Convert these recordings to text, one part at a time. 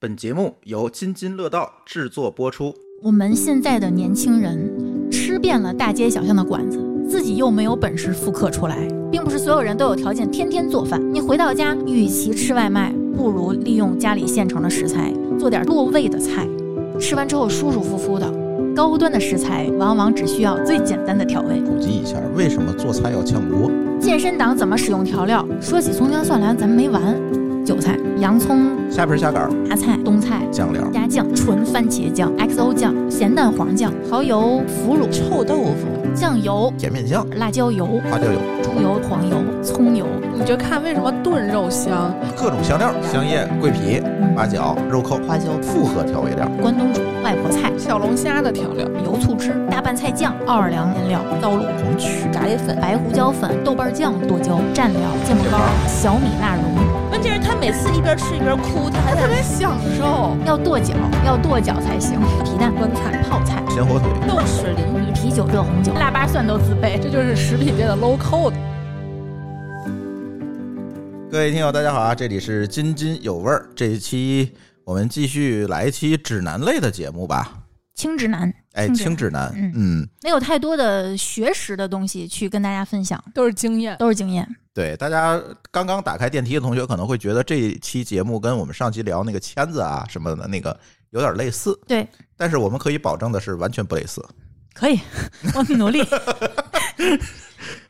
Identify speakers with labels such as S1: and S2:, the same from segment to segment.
S1: 本节目由津津乐道制作播出。
S2: 我们现在的年轻人吃遍了大街小巷的馆子，自己又没有本事复刻出来，并不是所有人都有条件天天做饭。你回到家，与其吃外卖，不如利用家里现成的食材，做点落胃的菜，吃完之后舒舒服服的。高端的食材往往只需要最简单的调味。
S3: 普及一下，为什么做菜要炝锅？
S2: 健身党怎么使用调料？说起葱姜蒜来，咱们没完。韭菜、洋葱、
S3: 虾皮、虾杆、
S2: 芽菜、冬菜、
S3: 酱料、
S2: 鸭酱、纯番茄酱、XO 酱、咸蛋黄酱、蚝油、腐乳、
S4: 臭豆腐、
S2: 酱油、
S3: 甜面酱、
S2: 辣椒油、
S3: 花椒油、
S2: 猪油、黄油、葱油。
S4: 你就看为什么炖肉香，
S3: 各种香料：香叶、桂皮、八角、肉蔻、
S4: 花椒、
S3: 复合调味料、
S2: 关东煮、外婆菜、
S4: 小龙虾的调料、
S2: 油醋汁、大拌菜酱、奥尔良腌料、糟卤、
S3: 红曲、
S4: 炸椰粉、
S2: 白胡椒粉、豆瓣酱、剁椒、蘸料、芥末膏、小米辣蓉。
S5: 关键是他每次一边吃一边哭，他还
S4: 特别享受。
S2: 要剁脚，要剁脚才行。皮蛋、
S4: 酸菜、
S2: 泡菜、
S3: 咸火腿、
S5: 豆豉鲮鱼、
S2: 啤酒、热红酒、腊八蒜都自备，
S4: 这就是食品界的 low code。
S3: 各位听友，大家好啊！这里是津津有味儿，这一期我们继续来一期指南类的节目吧。
S2: 轻直男，
S3: 哎，轻指南，嗯，
S2: 没有太多的学识的东西去跟大家分享，
S4: 都是经验。
S2: 都是经验。
S3: 对，大家刚刚打开电梯的同学可能会觉得这一期节目跟我们上期聊那个签子啊什么的那个有点类似，
S2: 对，
S3: 但是我们可以保证的是完全不类似。
S2: 可以， 我努力。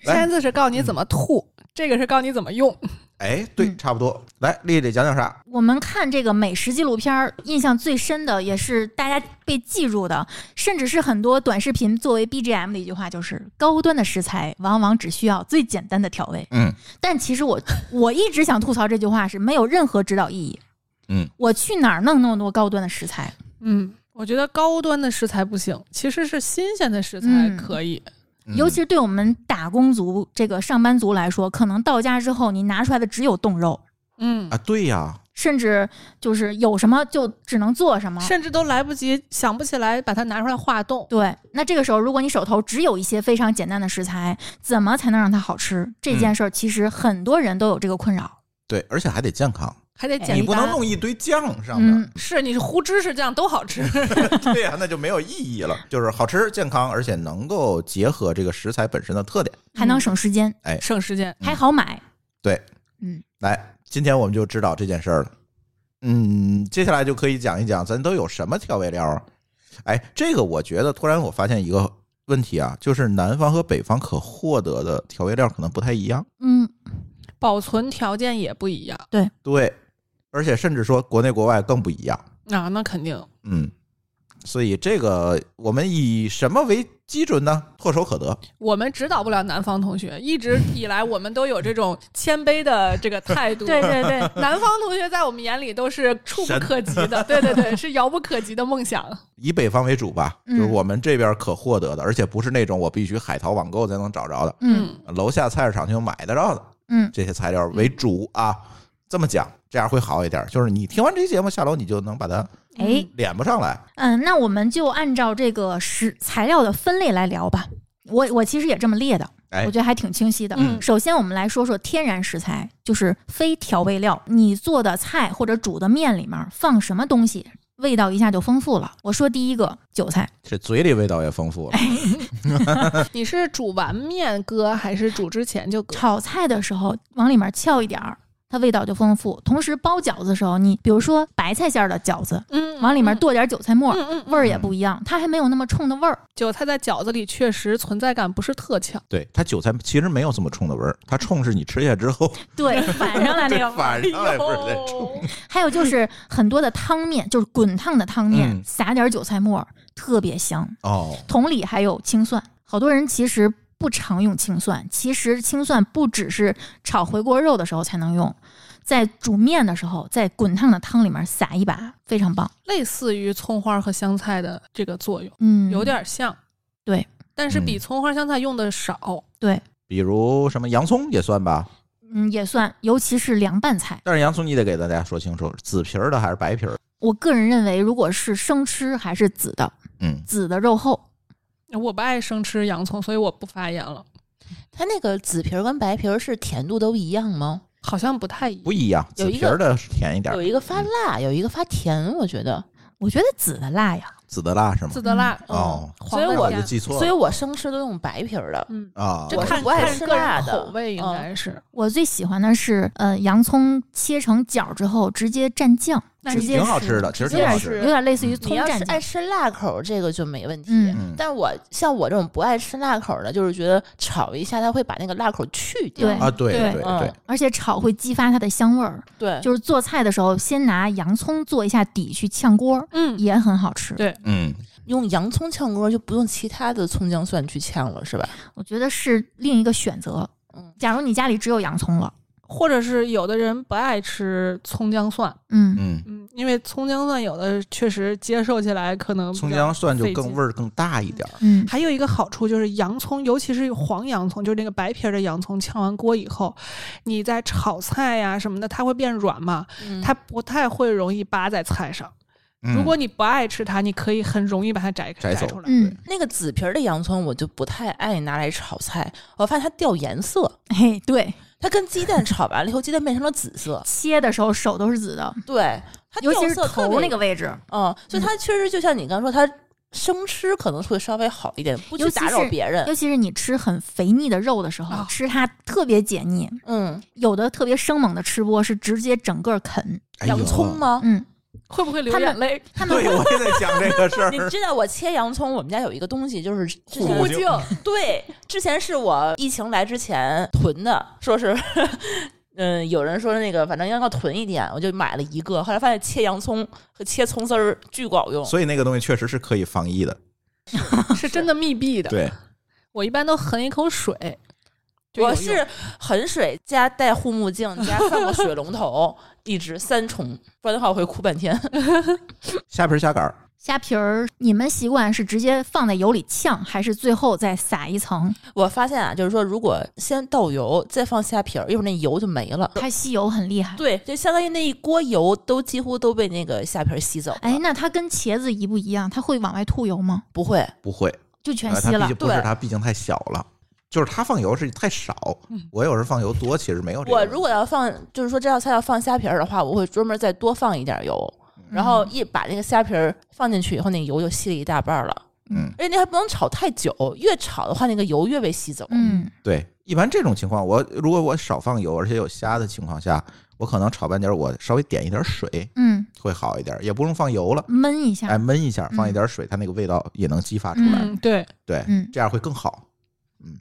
S4: 签字是告诉你怎么吐，这个是告诉你怎么用。
S3: 哎，对，
S2: 嗯
S3: 差不多。来，丽丽讲讲啥？
S2: 我们看这个美食纪录片儿，印象最深的也是大家被记住的，甚至是很多短视频作为 BGM 的一句话，就是高端的食材往往只需要最简单的调味。
S3: 嗯，
S2: 但其实我我一直想吐槽这句话是没有任何指导意义。
S3: 嗯，
S2: 我去哪儿弄那么多高端的食材？
S4: 嗯，我觉得高端的食材不行，其实是新鲜的食材
S2: 嗯
S4: 可以。
S3: 嗯
S2: 尤其是对我们打工族这个上班族来说，可能到家之后你拿出来的只有冻肉，
S4: 嗯
S3: 啊，对呀、
S2: 甚至就是有什么就只能做什么。
S4: 甚至都来不及想不起来把它拿出来化冻。
S2: 对，那这个时候，如果你手头只有一些非常简单的食材，怎么才能让它好吃？这件事儿其实很多人都有这个困扰。
S3: 对，而且还得健康，
S4: 还得简单，
S3: 你不能弄一堆酱上面，
S2: 嗯，
S4: 哎是你是糊芝士酱都好吃，
S3: 对呀、那就没有意义了。就是好吃、健康，而且能够结合这个食材本身的特点。
S2: 还能省时间，
S4: 省时间。
S2: 还好买。
S3: 对，
S2: 嗯，
S3: 来，今天我们就知道这件事儿了。嗯，接下来就可以讲一讲咱都有什么调味料啊？哎，这个我觉得突然我发现一个问题啊，就是南方和北方可获得的调味料可能不太一样。
S2: 嗯，
S4: 保存条件也不一样
S3: 对，而且甚至说国内国外更不一样。
S4: 啊，那肯定。
S3: 嗯，所以这个我们以什么为基准呢？唾手可得。
S4: 我们指导不了南方同学，一直以来我们都有这种谦卑的这个态度。
S2: 对对嗯对，
S4: 南方同学在我们眼里都是触不
S3: 神
S4: 可及的，对对对，是遥不可及的梦想。
S3: 以北方为主吧，就是
S2: 嗯
S3: 我们这边可获得的，而且不是那种我必须海淘网购才能找着的，
S2: 嗯，
S3: 楼下菜市场就买得着的
S2: 嗯，
S3: 这些材料为主啊。这么讲，这样会好一点。就是你听完这期节目下楼，你就能把它
S4: 嗯
S2: 哎，
S3: 敛不上来。
S2: 嗯，那我们就按照这个食材料的分类来聊吧。我我其实也这么列的，
S3: 哎
S2: 我觉得还挺清晰的。
S4: 嗯
S2: 首先我们来说说天然食材，就是非调味料。你做的菜或者煮的面里面放什么东西，味道一下就丰富了。我说第一个韭菜，
S3: 这嘴里味道也丰富了，
S4: 你是煮完面搁还是煮之前就搁？
S2: 炒菜的时候往里面翘一点儿，它味道就丰富。同时包饺子的时候，你比如说白菜馅儿的饺子，
S4: 嗯
S2: 往里面剁点儿韭菜末儿，
S4: 嗯嗯嗯，
S2: 味儿也不一样，它还没有那么冲的味儿。
S4: 韭菜在饺子里确实存在感不是特强。
S3: 对它韭菜其实没有这么冲的味儿，它冲是你吃下之后
S2: 对，反上来那个味儿。
S4: 哎
S3: 反上来味儿再冲。
S4: 哟
S2: 还有就是很多的汤面，就是滚烫的汤面，
S3: 嗯
S2: 撒点韭菜末儿，特别香。
S3: 哦，
S2: 同理，还有青蒜，好多人其实不常用青蒜。其实青蒜不只是炒回锅肉的时候才能用，在煮面的时候，在滚烫的汤里面撒一把，非常棒。
S4: 类似于葱花和香菜的这个作用，
S2: 嗯，
S4: 有点像。
S2: 对，
S4: 但是比葱花香菜用的少。
S2: 对，
S3: 比如什么洋葱也算吧，
S2: 嗯，也算，尤其是凉拌菜。
S3: 但是洋葱你得给大家说清楚，紫皮儿的还是白皮儿？
S2: 我个人认为，如果是生吃还是紫的，
S3: 嗯，
S2: 紫的肉厚，
S4: 我不爱生吃洋葱，所以我不发言了。
S6: 它那个紫皮儿跟白皮儿是甜度都一样吗？
S4: 好像不太一
S3: 不
S4: 样。
S3: 一样，紫
S5: 有一
S3: 皮
S5: 个
S3: 儿的是甜一点
S5: 有
S3: 儿，
S5: 一个发辣，有一个发甜，我觉得。
S2: 我觉得紫的辣呀，
S3: 紫的辣是吗
S4: 紫？的辣，
S5: 嗯
S3: 哦，
S4: 所以
S5: 黄的
S4: 我
S3: 我就记错
S5: 所以
S3: 了
S5: 我生吃都用白皮儿的，
S4: 嗯，
S3: 啊，
S4: 这
S5: 哦我
S4: 看
S5: 不爱
S4: 看
S5: 吃
S4: 个
S5: 辣
S4: 人
S5: 的
S4: 口味应
S5: 嗯
S4: 该是。
S2: 我最喜欢的是呃洋葱切成角之后直接蘸酱，
S4: 那
S2: 直
S4: 你
S2: 接
S3: 挺好
S2: 吃
S3: 吃的，其实
S2: 有
S3: 挺好
S2: 点
S3: 吃
S2: 有点类似于
S5: 你
S2: 葱
S5: 要
S2: 蘸
S5: 是
S2: 酱
S5: 爱，吃辣口儿，这个就没问题。
S2: 嗯
S3: 嗯
S5: 但我像我这种不爱吃辣口儿的，就是觉得炒一下，它会把那个辣口儿去掉。
S2: 对
S3: 啊，对
S4: 对
S3: 对
S5: 嗯
S3: 对，
S2: 而且炒会激发它的香味儿。
S5: 对，
S2: 就是做菜的时候，先拿洋葱做一下底去炝锅，
S4: 嗯，
S2: 也很好吃。
S4: 对
S3: 嗯，
S5: 用洋葱炝锅就不用其他的葱姜蒜去炝了，是吧？
S2: 我觉得是另一个选择。
S5: 嗯
S2: 假如你家里只有洋葱了，
S4: 或者是有的人不爱吃葱姜蒜，
S2: 嗯，
S3: 嗯，
S4: 嗯，因为葱姜蒜有的确实接受起来可能比较
S3: 葱姜蒜就
S4: 嗯费
S3: 更
S4: 劲
S3: 味儿更大一点儿。
S2: 嗯，
S4: 还有一个好处就是洋葱，尤其是黄洋葱，就是那个白皮儿的洋葱，炝完锅以后，你在炒菜呀、什么的，它会变软嘛，
S5: 嗯
S4: 它不太会容易扒在菜上。
S3: 嗯
S4: 如果你不爱吃它，你可以很容易把它摘
S3: 摘走
S4: 出来。
S2: 嗯，
S5: 那个紫皮儿的洋葱，我就不太爱拿来炒菜，我发现它掉颜色。
S2: 嘿，对，
S5: 它跟鸡蛋炒完了以后，鸡蛋变成了紫色，
S2: 切的时候手都是紫的，
S5: 对，它
S2: 尤其
S5: 掉
S2: 是
S5: 色特
S2: 头
S5: 别
S2: 那个，位置，
S5: 嗯，所以它确实就像你刚说，它生吃可能会稍微好一点，不
S2: 尤
S5: 去
S2: 其
S5: 打扰
S2: 是
S5: 别人
S2: 尤，其是你吃很肥腻的肉的时
S5: 哦
S2: 候，
S4: 啊
S2: 吃它特别解腻。
S5: 嗯，
S2: 有的特别生猛的吃播是直接整个啃，
S3: 哎
S5: 洋
S3: 呦
S5: 葱吗？
S2: 嗯，
S4: 会不会流
S2: 他们
S4: 眼泪？
S2: 他们
S3: 对，我哦也在想这个事儿
S5: 你。知道我切洋葱，我们家有一个东西，就是之前
S3: 护颈
S5: 对，之前是我疫情来之前囤的，说是， 嗯，有人说那个反正要要囤一点，我就买了一个，后来发现切洋葱和切葱丝儿巨管用，
S3: 所以那个东西确实是可以防疫的，
S4: 是真的密闭的。
S3: 对，
S4: 我一般都含一口水。就有
S5: 我
S4: 用
S5: 是衡水加戴护目镜加放个水龙 头，一直三重，不然的话我会哭半天。
S3: 虾皮儿虾杆儿，
S2: 虾皮儿，你们习惯是直接放在油里呛，还是最后再撒一层？
S5: 我发现啊，就是说如果先倒油，再放虾皮儿，一会儿那油就没了。
S2: 它吸油很厉害。
S5: 对，就相当于那一锅油都几乎都被那个虾皮儿吸走了。
S2: 哎，那它跟茄子一不一样？它会往外吐油吗？
S5: 不会，
S3: 不会，
S2: 就全
S3: 呃它
S2: 吸
S3: 毕
S2: 了
S3: 竟。不是
S5: 对
S3: 它，毕竟太小了。就是它放油是太少，我有时候放油多，其实没有这个
S5: 嗯我
S3: 问题。
S5: 如果要放，就是说这道菜要放虾皮儿的话，我会专门再多放一点油，
S3: 嗯
S5: 然后一把那个虾皮儿放进去以后，那个油就吸了一大半儿了。
S3: 嗯，
S5: 而且那还不能炒太久，越炒的话，那个油越被吸走。，
S2: 嗯，
S3: 对，一般这种情况，我如果我少放油，而且有虾的情况下，我可能炒半截儿，我稍微点一点水
S2: 嗯，
S3: 会好一点，也不用放油了，
S2: 焖一
S3: 哎，
S2: 下。
S3: 焖一下，放一
S2: 嗯
S3: 点水，它那个味道也能激发出来。
S4: 嗯，对，
S3: 对，
S2: 嗯
S3: 这样会更好。嗯，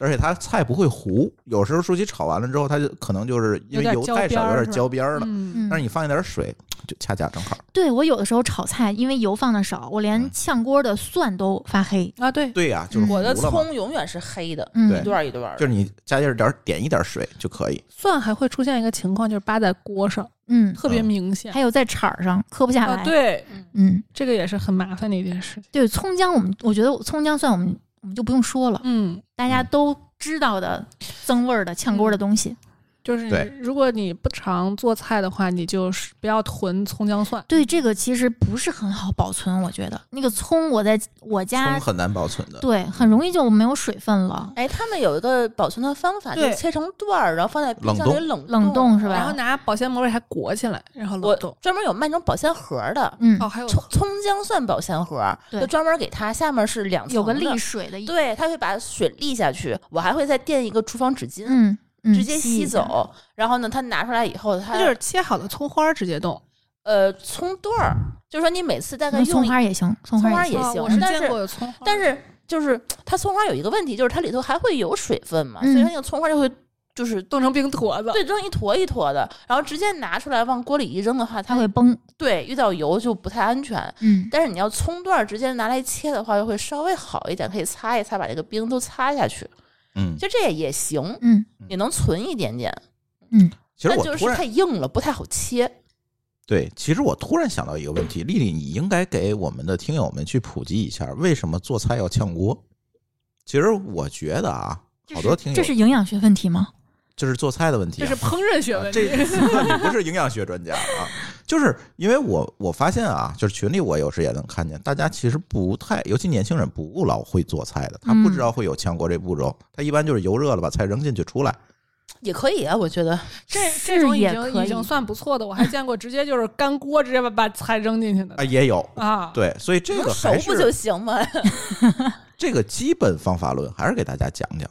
S3: 而且它菜不会糊，有时候舒淇炒完了之后，它就可能就是因为油
S4: 有点焦
S3: 太
S4: 边
S3: 少，
S4: 儿
S3: 有
S4: 是
S3: 点
S4: 吧
S3: 焦边儿了。
S4: 嗯，
S2: 嗯
S3: 但，是你放一点水，就恰恰正好。
S2: 对我有的时候炒菜，因为油放的少，我连
S3: 嗯
S2: 炝锅的蒜都发黑。
S4: 啊，对，
S3: 对呀、就是
S2: 嗯
S3: 糊
S5: 我的
S3: 了嘛，
S5: 葱永远是黑的，
S2: 嗯，
S3: 对
S5: 一段儿一段儿的。
S3: 就是你加点儿点儿点一点水就可以。
S4: 蒜还会出现一个情况，就是扒在锅上，
S2: 嗯，
S4: 特别
S3: 嗯
S4: 明显。
S2: 还有在铲儿上磕不下来。
S4: 啊，，对，
S2: 嗯，
S4: 这个也是很麻烦的一件事情。
S2: 对，葱姜我们，我觉得葱姜蒜我们我们就不用说了，
S4: 嗯，
S2: 大家都知道的增味儿的炝锅的东西。
S4: 就是你
S3: 对
S4: 如果你不常做菜的话，你就是不要囤葱姜蒜。
S2: 对，这个其实不是很好保存，我觉得那个葱我在我
S3: 葱
S2: 家
S3: 很难保存的，
S2: 对很容易就没有水分了。
S5: 哎，他们有一个保存的方法，就是
S4: 对
S5: 切成段儿，然后放在冰
S3: 冷
S5: 箱
S3: 冻
S5: 里冷
S2: 冷冻
S5: 冻
S2: 是吧
S4: 然后拿保鲜膜给它裹起来，然后
S5: 我
S4: 冷冻。
S5: 专门有卖那种保鲜盒儿的，
S2: 嗯，
S4: 哦，还有
S5: 葱葱姜蒜保鲜盒儿，
S2: 对
S5: 就专门给它下面是两层
S2: 有个
S5: 的
S2: 沥水的，，
S5: 对，它会把水沥下去，我还会再垫一个厨房纸巾，
S2: 嗯，嗯
S5: 直接
S2: 吸
S5: 吸
S2: 一下
S5: 走。然后呢，它拿出来以后，它
S4: 它就是切好的葱花儿直接冻。
S5: 呃葱段儿，就是说你每次大概
S2: 那
S5: 用
S2: 葱
S5: 一，
S2: 花也行，葱
S5: 葱花
S2: 花
S5: 也
S2: 行。
S4: 啊
S5: 行
S4: 我是
S5: 但
S4: 见
S5: 是
S4: 过有葱花儿，
S5: 但是就是它葱花有一个问题，就是它里头还会有水分嘛，
S2: 嗯
S5: 所以它那个葱花就会就是
S4: 冻成冰坨子。
S5: 对扔一坨一坨的，然后直接拿出来往锅里一扔的话，
S2: 它
S5: 它
S2: 会崩，
S5: 对遇到油就不太安全。
S2: 嗯，
S5: 但是你要葱段儿直接拿来切的话，就会稍微好一点，可以擦一擦，把这个冰都擦下去。
S3: 嗯
S5: 其，实这也也行，
S2: 嗯，
S5: 也能存一点点。
S3: 其实
S5: 但
S3: 我
S5: 就是
S3: 突然
S5: 太硬了，不太好切。
S3: 对，其实我突然想到一个问题，丽丽，你应该给我们的听友们去普及一下，为什么做菜要炝锅？其实我觉得啊，好多听友
S2: 这是营养学问题吗？
S3: 就是做菜的问题、
S4: 这
S3: 啊，
S4: 是烹饪学问
S3: 这
S4: 题。
S3: 你不是营养学专家啊，就是因为我我发现啊，就是群里我有时也能看见，大家其实不太，尤其年轻人不
S5: 嗯
S3: 老会做菜的，他不知道会有炝锅这步骤，他一般就是油热了把菜扔进去出来，
S5: 也可以啊，我觉得
S4: 这这
S2: 是
S4: 种已
S2: 也
S4: 经
S2: 可
S4: 已经
S2: 以
S4: 算不错的，我还见过直接就是干锅，直接把把菜扔进去的
S3: 啊，也有。
S4: 啊。
S3: 对，所以这
S5: 能
S3: 个
S5: 熟
S3: 还
S5: 不就是行吗？
S3: 这个基本方法论，还是给大家讲讲。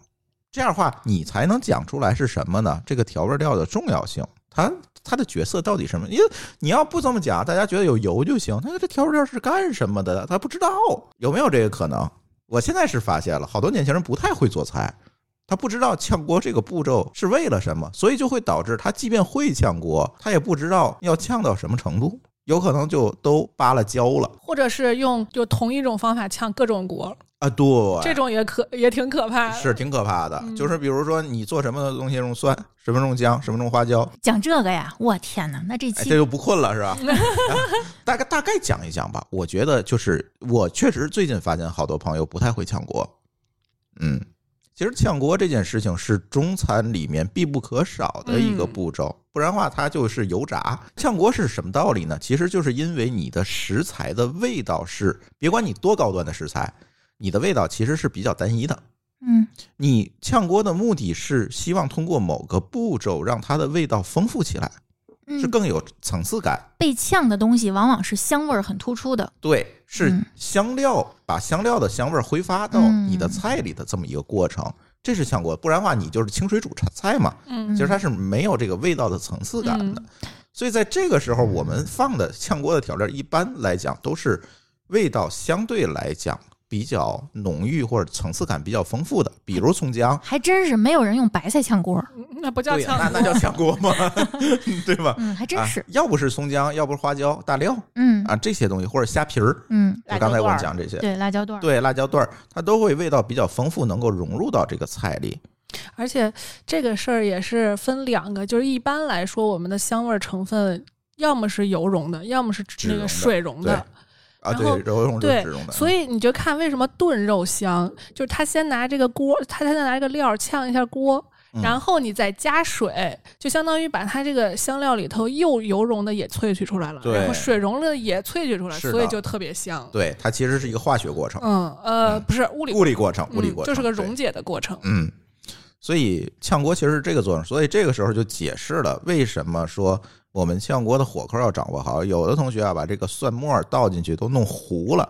S3: 这样的话，你才能讲出来是什么呢？这个调味料的重要性，它它的角色到底什么？因为你要不这么讲，大家觉得有油就行，那这调味料是干什么的？他不知道有没有这个可能？我现在是发现了，好多年轻人不太会做菜，他不知道炝锅这个步骤是为了什么，所以就会导致他即便会炝锅，他也不知道要炝到什么程度，有可能就都扒拉焦了
S4: 或者是用就同一种方法炝各种锅，
S3: 啊！对，
S4: 这种也可也挺可怕的。
S3: 是挺可怕的。
S4: 嗯
S3: 就是比如说，你做什么东西用蒜，什么用姜，什么用花椒，
S2: 讲这个呀，我天哪，那这
S3: 哎，
S2: 期
S3: 这就不困了是吧？哎大概大概讲一讲吧。我觉得就是我确实最近发现好多朋友不太会炝锅。嗯，其实炝锅这件事情是中餐里面必不可少的一个步骤，不然的话它就是油炸。炝锅是什么道理呢？其实就是因为你的食材的味道是，别管你多高端的食材，你的味道其实是比较单一的。
S2: 嗯，
S3: 你炝锅的目的是希望通过某个步骤让它的味道丰富起来，
S2: 嗯
S3: 是更有层次感。
S2: 被呛的东西往往是香味儿很突出的，
S3: 对，是
S2: 嗯
S3: 香料把香料的香味儿挥发到你的菜里的这么一个过程，这是炝锅。不然的话，你就是清水煮菜嘛，
S4: 嗯
S2: 嗯
S3: 其实它是没有这个味道的层次感的。所以在这个时候，我们放的炝锅的调料，一般来讲都是味道相对来讲比较浓郁或者层次感比较丰富的，比如葱姜。
S2: 还真是没有人用白菜炝锅儿，
S4: 嗯那不叫
S3: 对呀，
S4: 炝
S3: 那那叫炝锅吗？ 对吧？
S2: 嗯，还真是
S3: 啊，，要不是葱姜，要不是花椒、大料
S2: 嗯
S3: 啊这些东西，或者虾皮儿，
S2: 嗯，
S5: 辣
S3: 就
S5: 椒
S3: 刚才我们
S5: 段儿
S3: 讲这些，
S2: 对，辣椒段儿，
S3: 对辣椒段儿，它都会味道比较丰富，能够融入到这个菜里。
S4: 而且这个事儿也是分两个，就是一般来说，我们的香味儿成分要么是油溶的，要么是
S3: 脂
S4: 那
S3: 溶
S4: 个
S3: 的
S4: 水溶
S3: 对
S4: 的。
S3: 啊，
S4: 然
S3: 对
S4: 后，
S3: 柔溶就是
S4: 对
S3: 脂溶的，
S4: 所
S3: 以
S4: 以你就看为什么炖肉香，就是他先拿这个锅，他先拿这个料儿炝一下锅，
S3: 嗯
S4: 然后你再加水，就相当于把它这个香料里头又油溶的也萃取出来了，
S3: 对
S4: 然后水溶了也萃取出来，
S3: 是的
S4: 所以就特别香。
S3: 对它其实是一个化学过程，
S4: 嗯，呃，
S3: 嗯
S4: 不是物理
S3: 物理过程，
S4: 嗯
S3: 物理过程
S4: 就是个
S3: 对
S4: 溶解的过程。
S3: 嗯，所以炝锅其实是这个作用，所以这个时候就解释了为什么说我们炝锅的火候要掌握好。有的同学啊，把这个蒜末倒进去都弄糊了，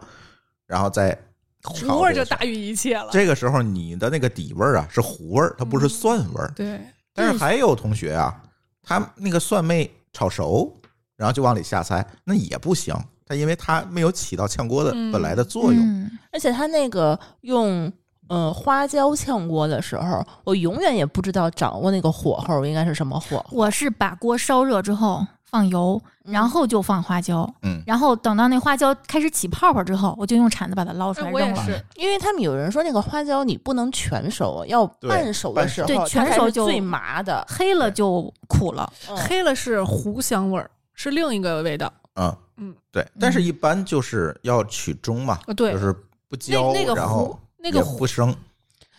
S3: 然后再
S4: 糊
S3: 炒
S4: 味儿
S3: 这
S4: 就
S3: 个事儿
S4: 大于一切了。
S3: 这个时候你的那个底味儿啊是糊味儿，它不是蒜味儿。
S4: 嗯对，
S3: 但是还有同学啊，他那个蒜没炒熟，然后就往里下菜，那也不行。他因为它没有起到炝锅的
S4: 嗯
S3: 本来的作用，
S2: 嗯，
S5: 而且他那个用呃花椒炝锅的时候，我永远也不知道掌握那个火候应该是什么火候。
S2: 我是把锅烧热之后放油，然后就放花椒，
S3: 嗯
S2: 然后等到那花椒开始起泡泡之后，我就用铲子把它捞出来
S4: 哎我也
S2: 扔了。
S4: 是，
S5: 因为他们有人说那个花椒你不能全熟，要
S3: 对
S5: 半熟的
S3: 半熟
S5: 时候，
S2: 对全
S5: 它才
S2: 熟
S5: 是
S2: 就
S5: 最麻的。
S2: 黑了就苦了，
S5: 嗯
S4: 黑了是糊香味儿，是另一个味道。
S3: 嗯
S4: 嗯，
S3: 对。但是一般就是要取中嘛，
S4: 哦对
S3: 就是不焦，
S4: 那那个
S3: 然后
S4: 糊那个
S3: 也
S4: 糊
S3: 不生，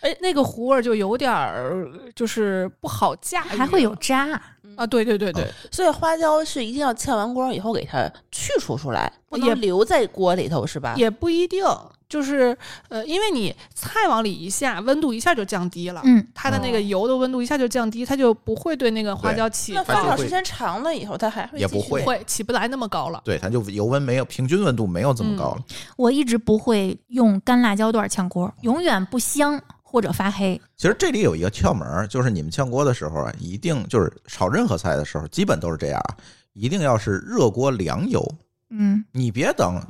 S4: 哎，那个糊味儿就有点儿，就是不好驾驭，
S2: 还会有渣。
S4: 啊，对对对对，
S3: 哦
S5: 所以花椒是一定要炝完锅以后给它去除出来，不
S4: 也
S5: 能留在锅里头，是吧？
S4: 也不一定，就是呃，因为你菜往里一下，温度一下就降低了，
S2: 嗯，
S4: 它的那个油的温度一下就降低，它就不会对那个花椒起
S5: 那
S4: 不
S5: 放
S3: 它
S5: 好
S3: 就会
S5: 时间长了以后，它还会
S3: 也
S5: 继续
S3: 不会
S4: 会起不来那么高了。
S3: 对，它就油温没有平均温度没有这么
S4: 嗯
S3: 高了。
S2: 我一直不会用干辣椒段儿炝锅，永远不香或者发黑。
S3: 其实这里有一个窍门儿，就是你们炝锅的时候啊，一定就是炒任何菜的时候，基本都是这样啊，一定要是热锅凉油，
S2: 嗯，
S3: 你别等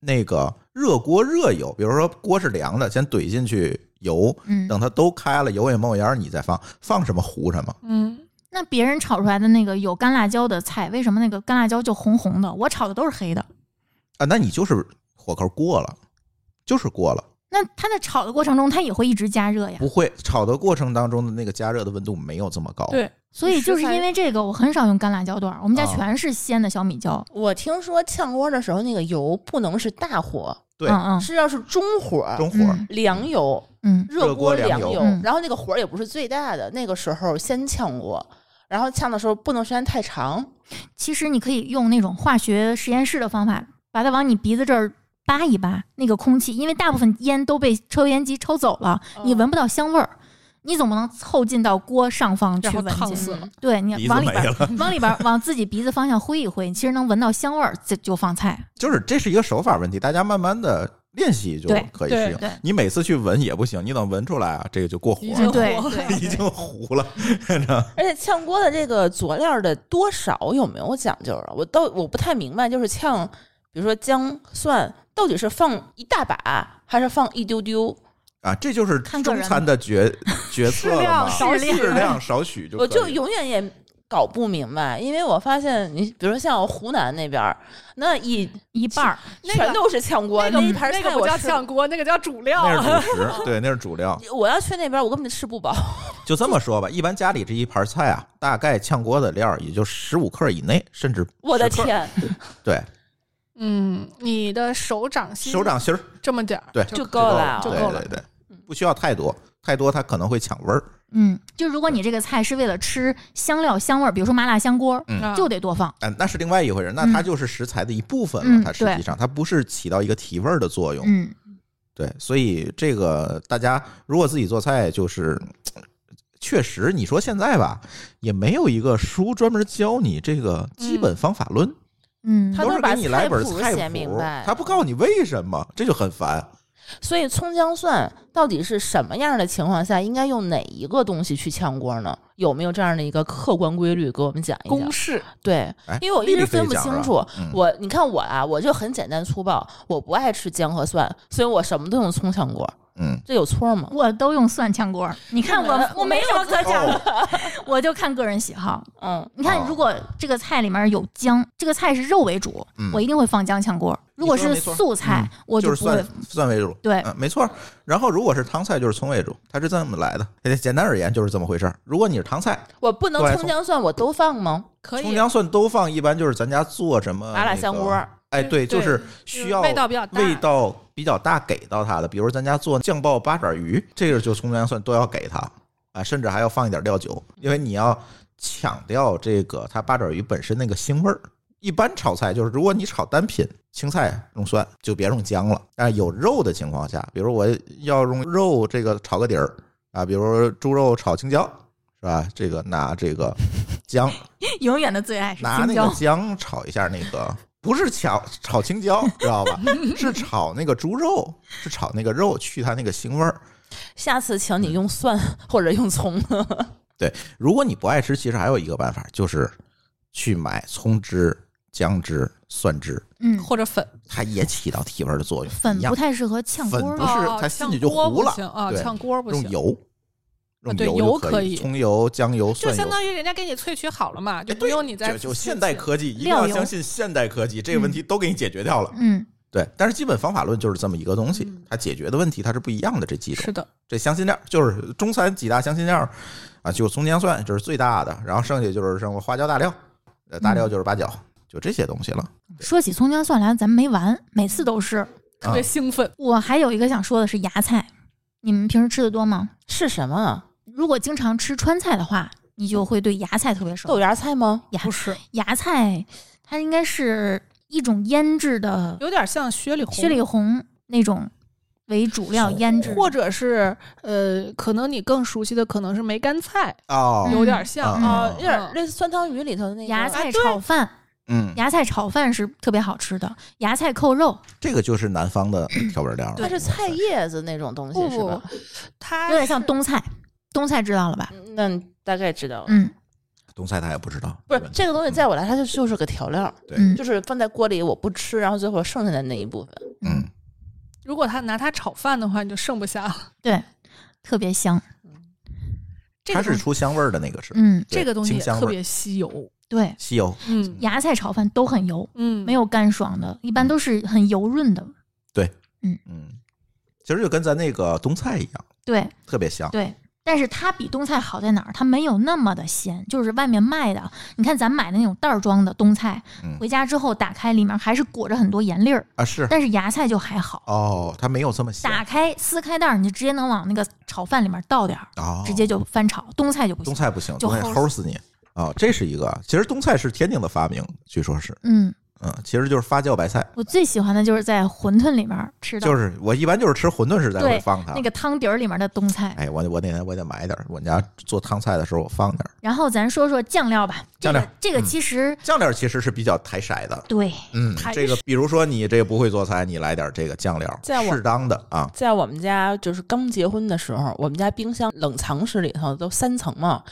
S3: 那个热锅热油，比如说锅是凉的，先怼进去油，
S2: 嗯
S3: 等它都开了，油也冒烟儿，你再放，放什么糊什么。
S4: 嗯，
S2: 那别人炒出来的那个有干辣椒的菜，为什么那个干辣椒就红红的？我炒的都是黑的。
S3: 啊，那你就是火候过了，就是过了，
S2: 那它在炒的过程中，它也会一直加热呀。
S3: 不会炒的过程当中的那个加热的温度没有这么高。，
S4: 对，
S2: 所以就是
S4: 食材
S2: 因为这个，我很少用干辣椒段儿，我们家
S3: 啊
S2: 全是鲜的小米椒。嗯
S5: 我听说炝锅的时候，那个油不能是大火，
S3: 对
S2: 嗯
S5: 是要是中火，
S3: 中火、
S2: 嗯
S5: 凉油，
S2: 嗯
S5: 热
S3: 热锅
S5: 凉
S3: 凉油
S2: 嗯
S5: 然后那个火儿也不是最大的，那个时候先炝锅，然后炝的时候不能时间太长，
S2: 嗯，其实你可以用那种化学实验室的方法，把它往你鼻子这儿扒一扒，那个空气，因为大部分烟都被抽油烟机抽走了，你闻不到香味儿。你总不能凑近到锅上方去
S4: 然后
S2: 闻
S4: 烫
S2: 去，
S4: 死了。
S2: 对你
S3: 鼻
S2: 往
S3: 子
S2: 里
S3: 没
S2: 边儿
S3: 了，
S2: 往里边儿往自己鼻子方向挥一挥，你其实能闻到香味儿，这就放菜。
S3: 就是这是一个手法问题，大家慢慢的练习就
S2: 对
S3: 可以
S4: 对
S3: 适应
S2: 对。
S3: 你每次去闻也不行，你等闻出来啊，这个就过火
S4: 已
S3: 了
S4: 经，
S2: 对
S4: 火了
S2: 对
S3: 已经糊了。
S5: 而且炝锅的这个佐料的多少有没有讲究啊？我到我不太明白，就是炝，比如说姜蒜，到底是放一大把还是放一丢丢？
S3: 啊，这就是
S2: 看个
S3: 中
S2: 人
S3: 餐的决决策了嘛，
S2: 适量少
S3: 适量少许就可
S5: 我
S3: 以
S5: 就永远也搞不明白，因为我发现你，比如说像湖南那边儿，那一
S2: 一半儿，
S4: 那
S5: 全
S4: 个
S5: 都是炝锅，
S4: 那个
S5: 一盘
S4: 那
S5: 菜
S4: 个不
S5: 我
S4: 叫
S5: 吃
S4: 炝锅，那个叫主料。
S3: 那是主食，对，那是主料。
S5: 我要去那边，我根本吃不饱。
S3: 就这么说吧，一般家里这一盘菜啊，大概炝锅的料也就十五克以内，甚至
S5: 我的
S3: 10克，
S5: 天，
S3: 对
S4: 嗯，你的手掌心
S3: 手掌心儿
S4: 这么点儿，
S3: 对
S5: 就
S4: 就
S5: 够了
S4: 就
S3: 对
S4: 够了
S3: 对对，不需要太多，太多它可能会抢味儿。
S2: 嗯，就如果你这个菜是为了吃香料香味儿，比如说麻辣香锅，
S4: 啊
S2: 就得多放。
S3: 嗯，那是另外一回事，那它就是食材的一部分
S2: 嗯
S3: 了。它实际上，它不是起到一个提味儿的作用。
S2: 嗯，
S3: 对，所以这个大家如果自己做菜，就是呃确实你说现在吧，也没有一个书专门教你这个基本方法论，
S2: 嗯
S5: 他，
S3: 都
S5: 都
S3: 是给
S5: 把
S3: 你来
S5: 菜
S3: 本
S5: 谱
S3: 菜
S5: 写
S3: 谱
S5: 明白
S3: 他不告诉你为什么，这就很烦。
S5: 所以葱姜蒜到底是什么样的情况下应该用哪一个东西去炝锅呢？有没有这样的一个客观规律？给我们讲一
S4: 公
S5: 讲。
S4: 式
S5: 对
S3: 哎，
S5: 因为我一
S3: 丽丽
S5: 直
S3: 可以
S5: 分不
S3: 讲
S5: 清
S3: 是吧
S5: 楚。
S3: 嗯
S5: 我你看我啊，我就很简单粗暴，我不爱吃姜和蒜，所以我什么都用葱炝锅。
S3: 嗯，
S5: 这有错吗？
S2: 我都用蒜炝锅儿。你看我，我没有
S5: 什么可讲的。
S2: 我就看个人喜好。
S5: 嗯，
S2: 你看
S3: 哦，
S2: 如果这个菜里面有姜，这个菜是肉为主，
S3: 嗯
S2: 我一定会放姜炝锅儿。如果是素菜，我
S3: 就是
S2: 不会
S3: 蒜。蒜为主，
S5: 哎
S2: 对
S3: 嗯，没错儿。然后如果是汤菜，就是葱为主，它是这么来的。哎简单而言就是这么回事儿。如果你是糖菜，
S5: 我不能
S3: 对
S5: 葱姜蒜我都放吗？
S4: 可
S3: 葱
S4: 以，
S3: 姜蒜都放，一般就是咱家做什么
S5: 麻辣
S3: 那
S5: 香
S3: 个
S5: 锅，嗯
S3: 哎，对，就
S4: 对
S3: 是需要
S4: 味道比较大，
S3: 味道比较大给到它的，比如咱家做酱爆八爪鱼，这个就葱姜蒜都要给它啊，甚至还要放一点料酒，因为你要抢掉这个它八爪鱼本身那个腥味儿。一般炒菜就是，如果你炒单品，青菜用蒜就别用姜了。啊，有肉的情况下，比如我要用肉这个炒个底儿啊，比如猪肉炒青椒是吧？这个拿这个姜
S2: 永远的最爱是
S3: 拿
S2: 青
S3: 那
S2: 椒
S3: 个。姜炒一下那个，不是炒炒青椒，知道吧？是炒那个猪肉，是炒那个肉去它那个腥味儿。
S5: 下次请
S3: 嗯
S5: 你用蒜或者用葱。
S3: 如果你不爱吃，其实还有一个办法，就是去买葱汁、姜汁、蒜汁，
S2: 嗯，
S4: 或者粉
S3: 它也起到提味儿的作用。
S2: 粉
S3: 一样
S2: 不太适合炝锅
S3: 粉
S2: 儿
S3: 不。是
S4: 哦
S3: 它心里就
S4: 炝锅
S3: 糊了
S4: 不行啊，
S3: 对
S4: 炝锅不
S3: 用
S4: 行，
S3: 油，用
S4: 对
S3: 就
S4: 油
S3: 可
S4: 可
S3: 以，
S4: 以
S3: 葱油、姜油、
S4: 就
S3: 蒜油哎
S4: 相。当于人家给你萃取好了嘛，就不
S3: 对
S4: 用你再
S3: 就就
S4: 仔细
S3: 现代
S4: 去
S3: 科技，一定
S2: 料
S3: 要
S2: 油
S3: 相信现代科技，这个问题都给你解决掉了。
S2: 嗯，
S3: 对，但是基本方法论就是这么一个东西
S4: 嗯，
S3: 它解决的问题它是不一样的。这几种
S4: 是的，
S3: 这香辛料就是中餐几大香辛料啊，就葱姜蒜这是最大的，然后剩下就是什么花椒大料，呃，大料就是八角，就这些东西了。
S2: 说起葱姜蒜来，咱们没完，每
S4: 嗯
S2: 次都是。
S4: 特
S3: 啊
S4: 别兴奋。
S2: 我还有一个想说的是芽菜，你们平时吃的多吗？
S5: 是什么？啊
S2: 如果经常吃川菜的话，你就会对芽菜特别熟。
S5: 豆芽菜吗？
S2: 芽
S4: 不是，
S2: 芽菜，它应该是一种腌制的
S4: 有点像雪里红，
S2: 雪里红那种为主料腌制的，
S4: 或者是呃，可能你更熟悉的可能是梅干菜，
S3: 哦
S4: 有点像
S3: 嗯
S5: 啊、
S3: 嗯
S5: 有点类似酸汤鱼里头的那个
S2: 芽菜
S4: 啊对
S2: 炒饭。
S3: 嗯，
S2: 芽菜炒饭是特别好吃的，芽菜扣肉，
S3: 这个就是南方的调味料了。
S5: 它是菜叶子那种东西
S4: 不
S5: 是吧？
S4: 它
S2: 有点像
S4: 是
S2: 东菜。东菜知道了吧？
S5: 嗯那你大概知道了。
S2: 嗯
S3: 东菜他也不知道，
S5: 不是这个东西，在我来，它就就是个调料，
S3: 对，
S2: 嗯
S5: 就是放在锅里我不吃，然后最后剩下的那一部分。
S3: 嗯，
S4: 如果他拿它炒饭的话，你就剩不下了。
S2: 对，特别香。
S4: 这
S3: 它
S4: 个
S3: 是
S4: 东西
S3: 出香味儿的那个是
S2: 嗯，
S3: 对
S4: 这个东西
S3: 清
S4: 也
S3: 香
S4: 特
S3: 味儿，
S4: 别吸油，
S2: 对，
S3: 西油。
S4: 嗯
S2: 芽菜炒饭都很油，
S4: 嗯，
S2: 没有干爽的，一般都是很油润的。
S3: 嗯，其实就跟咱那个东菜一样，
S2: 对
S3: 特别香。
S2: 对，但是它比东菜好在哪儿？它没有那么的咸，就是外面卖的，你看咱买的那种袋儿装的东菜，
S3: 嗯
S2: 回家之后打开，里面还是裹着很多盐粒儿，
S3: 啊，是
S2: 但是芽菜就还好。
S3: 哦，它没有这么香
S2: 打开撕开袋儿，你就直接能往那个炒饭里面倒点儿，
S3: 哦，
S2: 直接就翻炒。东菜就不
S3: 东
S2: 行。
S3: 菜不行，
S2: 就
S3: 东菜
S2: 齁
S3: 齁死你啊！这是一个，其实东菜是天津的发明，据说是
S2: 嗯，
S3: 嗯，其实就是发酵白菜，
S2: 我最喜欢的就是在馄饨里面吃的，
S3: 就是我一般就是吃馄饨时才会
S2: 对
S3: 放它
S2: 那。个汤底儿里面的冬菜。
S3: 哎，我我那天我得买点儿，我们家做汤菜的时候我放点儿
S2: 然后咱说说酱料吧，
S3: 酱料嗯
S2: 这个这个其实、
S3: 酱料，其实是比较抬色的。
S2: 对
S3: 嗯
S4: 抬，
S3: 这个比如说你这个不会做菜，你来点儿这个酱料，
S5: 在我
S3: 适当的啊，
S5: 在我们家就是刚结婚的时候，我们家冰箱冷藏室里头都三层嘛，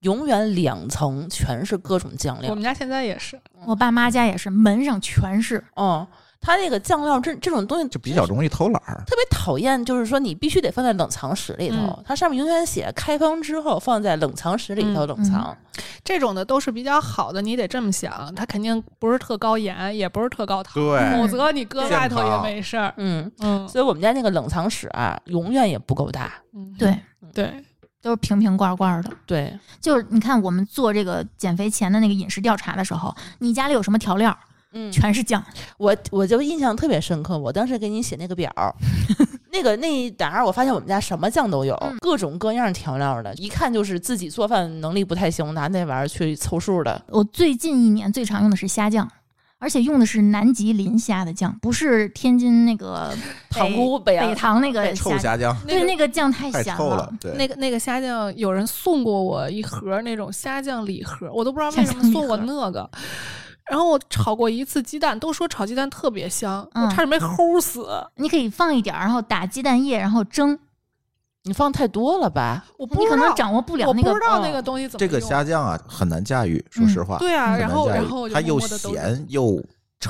S5: 永远两层全是各种
S2: 哎
S5: 酱
S4: 我
S5: 料
S4: 们。家现在也是，
S2: 我爸妈家也是，门上全是。
S5: 嗯，它那个酱料这这种东西
S3: 就比较容易偷懒儿。
S5: 特别讨厌，就是说你必须得放在冷藏室里头，
S4: 嗯
S5: 它上面永远写开封之后放在冷藏室里头
S4: 嗯
S5: 冷藏。
S4: 这种的都是比较好的，你得这么想，它肯定不是特高盐，也不是特高糖，
S3: 对
S4: 否则你搁外头
S3: 健
S4: 也
S3: 康
S4: 没事儿。
S5: 嗯
S4: 嗯，
S5: 所以我们家那个冷藏室啊，永远也不够大。
S4: 嗯
S2: 对，
S4: 对，
S2: 都是瓶瓶罐罐的。
S5: 对，
S2: 就是你看，我们做这个减肥前的那个饮食调查的时候，你家里有什么调料，
S5: 嗯
S2: 全是酱。
S5: 我我就印象特别深刻，我当时给你写那个表儿， 那个那一沓儿，我发现我们家什么酱都有，
S2: 嗯
S5: 各种各样调料的，一看就是自己做饭能力不太行，拿那玩意儿去凑数的。
S2: 我最近一年最常用的是虾酱，而且用的是南极磷虾的酱，不是天津那个北
S5: 塘沽北
S2: 北塘 那个
S3: 臭
S2: 虾。
S3: 虾酱
S2: 对，那个酱太
S3: 太
S2: 咸
S3: 臭了，对，
S4: 那个那个虾酱，有人送过我一盒那种虾酱礼盒，我都不知道为什么
S2: 虾酱礼盒
S4: 送我那个。然后我炒过一次鸡蛋，都说炒鸡蛋特别香，
S2: 嗯
S4: 我差点没齁死。
S2: 你可以放一点儿，然后打鸡蛋液，然后蒸。
S5: 你放太多了吧？
S4: 我不
S2: 你
S4: 知
S2: 可能
S4: 道，
S2: 掌握不了
S4: 我
S2: 那个
S4: 不知道
S5: 嗯
S4: 那个东西怎么
S3: 这个
S4: 用
S3: 虾酱啊很难驾驭，说实话，
S4: 对啊，
S3: 很
S4: 然
S3: 难
S4: 后
S3: 驾驭
S4: 然后我就
S3: 它又
S4: 默默地都
S3: 咸又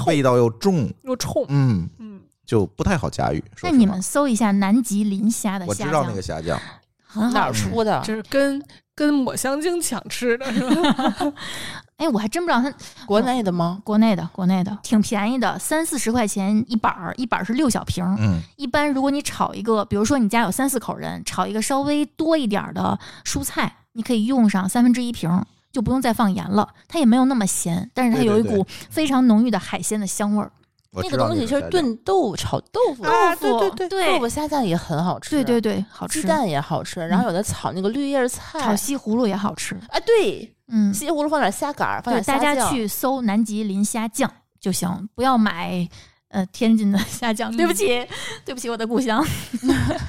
S3: 味道又重，
S4: 又冲，
S3: 嗯，
S4: 嗯，
S3: 就不太好驾驭。说
S2: 那
S3: 实话
S2: 你们搜一下南极磷虾的
S3: 我知
S2: 虾
S3: 道
S2: 酱，
S3: 那个虾酱，
S2: 很
S5: 哪
S2: 好
S5: 儿
S2: 吃。
S5: 出的？
S4: 就是跟跟抹香鲸抢吃的是吧？
S2: 哎，我还真不知道它
S5: 国内的吗？
S2: 国内的，国内的挺便宜的，三四十块钱一板儿，一板儿是六小瓶儿。
S3: 嗯，
S2: 一般如果你炒一个，比如说你家有三四口人，炒一个稍微多一点儿的蔬菜，你可以用上三分之一瓶儿，就不用再放盐了。它也没有那么咸，但是它
S3: 对
S2: 有
S3: 对
S2: 一股非常浓郁的海鲜的香味儿。
S3: 我
S5: 那
S3: 知
S5: 个
S3: 道
S5: 东西就
S3: 虾
S5: 是
S3: 酱，
S5: 炖豆腐、炒豆腐、
S4: 啊
S2: 豆腐
S4: 对对
S2: 对
S5: 豆腐虾酱也很好吃，
S2: 对对对，好吃。
S5: 啊鸡蛋也好吃，然后有的炒那个绿叶
S2: 炒
S5: 菜。
S2: 西葫芦也好吃。
S5: 啊，对，
S2: 嗯，
S5: 西葫芦放点虾杆儿，放
S2: 对，
S5: 点
S2: 大
S5: 虾
S2: 家
S5: 酱
S2: 去搜南极磷虾酱就行，不要买呃天津的虾酱。对不起， 对不起，我的故乡。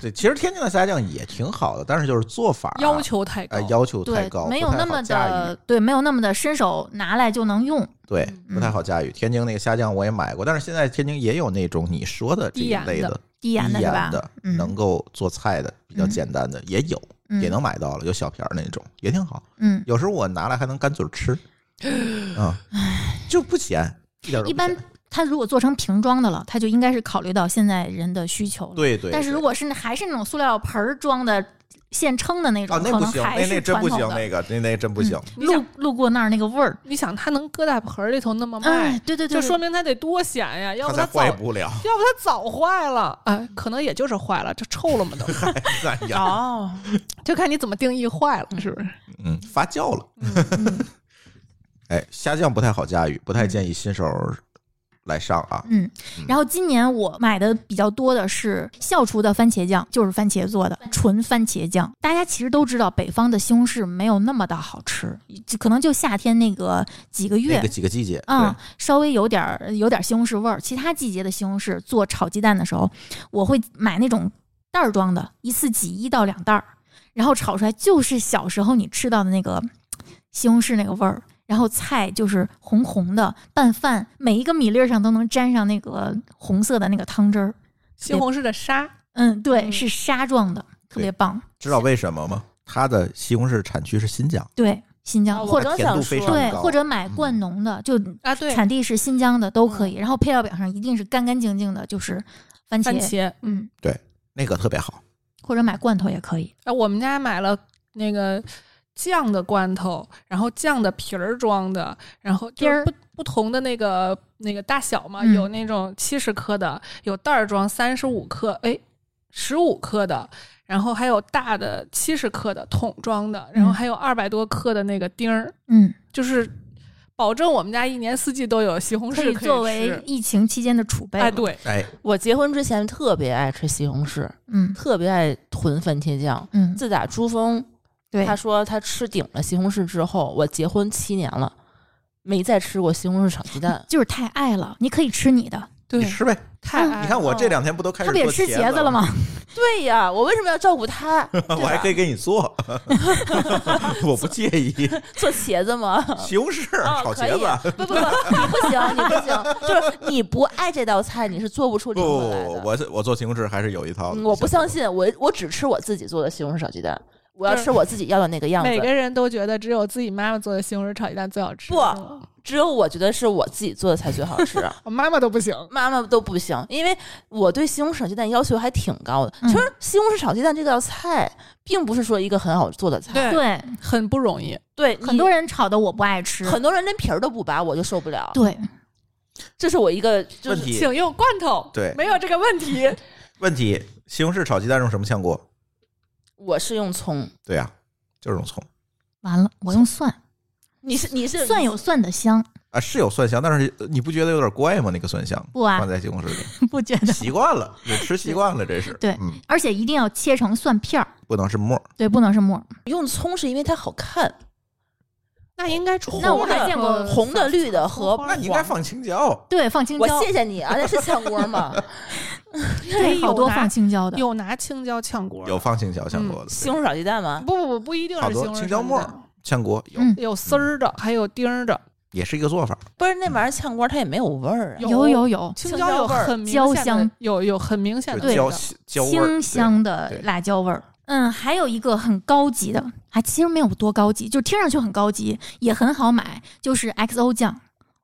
S3: 对，其实天津的虾酱也挺好的，但是就是做法啊
S4: 要求太高，
S3: 哎要求太
S2: 对
S3: 高，，
S2: 没
S3: 不
S2: 有
S3: 太
S2: 那
S3: 好
S2: 么
S3: 驾驭
S2: 的，对，没有那么的伸手拿来就能用。
S3: 对，
S2: 嗯
S3: 不太好驾驭。天津那个虾酱我也买过，但是现在天津也有那种你说的这一类
S4: 低盐
S3: 的
S4: 的
S2: 低盐的
S3: 低
S2: 是
S3: 盐
S2: 吧？
S3: 的，
S2: 嗯
S3: 能够做菜的比较
S2: 嗯
S3: 简单的也有，
S2: 嗯
S3: 也能买到了，有小瓶儿那种也挺好。
S2: 嗯，
S3: 有时候我拿来还能干嘴儿 吃，啊，就不咸，一点儿都不咸
S2: 一般它如果做成瓶装的了，它就应该是考虑到现在人的需求了。
S3: 对对。
S2: 但是如
S3: 对
S2: 果是那还是那种塑料盆儿装的现称的那种，
S3: 啊，那
S2: 可
S3: 不
S2: 能
S3: 行，
S2: 还
S3: 那那
S2: 是
S3: 真
S2: 传
S3: 不
S2: 统
S3: 行，
S2: 的。嗯
S3: 那个那那真不行。
S4: 你
S2: 路
S4: 想
S2: 路过那儿那个味儿，
S4: 你想它能搁在盆儿里头那么卖
S2: 哎，，对对对，对
S4: 就说明它得多咸呀，要
S3: 它
S4: 不
S3: 才
S4: 早
S3: 坏不了，
S4: 要不它早坏了，哎，可能也就是坏了，就臭了嘛 都，
S3: 哎呀，
S5: 哦，
S4: 就看你怎么定义坏了，是不是？
S3: 嗯，发酵了。
S2: 嗯
S3: 哎，虾酱不太好驾驭，不太建议新手来上啊。
S2: 嗯
S3: 嗯，
S2: 然后今年我买的比较多的是校厨的番茄酱，就是番茄做的纯番茄酱。大家其实都知道，北方的西红柿没有那么的好吃，就可能就夏天那个几个月
S3: 那个。几个季节，
S2: 嗯，稍微有点儿有点儿西红柿味儿。其他季节的西红柿做炒鸡蛋的时候，我会买那种袋儿装的，一次挤一到两袋儿，然后炒出来就是小时候你吃到的那个西红柿那个味儿。然后菜就是红红的，拌饭每一个米粒儿上都能沾上那个红色的那个汤汁儿。
S4: 西红柿的沙，
S2: 嗯，对，
S4: 嗯
S2: 是沙状的，特别棒。
S3: 知道为什么吗？它的西红柿产区是新疆，
S2: 对，新
S5: 啊
S2: 疆
S5: 我
S2: 或
S5: 刚
S2: 者
S5: 刚
S3: 甜
S5: 想
S3: 度非
S5: 说
S3: 常
S2: 对，
S3: 高，
S2: 或者买灌农的，就
S4: 啊，对，
S2: 产地是新疆的都可以。然后配料表上一定是干干净净的，就是番
S4: 番茄，
S2: 嗯，
S3: 那个特别好。
S2: 或者买罐头也可以。
S4: 哎，我们家买了那个酱的罐头，然后酱的皮儿装的，然后就
S2: 丁儿
S4: 是不不同的那个那个大小嘛，
S2: 嗯
S4: 有那种七十克的，有袋儿装三十五克，哎，十五克的。然后还有大的七十克的桶装的，然后
S2: 嗯
S4: 还有二百多克的那个丁儿，
S2: 嗯，
S4: 就是保证我们家一年四季都有西红柿
S2: 可
S4: 以
S2: 以
S4: 吃
S2: 作为疫情期间的储备。
S4: 哎，，对，
S3: 哎，
S5: 我结婚之前特别爱吃西红柿，
S2: 嗯
S5: 特别爱囤番茄酱。
S2: 嗯，
S5: 自打珠峰
S2: 对。
S5: 他，说他吃顶了西红柿之后，我结婚七年了，没再吃过西红柿炒鸡蛋
S2: 就是太爱了。你可以吃你的，
S4: 对
S3: 你，吃呗。
S4: 太
S2: 嗯
S4: 爱
S3: 你看我
S5: 哦
S3: 这两天不都开
S2: 他
S3: 始
S2: 不也
S3: 做
S2: 吃茄子了？吗？
S5: 对呀，我为什么要照顾他？
S3: 我还可以给你做， 我不介意。
S5: 做茄 子吗？
S3: 西红柿
S5: 哦，
S3: 炒
S5: 可
S3: 茄
S5: 以，
S3: 子，
S5: 不不不，你不行，你不行，就是你不爱这道菜，你是做不 出
S3: 不，
S5: 灵魂来的。
S3: 我是我做西红柿还是有一套的
S5: 嗯。我不相信，我我只吃我自己做的西红柿炒鸡蛋，我要
S4: 对
S5: 吃我自己要的那个样
S4: 每
S5: 子。
S4: 个人都觉得只有自己妈妈做的西红柿炒鸡蛋最好吃。
S5: 不
S4: 是吗
S5: 只有我觉得是我自己做的才最好吃，啊
S4: 我妈妈都不行。
S5: 妈妈都不行，因为我对西红柿炒鸡蛋要求还挺高的。
S2: 嗯
S5: 其实西红柿炒鸡蛋这道菜，并不是说一个很好做的菜，
S4: 对
S2: 对，
S4: 很不容易。
S5: 对，
S2: 很
S5: 你
S2: 多人炒的我不爱吃。
S5: 很多人连皮儿都不拔，我就受不了。
S2: 对，
S5: 这是我一个就
S3: 问
S5: 是
S3: 题
S4: 请用罐头，
S3: 对
S4: 没有这个问题。
S3: 问题，西红柿炒鸡蛋用什么炝锅？
S5: 我是用葱，
S3: 对呀、就是用葱
S2: 完了，我用蒜，
S5: 你是你是
S2: 蒜有蒜的香，
S3: 啊，是有蒜香，但是呃你不觉得有点怪吗？那个蒜香
S2: 不啊
S3: 放在西红柿里，
S2: 不觉得？
S3: 习惯了，就吃习惯了，这是
S2: 对
S3: 嗯，
S2: 而且一定要切成蒜片儿，
S3: 不能是沫儿。
S2: 对，不能是末儿。
S5: 用葱是因为它好看，
S4: 那应该冲嗯
S2: 那我还见过
S5: 红的、绿的和
S3: 那你应该
S5: 黄
S3: 放青椒，
S2: 对，放青
S5: 我
S2: 椒，
S5: 谢谢你啊，那是炝锅吗？
S2: 对，好多放
S4: 拿
S2: 青椒的。
S4: 有拿青椒炝锅，
S3: 有放青椒炝锅的，
S5: 西红柿炒鸡蛋吗？
S4: 不不不不一定
S3: 好
S4: 是
S3: 多
S4: 西红柿
S3: 青椒末儿
S4: 炒鸡蛋
S3: 炝锅有
S2: 嗯
S4: 有丝儿的，还有丁儿的，
S3: 也是一个做法。
S5: 不是那玩意儿炝锅它也没有味儿啊。
S2: 有有有，
S4: 青
S5: 青
S4: 椒
S5: 椒
S4: 有
S5: 味儿
S4: 很明
S2: 椒
S4: 显的
S2: 香，
S4: 有有很明显
S3: 就
S4: 的
S2: 对
S4: 味
S3: 椒
S4: 道
S3: 椒味儿
S2: 清香的
S3: 对对
S2: 辣椒味儿。嗯，还有一个很高级的，啊，其实没有多高级，就听上去很高级，也很好买，就是 XO 酱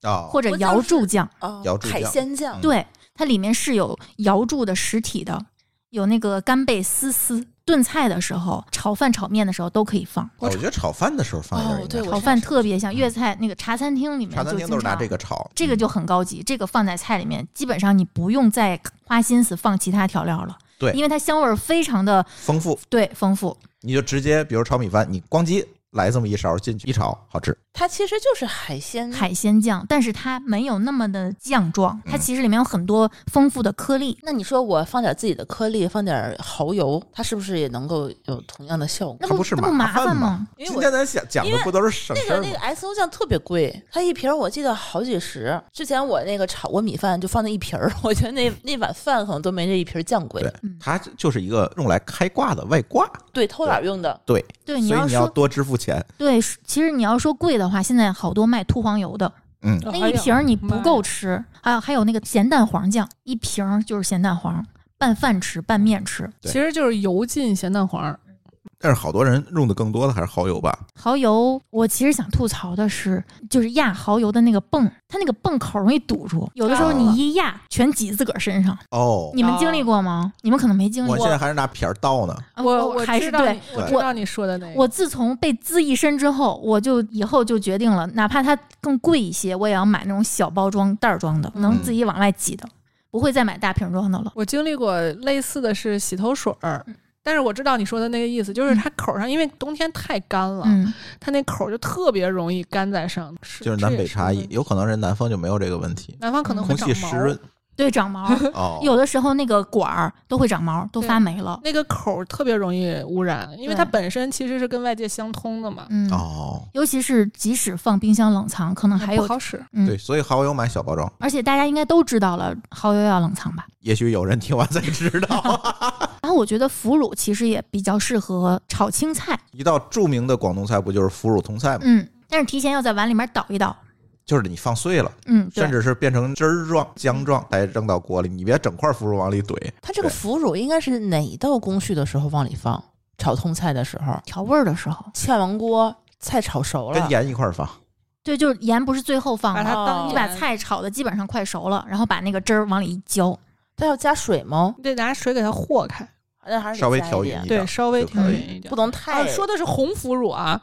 S3: 对啊，
S2: 或者
S5: 我
S2: 瑶
S5: 就是
S2: 柱酱。
S5: 哦
S3: 瑶柱酱
S5: 海鲜酱
S3: 嗯
S2: 对，它里面是有瑶柱的实体的，有那个干贝丝丝。炖菜的时候、炒饭、炒面的时候都可以放。
S3: 我觉得炒饭的时候放一点
S5: 哦
S3: 应
S5: 对
S3: 该
S5: 我
S3: 好，
S2: 炒饭特别像粤菜那个茶餐厅里面，
S3: 茶餐厅都是拿这。个嗯炒，
S2: 这个就很高级，这个放在菜里面，基本上你不用再花心思放其他调料了。
S3: 对
S2: 因为它香味儿非常的
S3: 嗯丰富。
S2: 对丰富。
S3: 你就直接，比如炒米饭，你咣叽来这么一勺进去，一炒好吃。
S5: 它其实就是海鲜
S2: 海鲜酱，但是它没有那么的酱状，它
S3: 嗯
S2: 其实里面有很多丰富的颗粒。
S5: 那你说我放点自己的颗粒，放点蚝油，它是不是也能够有同样的效果？
S2: 那
S3: 它不是
S2: 那不麻
S3: 麻烦
S2: 吗？
S5: 因为
S3: 今
S5: 我
S3: 天咱讲讲
S5: 因
S3: 的
S5: 为
S3: 不都是省
S5: 那
S3: 事
S5: 个
S3: 儿
S5: 那个
S3: 吗？
S5: S O 酱特别贵，它一瓶儿我记得好几十。之前我那个炒过米饭就放那一瓶儿， 我觉得那那碗饭可能都没这一瓶儿酱贵。
S3: 对
S2: 嗯，
S3: 它就是一个用来开挂的外挂，
S5: 对，偷懒儿用的。
S3: 对，
S2: 对，
S3: 所以
S2: 要
S3: 你
S2: 说
S3: 要多支付钱。
S2: 对，是其实你要说贵的话，现在好多卖秃黄油的，
S3: 嗯，
S4: 哦
S2: 那
S4: 还
S2: 一
S4: 有
S2: 瓶儿你不
S4: 妈
S2: 够
S4: 呀
S2: 吃。还有还有那个咸蛋黄酱，一瓶儿就是咸蛋黄，拌饭吃，拌面吃。
S3: 对
S4: 其实就是油浸咸蛋黄儿，
S3: 但是好多人用的更多的还是蚝油吧？
S2: 蚝油，我其实想吐槽的是，就是压蚝油的那个泵，它那个泵口容易堵住，有的时候你
S4: 哦
S2: 一压全挤自个儿身上。
S3: 哦，
S2: 你们
S4: 啊
S2: 经历过吗？你们可能没经历
S3: 我现
S2: 过。
S3: 在还是拿皮儿倒呢。
S2: 啊
S4: 我我
S2: 还
S4: 知
S2: 是
S4: 道
S2: 对
S4: 你，我
S3: 对
S4: 知道你说的那个，
S2: 我自从被滋一身之后，我就以后就决定了，哪怕它更贵一些，我也要买那种小包装袋儿装的，
S4: 嗯
S2: 能自己往外挤的，不会再买大瓶装的了。
S4: 我经历过类似的是洗头水儿。
S2: 嗯
S4: 但是我知道你说的那个意思，就是它口儿上，因为冬天太干了，
S2: 嗯，
S4: 它那口儿就特别容易干在上，是
S3: 就是南北差异，，有可能人南方就没有这个问题，
S4: 南方可能会
S3: 空
S4: 长
S3: 气
S4: 毛
S3: 湿润
S2: 对，长毛。
S3: 哦。
S2: 有的时候那个管儿都会长毛，都发霉了。
S4: 那个口儿特别容易污染，因为它
S2: 对
S4: 本身其实是跟外界相通的嘛，
S2: 嗯，
S3: 哦，
S2: 尤其是即使放冰箱冷藏，可能还
S4: 不
S2: 有，
S4: 好使。
S2: 嗯
S3: 对，所以蚝油买小包装，
S2: 而且大家应该都知道了，蚝油要冷藏吧。
S3: 也许有人听完才知道。
S2: 然后我觉得腐乳其实也比较适合炒青菜，
S3: 一道著名的广东菜不就是腐乳通菜吗？
S2: 嗯，但是提前要在碗里面捣一捣，
S3: 就是你放碎了，
S2: 嗯，对
S3: 甚至是变成汁儿状、浆状，再扔到锅里，你别整块腐乳往里怼。
S5: 它这个
S3: 对
S5: 腐乳应该是哪一道工序的时候往里放？炒通菜的时候，
S2: 调味儿的时候，
S5: 炝完锅，菜炒熟
S3: 跟
S5: 了，
S3: 盐一块儿放，
S2: 对，就是盐不是最后放
S4: 把
S2: 吗？
S4: 它当
S5: 哦
S2: 你
S4: 盐
S2: 把菜炒的基本上快熟了，然后把那个汁儿往里一浇，
S5: 它要加水吗？
S4: 你得拿水给它和开，
S5: 那还是得
S3: 稍微
S5: 加一
S3: 调匀
S5: 点
S3: 一
S4: 对，
S3: 点，
S4: 稍微
S3: 就
S4: 调
S3: 可
S4: 匀一点
S5: 不。能
S4: 啊，
S5: 太
S4: 说的是红腐乳啊，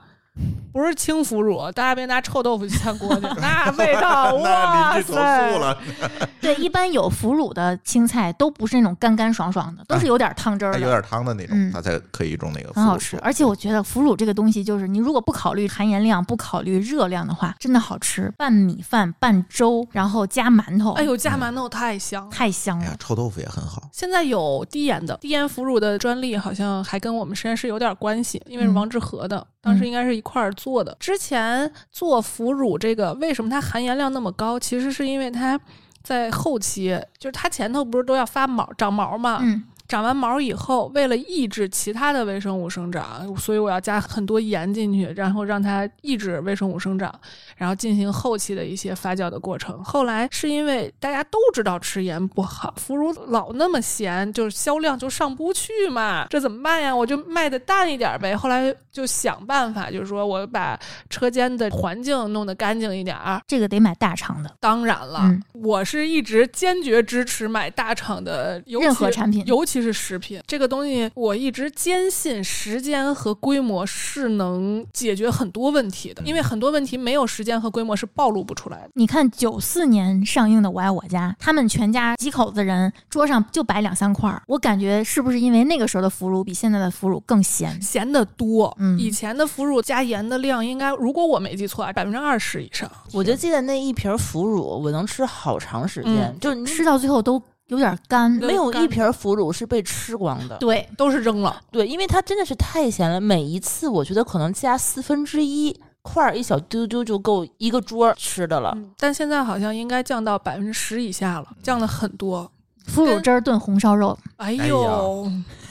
S4: 不是青腐乳，大家别拿臭豆腐去炝锅去， 那味道哇塞！
S3: 了。
S2: 对，一般有腐乳的青菜都不是那种干干爽爽的，都是有点汤汁儿
S3: 它啊
S2: 的，
S3: 哎有点汤的那种
S2: 嗯，
S3: 它才可以用那个。
S2: 很好吃，而且我觉得腐乳这个东西，就是你如果不考虑含盐量、不考虑热量的话，真的好吃。拌米饭、拌粥，然后加馒头，
S4: 哎，呦，加馒头太香了。
S2: 太香
S3: 哎
S2: 了
S3: 呀，。臭豆腐也很好。
S4: 现在有低盐的，低盐腐乳的专利好像还跟我们实验室有点关系，因为是
S2: 嗯
S4: 王致和的。当时应该是一块儿做的。之前做腐乳这个，为什么它含盐量那么高？其实是因为它在后期，就是它前头不是都要发毛长毛嘛，
S2: 嗯，
S4: 长完毛以后，为了抑制其他的微生物生长，所以我要加很多盐进去，然后让它抑制微生物生长，然后进行后期的一些发酵的过程。后来是因为大家都知道吃盐不好，腐乳老那么咸，就是销量就上不去嘛，这怎么办呀？我就卖的淡一点呗。后来就想办法，就是说我把车间的环境弄得干净一点儿，
S2: 这个得买大厂的，
S4: 当然了，
S2: 嗯
S4: 我是一直坚决支持买大厂的，尤其
S2: 任何产品
S4: 尤其是食品这个东西，我一直坚信时间和规模是能解决很多问题的，
S3: 嗯
S4: 因为很多问题没有时间和规模是暴露不出来的。
S2: 你看九四年上映的《我爱我家》，他们全家几口子人桌上就摆两三块儿，我感觉是不是因为那个时候的腐乳比现在的腐乳更咸？
S4: 咸的多，
S2: 嗯
S4: 以前的腐乳加盐的量应该，如果我没记错啊，百分之二十以上。
S5: 我就记得那一瓶腐乳，我能吃好长时间，
S4: 嗯
S5: 就是你
S2: 吃到最后都有点干。
S4: 对
S5: 没有
S4: 干
S5: 一瓶腐乳是被吃光的。
S2: 对，
S4: 都是扔了，
S5: 对，因为它真的是太咸了，每一次我觉得可能加四分之一块儿一小丢丢就够一个桌儿吃的了。
S4: 嗯但现在好像应该降到百分之十以下
S3: 嗯
S4: 了，降了很多。
S2: 腐乳汁儿炖红烧肉
S4: 哎
S3: 哎
S4: 呦，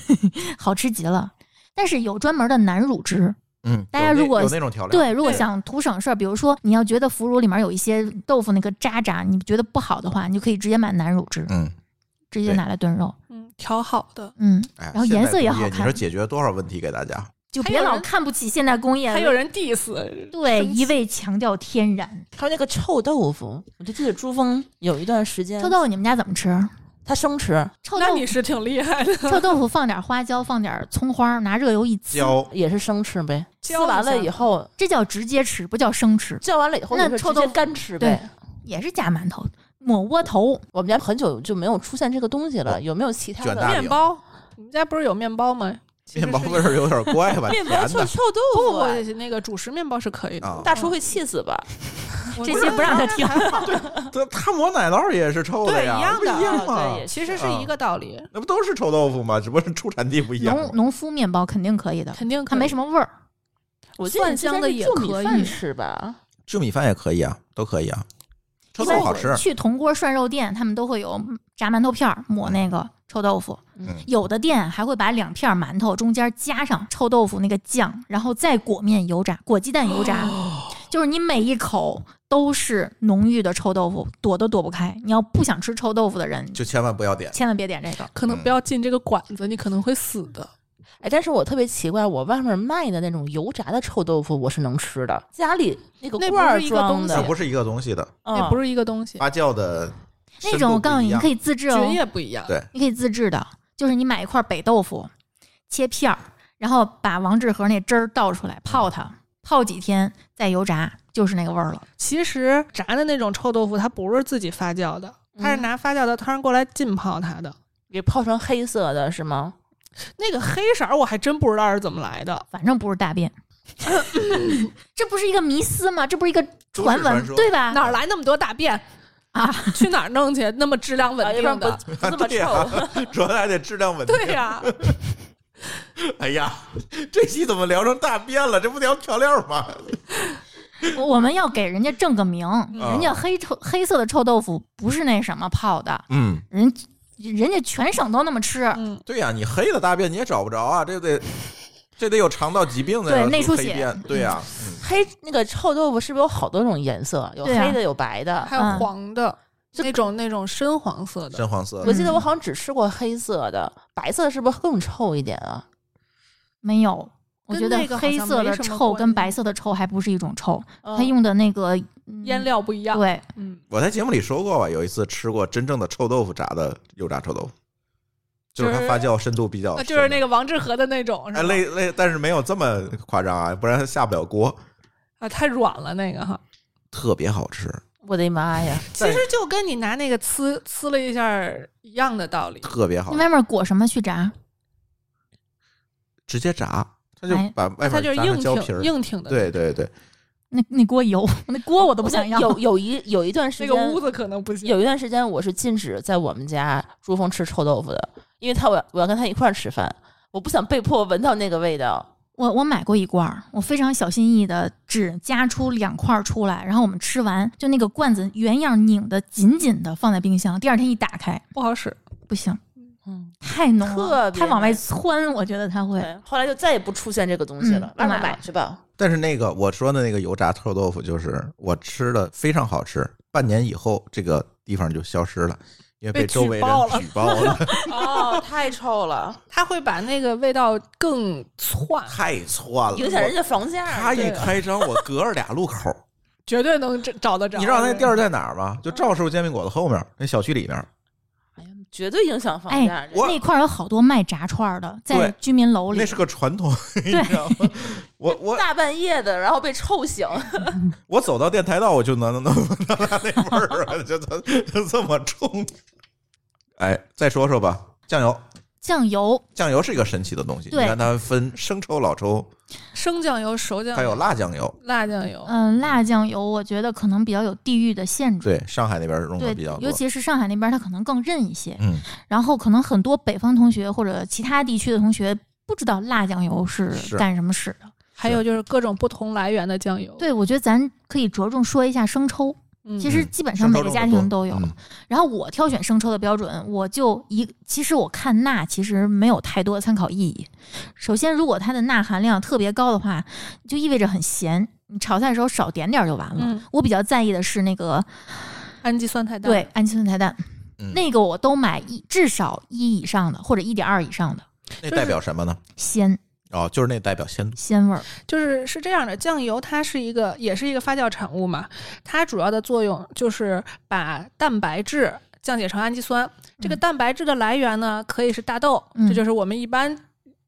S3: 呀
S2: 好吃极了，但是有专门的男乳汁。
S3: 嗯，
S2: 大家
S3: 有那
S2: 如果
S3: 有那种调料，
S2: 对，如果
S4: 对
S2: 想图省事儿，比如说你要觉得腐乳里面有一些豆腐那个渣渣，你觉得不好的话，你就可以直接买男乳汁，
S3: 嗯，
S2: 直接拿来炖肉。
S4: 嗯，调好的。
S2: 嗯，
S3: 哎，
S2: 然后颜色也好
S3: 现代工业你
S2: 看
S3: 说解决多少问题给大家？
S2: 就
S4: 还
S2: 别
S4: 有
S2: 老
S4: 人
S2: 看不起现代工业。
S4: 还有人 diss，
S2: 对
S4: 生
S2: 一味强调天然，
S5: 还有那个臭豆腐，我就记得朱峰有一段时间，
S2: 臭豆腐你们家怎么 吃？
S5: 他生吃
S2: 臭
S4: 那
S2: 豆
S4: 你
S2: 腐
S4: 是挺厉害的。
S2: 臭豆腐放点花椒，放点葱花，拿热油一呲，
S3: 椒
S5: 也是生吃呗，吃
S4: 教一
S5: 完
S4: 下
S5: 了以后
S2: 这叫直接吃，不叫生吃，
S5: 叫完了以后
S2: 那
S5: 就是
S2: 臭
S5: 直接
S2: 豆腐
S5: 干吃呗。
S2: 也是夹馒头。抹窝头，
S5: 我们家很久就没有出现这个东西了，有没有其他
S3: 卷
S5: 的
S3: 大？
S4: 面包，你们家不是有面包吗？其实
S3: 面包
S4: 是
S3: 味儿有点怪吧？
S5: 面
S3: 甜
S5: 包
S3: 的
S5: 就是臭豆
S4: 不
S5: 腐啊，
S4: 不，那个主食面包是可以的。
S3: 啊，
S5: 大厨会气死吧？
S4: 我
S2: 这些不让他听。
S3: 他他抹奶酪也是臭的呀，
S4: 对一样
S3: 不一样
S5: 对
S3: 吗
S5: 也？是
S4: 其实是一个道理，
S3: 那不都是臭豆腐吗？只不过是出产地不一样。
S2: 农农夫面包肯定可以的，
S4: 肯定
S2: 它没什
S4: 么。
S2: 么味儿。
S5: 我记得你
S4: 蒜
S5: 之前
S4: 香的
S5: 是
S4: 也
S5: 就米
S4: 可
S5: 饭
S4: 以
S5: 吃吧？
S3: 制米饭也可以啊，都可以啊。臭
S2: 一
S3: 豆
S2: 般
S3: 腐好吃，
S2: 去铜锅涮肉店，他们都会有炸馒头片儿抹
S3: 嗯
S2: 那个臭豆腐，
S5: 嗯
S2: 有的店还会把两片馒头中间加上臭豆腐那个酱，然后再裹面油炸，裹鸡蛋油炸，就是你每一口都是浓郁的臭豆腐，躲都躲不开。你要不想吃臭豆腐的人，
S3: 就千万不要点。
S2: 千万别点这个。
S4: 可能不要进这个馆子，你可能会死的。
S5: 哎，但是我特别奇怪，我外面卖的那种油炸的臭豆腐我是能吃的，家里那个
S4: 那
S5: 罐
S4: 不
S5: 儿
S4: 是一个
S5: 装
S4: 东
S5: 的
S3: 那不是一个东西的，
S5: 嗯
S4: 那不是一个东西，
S3: 发酵的深
S2: 那
S3: 度
S2: 种我
S3: 不
S2: 告诉
S3: 一
S2: 你，你
S3: 样
S2: 可以自制哦
S4: 菌，也不一样。
S3: 对
S2: 你可以自制的，就是你买一块北豆腐，切片儿，然后把王致和那汁儿倒出来泡它，泡几天再油炸，就是那个味儿了。
S4: 其实炸的那种臭豆腐，它不是自己发酵的，它是
S5: 嗯
S4: 拿发酵的汤过来浸泡它的。
S5: 给泡成黑色的是吗？
S4: 那个黑色儿我还真不知道是怎么来的。
S2: 反正不是大便， 这不是一个迷思吗？这不是一个
S3: 都市
S2: 传闻
S3: 传说
S2: 对吧？
S4: 哪儿来那么多大便
S2: 啊？
S4: 去哪儿弄去？那么质量稳
S5: 啊要
S4: 定
S5: 不然
S4: 的？
S5: 不不这 么
S3: 对呀
S5: 臭。
S3: 主要还得质量稳定。
S4: 对呀、
S3: 哎呀，这期怎么聊成大便了？这不聊调料吗？
S2: 我我们要给人家正个名，
S4: 嗯
S2: 人家黑臭黑色的臭豆腐不是那什么泡的，
S3: 嗯，
S2: 人人家全省都那么吃，
S4: 嗯，
S3: 对呀、你黑的大便你也找不着啊，这得这得有肠道疾病的
S2: 对
S3: 要
S2: 内
S3: 出
S2: 出
S3: 黑
S2: 血
S3: 便对呀、嗯
S5: 黑那个臭豆腐是不是有好多种颜色？有
S2: 对啊
S5: 黑的，有白的。
S4: 还有
S2: 嗯
S4: 黄的，那种那种深黄色的。
S3: 深黄色
S5: 我
S3: 的
S5: 记得我好像只吃过黑色的，白色的是不是更臭一点啊？
S2: 没有。我
S4: 跟
S2: 觉得
S4: 那个好像
S2: 黑色的
S4: 没什
S2: 臭
S4: 么关
S2: 跟
S4: 系
S2: 白色的臭还不是一种臭，
S5: 嗯
S2: 他用的那个嗯
S4: 腌料不一样。
S2: 对，
S4: 嗯，
S3: 我在节目里说过吧，有一次吃过真正的臭豆腐炸的油炸臭豆腐，就是它
S4: 就是
S3: 发酵深度比较
S4: 那
S3: 深的，
S4: 呃就是那个王致和的那种，是
S3: 哎
S4: 吧？
S3: 类类，但是没有这么夸张啊，不然它下不了锅。
S4: 啊，太软了那个哈。
S3: 特别好吃，
S5: 我的妈 呀！
S4: 其实就跟你拿那个呲呲了一下儿一样的道理。
S3: 特别好
S2: 那，外面裹什么去炸？
S3: 直接炸，它就
S2: 哎
S3: 把外
S4: 它
S3: 面
S4: 就是
S3: 炸上
S4: 硬
S3: 焦皮儿
S4: 挺。硬挺的，，
S3: 对对对，
S2: 那那锅油， 那锅我都
S5: 我
S2: 不
S5: 记得
S2: 想要。
S5: 有有一有一段时
S4: 那
S5: 间
S4: 个，屋子可能不行。
S5: 有一段时间我是禁止在我们家朱峰吃臭豆腐的，因为他我要我要跟他一块儿吃饭，我不想被迫闻到那个味道。
S2: 我我买过一罐儿，我非常小心翼翼的只夹出两块儿出来，然后我们吃完，就那个罐子原样拧的紧紧的，放在冰箱。第二天一打开，
S4: 不好使。
S2: 不行，
S5: 嗯，
S2: 太浓了，
S5: 特别
S2: 它往外
S5: 难
S2: 窜，我觉得它会。
S5: 对，嗯后来就再也不出现这个东西了
S2: 嗯，
S5: 外面
S2: 不买了
S5: 买去 吧。
S3: 但是那个我说的那个油炸臭豆腐，就是我吃的非常好吃，半年以后这个地方就消失了，因为
S4: 被
S3: 周围人
S4: 举报了
S3: 举报了，
S5: 哦，太臭了，
S4: 它会把那个味道更窜，
S3: 太窜了，
S5: 影响人家房价。
S3: 他一
S5: 啊对
S3: 开张，我隔着俩路口，
S4: 绝对能找找得着。
S3: 你知道那店儿在哪儿吗？就赵师傅煎饼果子后面那小区里面，
S5: 哎呀，绝对影响房价。
S2: 哎，
S5: 人
S3: 我
S2: 那块儿有好多卖炸串儿的，在
S3: 对
S2: 居民楼里
S3: 那。是个传统， 你知道吗？我 我
S5: 大半夜的，然后被臭醒，
S3: 我走到电台道，我就能能能闻到它那味儿啊，就它就这么冲。哎，再说说吧，酱油，
S2: 酱油
S3: 酱油是一个神奇的东西。你
S2: 对
S3: 看它分生抽、老抽，
S4: 生酱油、熟酱
S3: 还有
S4: 油、
S3: 辣酱油。
S4: 辣酱
S5: 哦
S4: 油，
S2: 嗯，辣酱油我觉得可能比较有地域的限制，
S3: 对，上海那边用的
S2: 对
S3: 比较，多
S2: 尤。其是上海那边它可能更韧一些。
S3: 嗯，
S2: 然后可能很多北方同学或者其他地区的同学不知道辣酱油是
S3: 是
S2: 干什么使的。
S4: 还有就是各种不同来源的酱油。，
S2: 对，我觉得咱可以着重说一下生抽，
S4: 哦嗯、
S2: 其实基本上
S3: 生抽
S2: 每个
S3: 用
S2: 家
S3: 得多
S2: 庭都有。
S3: 嗯
S2: 然后我挑选生抽的标准，我就一其实我看钠其实没有太多的参考意义。首先，如果它的钠含量特别高的话，就意味着很咸，你炒菜的时候少点点儿就完了。
S4: 嗯
S2: 我比较在意的是那个
S4: 氨基酸太大。
S2: 对，氨基酸菜蛋，
S3: 嗯
S2: 那个我都买一至少一以上的或者一点二以上的
S3: 那代表什么呢？
S2: 鲜
S3: 哦，就是那代表鲜度。
S2: 鲜味儿。
S4: 就是是这样的，酱油它是一个也是一个发酵产物嘛，它主要的作用就是把蛋白质降解成氨基酸。这个蛋白质的来源呢，可以是大豆，
S2: 嗯
S4: 这就是我们一般。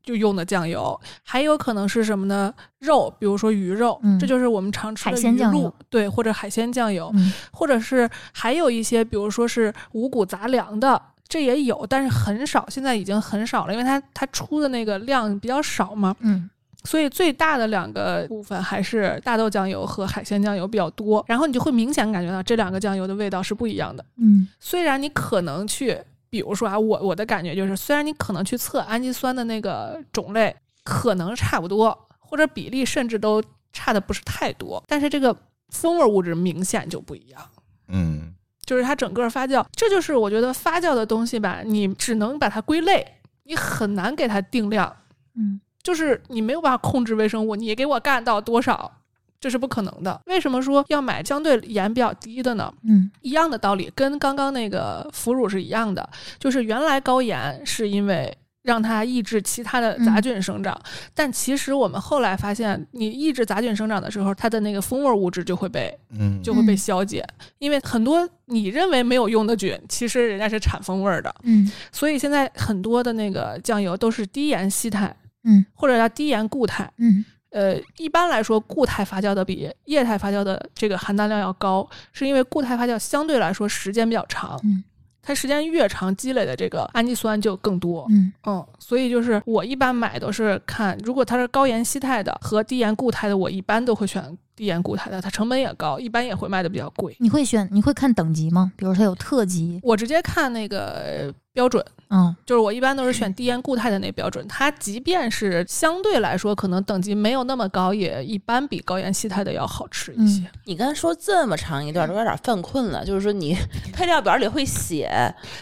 S4: 就用的酱油，还有可能是什么呢？肉，比如说鱼肉，
S2: 嗯
S4: 这就是我们常吃
S2: 海
S4: 的
S2: 鲜
S4: 鱼
S2: 酱
S4: 露
S2: 油，
S4: 对，或者海鲜酱油。
S2: 嗯，
S4: 或者是还有一些，比如说是五谷杂粮的，这也有，但是很少，现在已经很少了，因为它它出的那个量比较少嘛，
S2: 嗯，
S4: 所以最大的两个部分还是大豆酱油和海鲜酱油比较多，然后你就会明显感觉到这两个酱油的味道是不一样的。
S2: 嗯，
S4: 虽然你可能去，比如说啊，我我的感觉就是，虽然你可能去测氨基酸的那个种类，可能差不多，或者比例甚至都差的不是太多，但是这个风味物质明显就不一样。
S3: 嗯，
S4: 就是它整个发酵，这就是我觉得发酵的东西吧，你只能把它归类，你很难给它定量，
S2: 嗯，
S4: 就是你没有办法控制微生物，你给我干到多少，这是不可能的。为什么说要买相对盐比较低的呢？
S2: 嗯，
S4: 一样的道理，跟刚刚那个腐乳是一样的，就是原来高盐是因为让它抑制其他的杂菌生长，但其实我们后来发现，你抑制杂菌生长的时候，它的那个风味物质就会被
S3: 嗯，
S4: 就会被
S2: 嗯
S4: 消解，因为很多你认为没有用的菌，其实人家是产风味儿的，
S2: 嗯，
S4: 所以现在很多的那个酱油都是低盐稀态，
S2: 嗯，
S4: 或者叫低盐固态。
S2: 嗯，
S4: 呃，一般来说，固态发酵的比液态发酵的这个含氮量要高，是因为固态发酵相对来说时间比较长，
S2: 嗯，
S4: 它时间越长，积累的这个氨基酸就更多，
S2: 嗯，
S4: 嗯，所以就是我一般买都是看，如果它是高盐稀态的和低盐固态的，我一般都会选低盐固态的，它成本也高，一般也会卖的比较贵。
S2: 你会选，你会看等级吗？比如它有特级，
S4: 我直接看那个标准，
S2: 嗯，
S4: 就是我一般都是选低盐固态的那标准，它即便是相对来说可能等级没有那么高，也一般比高盐稀态的要好吃一些。
S5: 你刚才说这么长一段，我有点犯困了。就是说，嗯你嗯配料表里会写，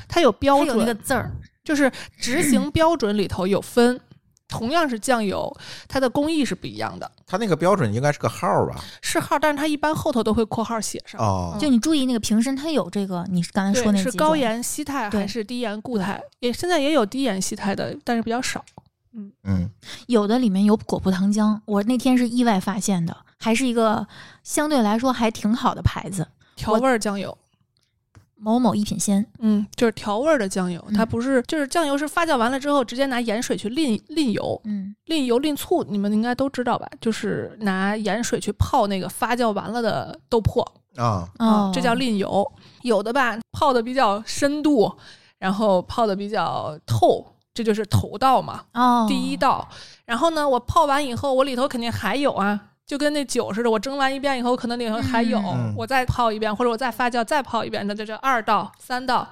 S4: 它有标
S2: 它
S4: 准，
S2: 有那个字儿，
S4: 就是执 行标准里头有分。同样是酱油，它的工艺是不一样的，
S3: 它那个标准应该是个号儿吧？
S4: 是号，但是它一般后头都会括号写上。
S3: 哦，
S2: 就你注意那个瓶身，它有这个，你刚才说那
S4: 对，是
S2: 几
S4: 高
S2: 种，
S4: 盐稀态
S2: 对
S4: 还是低盐固态？也现在也有低盐稀态的，但是比较少。
S3: 嗯，
S2: 有的里面有果葡糖浆，我那天是意外发现的，还是一个相对来说还挺好的牌子，
S4: 调味儿酱油，
S2: 某某一品鲜，
S4: 嗯，就是调味儿的酱油，
S2: 嗯
S4: 它不是就是酱油是发酵完了之后直接拿盐水去淋淋油，
S2: 嗯
S4: 淋油淋醋，你们应该都知道吧？就是拿盐水去泡那个发酵完了的豆粕，
S3: 啊，
S2: 哦，
S4: 这叫淋油。有的吧，泡的比较深度，然后泡的比较透，这就是头道嘛。
S2: 哦，
S4: 第一道。然后呢，我泡完以后，我里头肯定还有啊，就跟那酒似的，我蒸完一遍以后，可能里头还有，
S2: 嗯
S3: 嗯
S4: 我再泡一遍，或者我再发酵再泡一遍，那就叫二道、三道。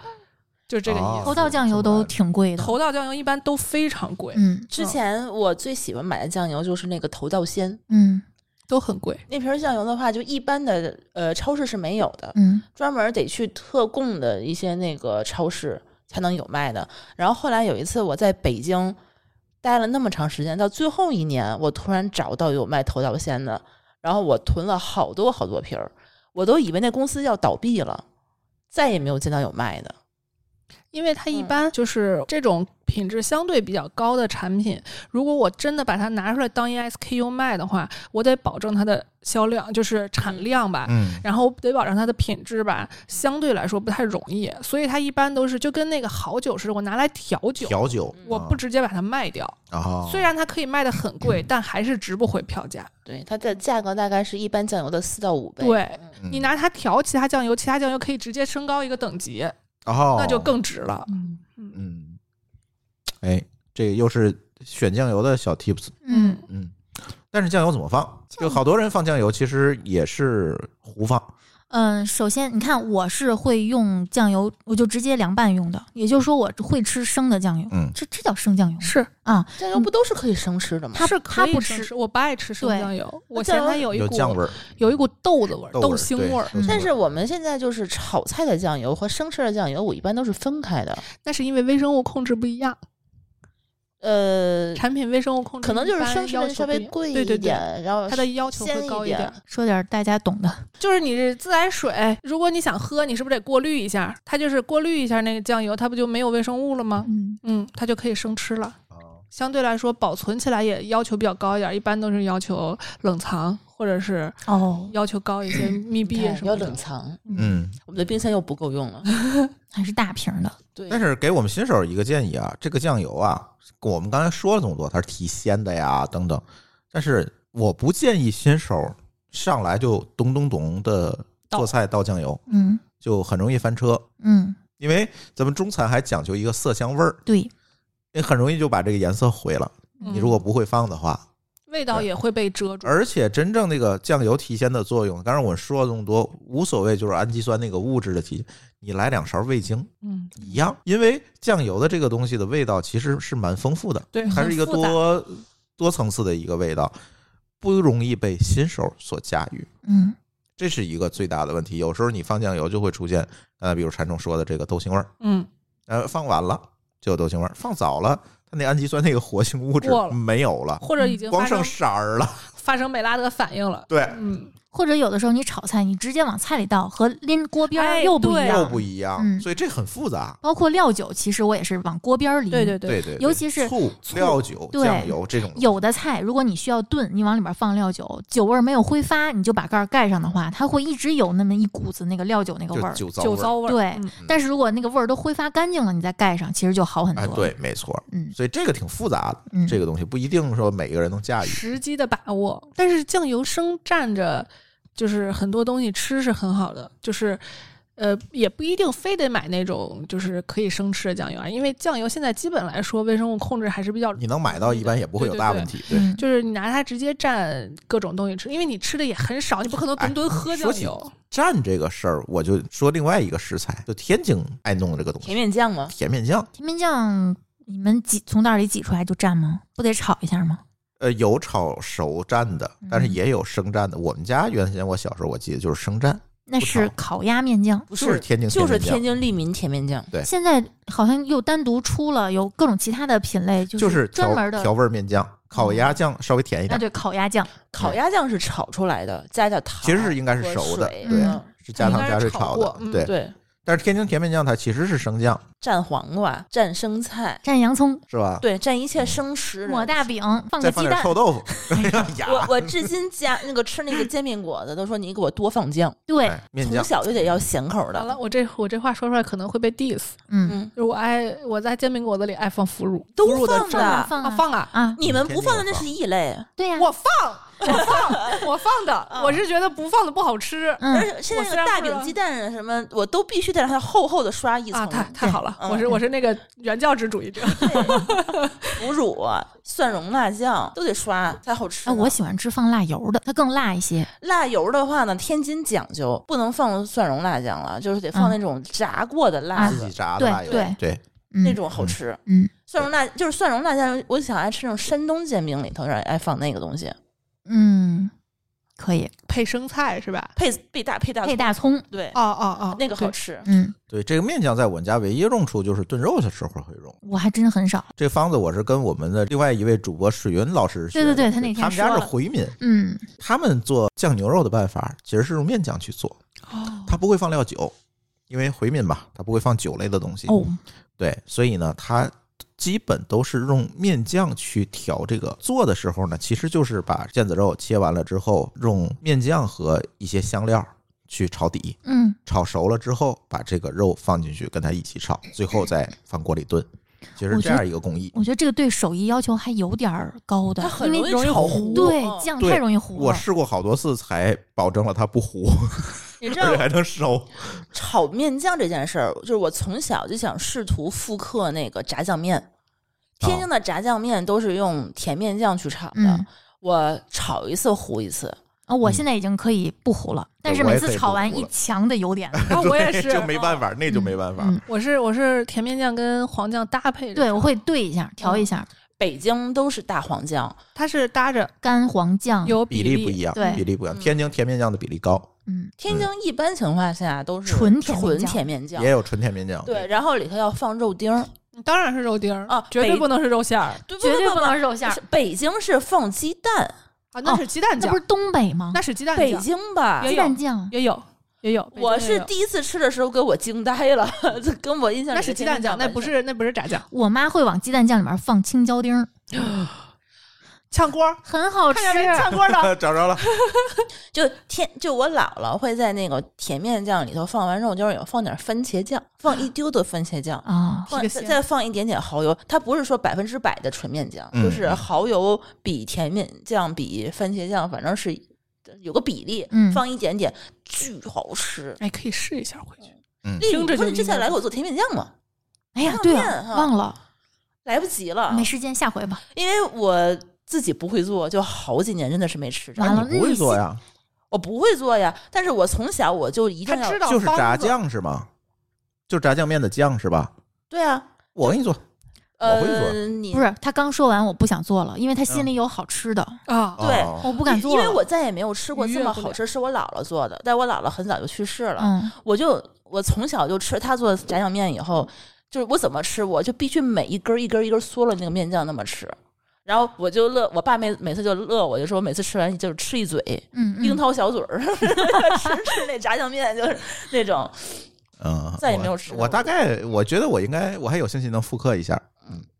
S4: 就是这个意
S3: 哦
S4: 思。
S2: 头道酱油都挺贵的。
S4: 头道酱油一般都非常贵，
S2: 啊嗯
S5: 之前我最喜欢买的酱油就是那个头道鲜，
S2: 嗯
S4: 都很贵。
S5: 那瓶酱油的话，就一般的呃超市是没有的，
S2: 嗯
S5: 专门得去特供的一些那个超市才能有卖的。然后后来有一次我在北京待了那么长时间，到最后一年，我突然找到有卖头道鲜的，然后我囤了好多好多瓶儿，我都以为那公司要倒闭了，再也没有见到有卖的。
S4: 因为它一
S5: 嗯
S4: 般就是这种品质相对比较高的产品，如果我真的把它拿出来当一 SKU 卖的话，我得保证它的销量，就是产量吧。
S3: 嗯，
S4: 然后得保证它的品质吧，相对来说不太容易，所以它一般都是就跟那个好酒似的，我拿来调酒，
S3: 调嗯酒
S4: 我不直接把它卖掉。
S3: 啊，
S4: 虽然它可以卖的很
S3: 嗯
S4: 贵，但还是值不回票价。
S5: 对，它的价格大概是一般酱油的四到五倍。
S4: 对
S3: 嗯
S4: 你拿它调其他酱油，其他酱油可以直接升高一个等级，
S3: 哦，
S4: 那就更值了。
S2: 嗯
S3: 嗯，哎，这个又是选酱油的小 tips，
S2: 嗯，
S3: 嗯，但是酱油怎么放？就好多人放酱油其实也是胡放，
S2: 嗯，首先你看，我是会用酱油，我就直接凉拌用的，也就是说我会吃生的酱油。
S3: 嗯
S2: 这这叫生酱油吗？
S4: 是
S2: 啊，
S5: 酱油不都是可以生吃的吗？
S2: 它
S4: 是
S2: 它
S4: 可以
S2: 不
S4: 生
S2: 吃
S4: 吃，我不爱吃生
S2: 对
S4: 酱油，我
S5: 酱
S4: 嫌
S5: 油
S4: 它有一
S3: 有
S4: 股
S3: 酱味儿，
S4: 有一股豆子味儿、
S3: 豆味
S4: 豆
S3: 儿嗯
S4: 腥
S3: 对
S4: 味儿，
S3: 豆腥
S5: 但
S3: 味
S5: 是我们现在就是炒菜的酱油和生吃的酱油，我一般都是分开的。
S4: 那是因为微生物控制不一样，
S5: 呃，
S4: 产品微生物控制
S5: 可能就是
S4: 一般
S5: 生吃
S4: 要
S5: 的
S4: 求
S5: 稍
S4: 不
S5: 微
S4: 一样
S5: 贵
S4: 对
S5: 一
S4: 对对，
S5: 点，然后
S4: 它的要求
S5: 鲜
S4: 会高
S5: 一
S4: 一点
S5: 点
S4: 儿。
S2: 说点儿大家懂的。
S4: 就是你是自来水，如果你想喝，你是不是得过滤一下？它就是过滤一下那个酱油，它不就没有微生物了吗？
S2: 嗯，
S4: 嗯，它就可以生吃了。
S3: 哦
S4: 相对来说，保存起来也要求比较高一点，一般都是要求冷藏，或者是
S2: 哦，
S4: 要求高一些密闭
S5: 对
S4: 什
S5: 哎要
S4: 么的
S5: 冷。藏，
S3: 嗯，
S5: 我们的冰箱又不够用 了。
S2: 还是大瓶儿的。
S5: 对，
S3: 但是给我们新手一个建议啊，这个酱油啊，我们刚才说了这么多，它是提鲜的呀，等等，但是我不建议新手上来就咚咚咚的做菜倒酱油，
S2: 嗯
S3: 就很容易翻车，
S2: 嗯，
S3: 因为咱们中餐还讲究一个色香味儿，
S2: 对，
S3: 你很容易就把这个颜色毁了。
S4: 嗯
S3: 你如果不会放的话，
S4: 味道也会被遮住，
S3: 而且真正那个酱油提鲜的作用，刚才我说了这么多，无所谓，就是氨基酸那个物质的提鲜，你来两勺味精
S4: 嗯，
S3: 一样，因为酱油的这个东西的味道其实是蛮丰富的。
S4: 对，
S3: 还是
S4: 很
S3: 一个
S4: 复杂
S3: 多多层次的一个味道，不容易被新手所驾驭，
S2: 嗯
S3: 这是一个最大的问题。有时候你放酱油就会出现，呃，比如禅冲说的这个豆腥味儿，
S4: 嗯，
S3: 呃，放晚了就有豆腥味儿，放早了它那氨基酸那个活性物质
S4: 过了
S3: 没有了，
S4: 或者已经
S3: 光
S4: 发
S3: 剩
S4: 生
S3: 色儿了。
S4: 发生美拉德反应了。
S3: 对，
S4: 嗯，
S2: 或者有的时候你炒菜，你直接往菜里倒，和拎锅边儿
S4: 哎
S2: 又不一
S4: 对
S2: 样，
S3: 又不一样，
S2: 嗯
S3: 所以这很复杂。
S2: 包括料酒，其实我也是往锅边儿拎。
S4: 对对对，
S3: 对对，
S2: 尤其是
S3: 醋、
S2: 醋
S3: 料酒、
S2: 对
S3: 酱油这种，
S2: 有的菜，如果你需要炖，你往里边放料酒，酒味儿没有挥发，你就把盖儿盖上的话，它会一直有那么一股子那个料酒那个味
S3: 就
S2: 儿。
S3: 酒糟
S4: 酒
S3: 味儿。
S4: 糟味儿。
S2: 对
S4: 嗯
S2: 但是如果那个味儿都挥发干净了，你再盖上，其实就好很多。
S3: 哎，对，没错，
S2: 嗯
S3: 所以这个挺复杂的，
S2: 嗯，
S3: 这个东西不一定说每个人能驾驭。
S4: 时机的把握。但是酱油生蘸着，就是很多东西吃是很好的，就是。呃，也不一定非得买那种就是可以生吃的酱油啊，因为酱油现在基本来说微生物控制还是比较，
S3: 你能买到，一般也不会有大问题。对
S2: 嗯，
S4: 就是你拿它直接蘸各种东西吃，因啊为你吃的也很少，你不可能顿顿喝酱
S3: 说起
S4: 油。
S3: 蘸这个事儿，我就说另外一个食材，就天津爱弄这个东西，
S5: 甜面酱吗？
S3: 甜面酱。
S2: 甜面酱你们挤从袋儿里挤出来就蘸吗？不得炒一下吗？
S3: 呃，有炒熟蘸的，但是也有生蘸的。我们家原先我小时候我记得就是生蘸，
S2: 那
S3: 不
S2: 是
S3: 炒
S2: 烤鸭面酱。
S5: 不
S3: 就是天津甜
S5: 就
S3: 面
S5: 是
S3: 酱
S5: 天津利民甜面酱。
S3: 对
S2: 现在好像又单独出了，有各种其他的品类，
S3: 就是是
S2: 专门
S3: 调
S2: 的
S3: 调味儿面酱，烤鸭酱稍微甜一
S2: 啊，
S3: 点，
S2: 对，烤鸭酱，
S5: 烤鸭酱是炒出来的，加一点糖，
S3: 其实是应该是熟的，
S5: 水
S3: 对
S5: 嗯，
S3: 是加糖加水
S4: 应该是炒
S3: 的
S4: 过，嗯
S3: 对。
S5: 对，
S3: 但是天津甜面酱它其实是生酱，
S5: 蘸黄瓜，蘸生菜，
S2: 蘸洋葱，
S3: 是吧？
S5: 对，蘸一切生食。
S2: 抹大饼，放
S3: 再
S2: 个
S3: 放
S2: 鸡
S3: 点
S2: 蛋，
S3: 臭豆腐， 呀
S5: 我我至今加那个吃那个煎饼果子，都说你给我多放酱，
S2: 对，
S3: 哎面
S5: 从
S3: 酱
S5: 小就得要咸口
S4: 完了，
S5: 的。
S4: 我这我这话说出来可能会被 diss，
S2: 嗯，
S5: 嗯，
S4: 就是我爱我在煎饼果子里爱放腐乳，
S5: 都
S4: 腐乳的
S5: 放
S4: 蘸
S5: 的
S2: 放
S4: 啊
S2: 啊
S4: 放啊，
S2: 啊，
S5: 你们不放的
S3: 天津也
S5: 那
S3: 放
S5: 是异类，
S2: 对呀，
S4: 我放我放
S5: 嗯
S4: 的，我是觉得不放的不好吃。
S5: 而
S2: 嗯，
S5: 且现在
S4: 我
S5: 那
S4: 虽
S5: 个
S4: 然
S5: 大
S4: 不知
S5: 饼
S4: 道
S5: 鸡蛋啊什么，我都必须得让它厚厚的刷一层，
S4: 啊，太太好
S5: 嗯
S4: 了！我是我是那个原教旨主义 者，
S5: 腐乳、啊蒜蓉辣酱都得刷才好吃
S2: 啊，
S5: 呢。
S2: 我喜欢吃放辣油的，它更辣一些。
S5: 辣油的话呢，天津讲究不能放蒜蓉辣酱了，就是得放那种炸过的
S2: 嗯
S5: 辣
S2: 啊
S5: 子，
S3: 自己炸的
S2: 对
S3: 辣油，
S2: 对
S3: 对，
S2: 嗯
S5: 那，种好吃。
S2: 嗯，
S5: 蒜蓉辣就是蒜蓉辣酱，我想爱吃那种山东煎饼里头让爱放那个东西，
S2: 嗯，可以
S4: 配生菜是吧？
S5: 配配大配大
S2: 配大葱，
S5: 对，
S4: 哦哦哦，
S5: 那个好
S4: 对。
S5: 吃。
S2: 嗯，
S3: 对，这个面酱在我们家唯一用处就是炖肉的时候会用。
S2: 我还真很少。
S3: 这方子我是跟我们的另外一位主播水云老师学的，
S2: 对对对他那天
S3: 他们家
S2: 说
S3: 是
S2: 了
S3: 回民，
S2: 嗯，
S3: 他们做酱牛肉的办法其实是用面酱去做，
S4: 哦
S3: 他不会放料酒，因为回民嘛，他不会放酒类的东西。
S2: 哦，
S3: 对，所以呢，它基本都是用面酱去调这个。做的时候呢，其实就是把腱子肉切完了之后，用面酱和一些香料去炒底，
S2: 嗯，
S3: 炒熟了之后，把这个肉放进去，跟它一起炒，最后再放锅里炖。其实
S2: 我
S3: 这
S2: 觉
S3: 样
S2: 得
S3: 一个工艺，
S2: 我觉得这个对手艺要求还有点儿高的
S5: 它，很
S2: 因
S5: 容
S2: 为
S5: 易
S2: 容易
S5: 炒
S2: 糊
S5: 糊
S2: 对
S5: 嗯
S2: 酱
S3: 对
S2: 太容易糊
S3: 我
S2: 了。
S3: 试过好多次才保证了它不糊，
S5: 你知道
S3: 而且还能收。
S5: 炒面酱这件事儿，就是我从小就想试图复刻那个炸酱面。天津的炸酱面都是用甜面酱去炒的，
S2: 哦嗯
S5: 我炒一次糊一次，
S2: 啊，我现在已经可以不糊了，但是
S3: 嗯我
S2: 每
S3: 也
S2: 次
S3: 可以
S2: 炒
S3: 不
S2: 完
S3: 糊
S2: 一
S3: 了
S2: 墙的油点。
S4: 啊，我也是
S3: 就，没办法，那就没办法。
S2: 嗯，
S4: 我是我是甜面酱跟黄酱搭配着，
S2: 对，我会兑一下，
S5: 嗯
S2: 调一下
S5: 北京都是大黄酱，
S4: 它是搭着
S2: 干黄酱。
S4: 有
S3: 比
S4: 例
S3: 例不一样，
S2: 对
S3: 比例不一样。
S5: 嗯
S3: 天津甜面酱的比例高，
S2: 嗯，
S5: 天津一般情况下都是
S2: 纯甜面
S5: 纯
S2: 酱
S5: 甜面酱
S3: 也，有纯甜面酱。
S5: 对，，然后里头要放肉丁儿，
S4: 当然是肉丁儿
S5: 啊
S4: 绝对
S5: 北
S4: 不能是肉馅儿
S5: 对
S2: 绝对
S5: 不
S2: 不能是肉馅儿
S5: 是，北京是放鸡蛋，
S4: 啊，那是鸡蛋
S2: 那
S4: 酱
S2: 不，是东北吗？
S4: 那是鸡蛋
S5: 北
S4: 酱，
S5: 京吧
S4: 也。
S2: 鸡
S4: 有
S2: 蛋酱
S4: 也有也有，北
S5: 我
S4: 京
S5: 是
S4: 也有
S5: 第一次吃的时候给我惊呆了， 这跟我印象里
S4: 那是
S5: 的
S4: 鸡
S5: 天
S4: 蛋
S5: 津
S4: 酱，那
S5: 完
S4: 不
S5: 全
S4: 是那不是炸酱，
S2: 我妈会往鸡蛋酱里面放青椒丁儿，
S4: 炝锅儿，
S2: 很好吃
S4: 看。见没？炝锅儿了，
S3: 找着了。
S5: 就天就我姥姥会在那个甜面酱里头放完肉丁儿以后放点番茄酱，放一丢的番茄酱，
S2: 啊、
S5: 放
S4: 提个
S5: 再
S4: 鲜
S5: 哦再放一点点蚝油。它不是说百分之百的纯面酱，
S3: 嗯
S5: 就是蚝油比甜面酱比番茄酱，反正是有个比例，
S2: 嗯
S5: 放一点点，巨好吃。
S4: 哎，可以试一下
S5: 哦
S4: 回去。
S5: 丽
S4: 听着
S5: 宇，不
S4: 就是
S5: 你之
S4: 应
S5: 前
S4: 该
S5: 来给我做甜面酱吗？
S2: 哎呀，
S5: 酱
S2: 对
S5: 面
S2: 啊，
S5: 哈啊
S2: 忘了，
S5: 来不及了，
S2: 没时间，下回吧。
S5: 因为我自己不会做，就好几年真的是没吃着。
S2: 完了，
S3: 你不会
S2: 嗯
S3: 做呀？
S5: 我不会做呀，但是我从小我就一定
S4: 他
S5: 要
S4: 知道
S3: 就是炸
S4: 方子，
S3: 酱是吗？就炸酱面的酱是吧？
S5: 对啊，
S3: 我给你做，我会做
S5: 呃，你
S2: 不是他刚说完，我不想做了，因为他
S3: 嗯
S2: 心里有好吃的，
S4: 啊，
S5: 对
S3: 哦
S2: 我不敢做
S5: 因
S2: 了。
S5: 为我再也没有吃过
S4: 愉悦
S5: 这么
S4: 不
S5: 好
S4: 了
S5: 吃，是我姥姥做的，但我姥姥很早就去世了，
S2: 嗯，
S5: 我就我从小就吃她做的炸酱面以后，就是我怎么吃，我就必须每一根儿一根儿一根儿嗦了那个面酱那么吃。然后我就乐，我爸每每次就乐我，就说我每次吃完就是吃一嘴，
S2: 嗯嗯
S5: 樱桃小嘴儿， 吃吃那炸酱面就是那种，
S3: 嗯，
S5: 再也没有吃过
S3: 我。我大概我觉得我应该，我还有兴趣能复刻一下。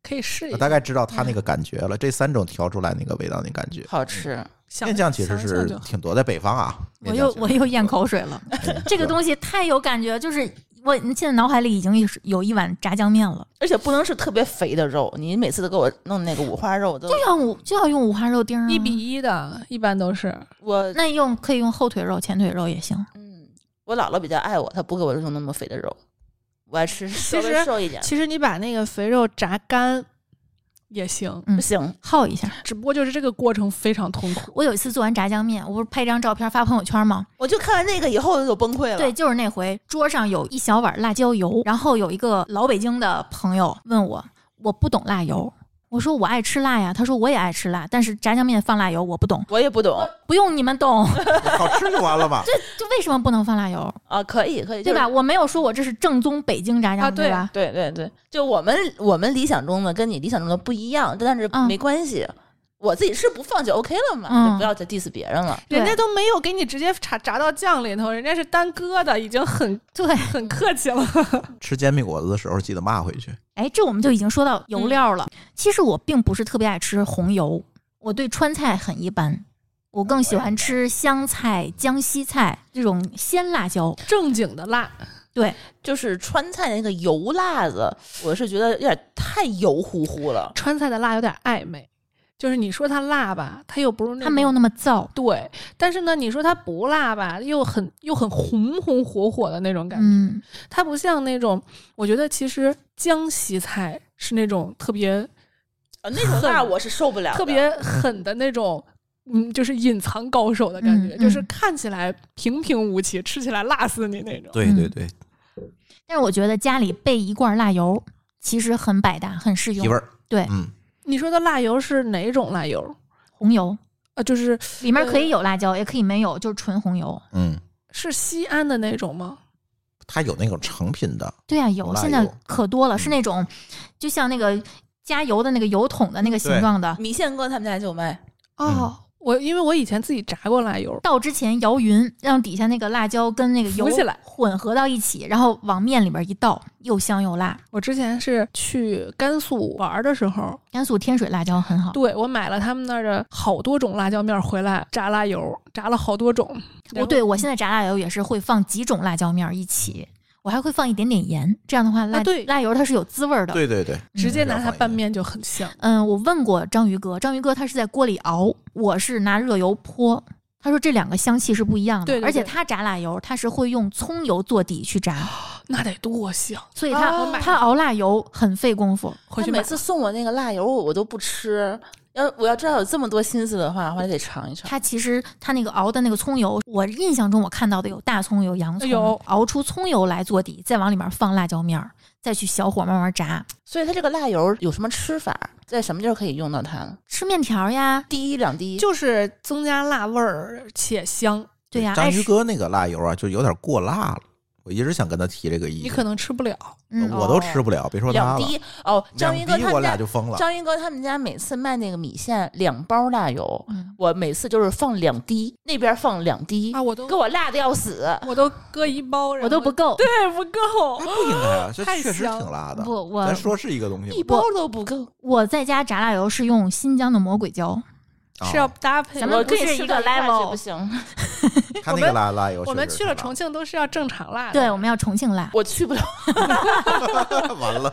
S4: 可以试一
S3: 我
S4: 下。
S3: 啊大概知道它那个感觉了，这三种调出来那个味道，那感觉。
S5: 好吃。
S4: 嗯想
S3: 面酱其实
S4: 想想
S3: 是
S4: 就好
S3: 挺多，在北方啊。
S2: 我又我又咽
S3: 口。
S2: 口水了。
S3: 嗯
S2: 这个东西太有感觉，就是我现在脑海里已经有有一碗炸酱面了，
S5: 而且不能是特别肥的肉，你每次都给我弄那个五花肉，都
S2: 就要五就要用五花肉丁儿、啊，
S4: 一比一的，一般都是
S5: 我
S2: 那用可以用后腿肉、前腿肉也行。
S5: 嗯，我姥姥比较爱我，她不给我弄那么肥的肉，我爱吃稍
S4: 其
S5: 微
S4: 实
S5: 瘦一点。
S4: 其实你把那个肥肉炸干也行，
S5: 不行，
S2: 耗一下，
S4: 只不过就是这个过程非常痛苦。
S2: 我有一次做完炸酱面，我不是拍张照片发朋友圈吗？
S5: 我就看完那个以后我就崩溃了。
S2: 对，，就是那回桌上有一小碗辣椒油，然后有一个老北京的朋友问我，我不懂辣油，我说我爱吃辣呀，他说我也爱吃辣，但是炸酱面放辣油我不懂，
S5: 我也不懂
S2: 不用你们 懂，
S3: 好吃就完了嘛。
S2: 就为什么不能放辣油，
S5: 啊，可以可以，
S2: 对吧？
S5: 就是？
S2: 我没有说我这是正宗北京炸酱面、
S4: 啊对
S2: 吧？
S5: 对对对，就我们我们理想中的跟你理想中的不一样，但是
S2: 嗯
S5: 没关系，我自己吃不放就 OK 了嘛，
S2: 嗯
S5: 就不要再 diss 别人了。
S2: 对
S4: 人家都没有给你直接炸炸到酱里头，人家是单搁的，已经很
S2: 对，
S4: 很客气了。
S3: 吃煎饼果子的时候记得骂回去。
S2: 哎，这我们就已经说到油料了。其实我并不是特别爱吃红油，我对川菜很一般，我更喜欢吃湘菜、江西菜这种鲜辣椒。
S4: 正经的辣，
S5: 就是川菜的那个油辣子，我是觉得有点太油乎乎了。
S4: 川菜的辣有点暧昧，就是你说它辣吧，它又不是那
S2: 它没有
S4: 种
S2: 那么燥，
S4: 对，但是呢，你说它不辣吧，又很又很红红火火的那种感觉。
S2: 嗯，
S4: 它不像那种，我觉得其实江西菜是那种特别
S5: 呃那种辣我是受不了的，
S4: 特别狠的那种。嗯，就是隐藏高手的感觉，
S2: 嗯
S4: 就是
S2: 嗯
S4: 看起来平平无奇，吃起来辣死你那种。
S1: 对对对，
S2: 但是我觉得家里备一罐辣油其实很百搭，很适
S3: 提
S2: 用
S3: 味。儿。
S2: 对
S3: 嗯，
S4: 你说的辣油是哪种辣油？
S2: 红油
S4: 啊，就是
S2: 里面可以有辣椒，也可以没有，就是纯红油。
S3: 嗯，
S4: 是西安的那种吗？
S3: 它有那种成品的，
S2: 对啊，有
S3: 辣
S2: 现在
S3: 油
S2: 可多了，
S3: 嗯
S2: 是那种就像那个加油的那个油桶的那个形
S3: 对
S2: 状的。
S5: 米线哥他们家就卖，
S4: 哦，我因为我以前自己炸过辣油，
S2: 倒之前摇匀，让底下那个辣椒跟那个油
S4: 浮起来
S2: 混合到一起，然后往面里边一倒，又香又辣。
S4: 我之前是去甘肃玩儿的时候，
S2: 甘肃天水辣椒很好，
S4: 对我买了他们那儿的好多种辣椒面儿回来炸辣油，炸了好多种。
S2: 我哦对我现在炸辣油也是会放几种辣椒面儿一起，我还会放一点点盐，这样的话辣、
S4: 啊对
S2: 辣油它是有滋味儿的。
S3: 对对对，
S4: 直接
S3: 嗯
S4: 拿它拌面就很香。
S2: 嗯，我问过章鱼哥，章鱼哥他是在锅里熬，我是拿热油泼。他说这两个香气是不一样的，
S4: 对对
S2: 而且
S4: 对
S2: 他炸辣油，他是会用葱油做底去炸，
S4: 那得多香！
S2: 所以他、
S5: 啊我买
S2: 他熬辣油很费功夫。
S4: 回
S5: 他
S4: 去
S5: 每
S4: 买
S5: 次送我那个辣油我我都不吃，要我要知道有这么多心思的话，我还得尝一尝。
S2: 他其实他那个熬的那个葱油，我印象中我看到的有大葱油、洋葱，
S4: 有
S2: 熬出葱油来做底，再往里面放辣椒面儿，再去小火慢慢炸。
S5: 所以它这个辣油有什么吃法，在什么地儿可以用到它呢？
S2: 吃面条呀，
S5: 滴两滴，
S4: 就是增加辣味儿且香，
S2: 对呀、
S3: 章
S2: 爱
S3: 鱼
S2: 吃
S3: 哥那个辣油啊，就有点过辣了。我一直想跟他提这个意
S4: 你
S3: 见，
S4: 可能吃不了。
S2: 嗯，
S3: 呃我都吃不了，别说他
S5: 两
S3: 了。
S5: 滴哦。章鱼
S3: 两
S5: 哥
S3: 滴
S5: 他
S3: 我
S5: 们
S3: 俩
S5: 家，
S3: 就疯了。
S5: 章鱼哥他们家每次卖那个米线两包辣油，
S2: 嗯
S5: 我每次就是放两滴，那边放两滴，
S4: 啊，我都
S5: 给我辣的要死。
S4: 我都搁一包，然
S2: 我都
S4: 后
S2: 不够。嗯
S4: 对不够
S3: 哎，。不应该啊，这
S4: 太
S3: 确实
S4: 香
S3: 挺辣的。
S2: 不，我
S3: 咱说是一个东西
S5: 一
S3: 吗，
S5: 包都不够，
S2: 我在家炸辣油是用新疆的魔鬼椒，
S4: 是要
S3: 啊
S4: 搭配。
S2: 咱们
S5: 我
S2: 不
S5: 跟
S2: 是
S5: 你
S2: 一
S5: 吃
S2: 个
S5: 到块儿
S2: level
S5: 是不行，
S3: 他那个辣辣油，
S4: 我们
S3: 确实
S4: 去了
S3: 挺
S4: 重庆都是要正常辣的。
S2: 对，我们要重庆辣。
S5: 我去不了。
S3: 辣的， 完了。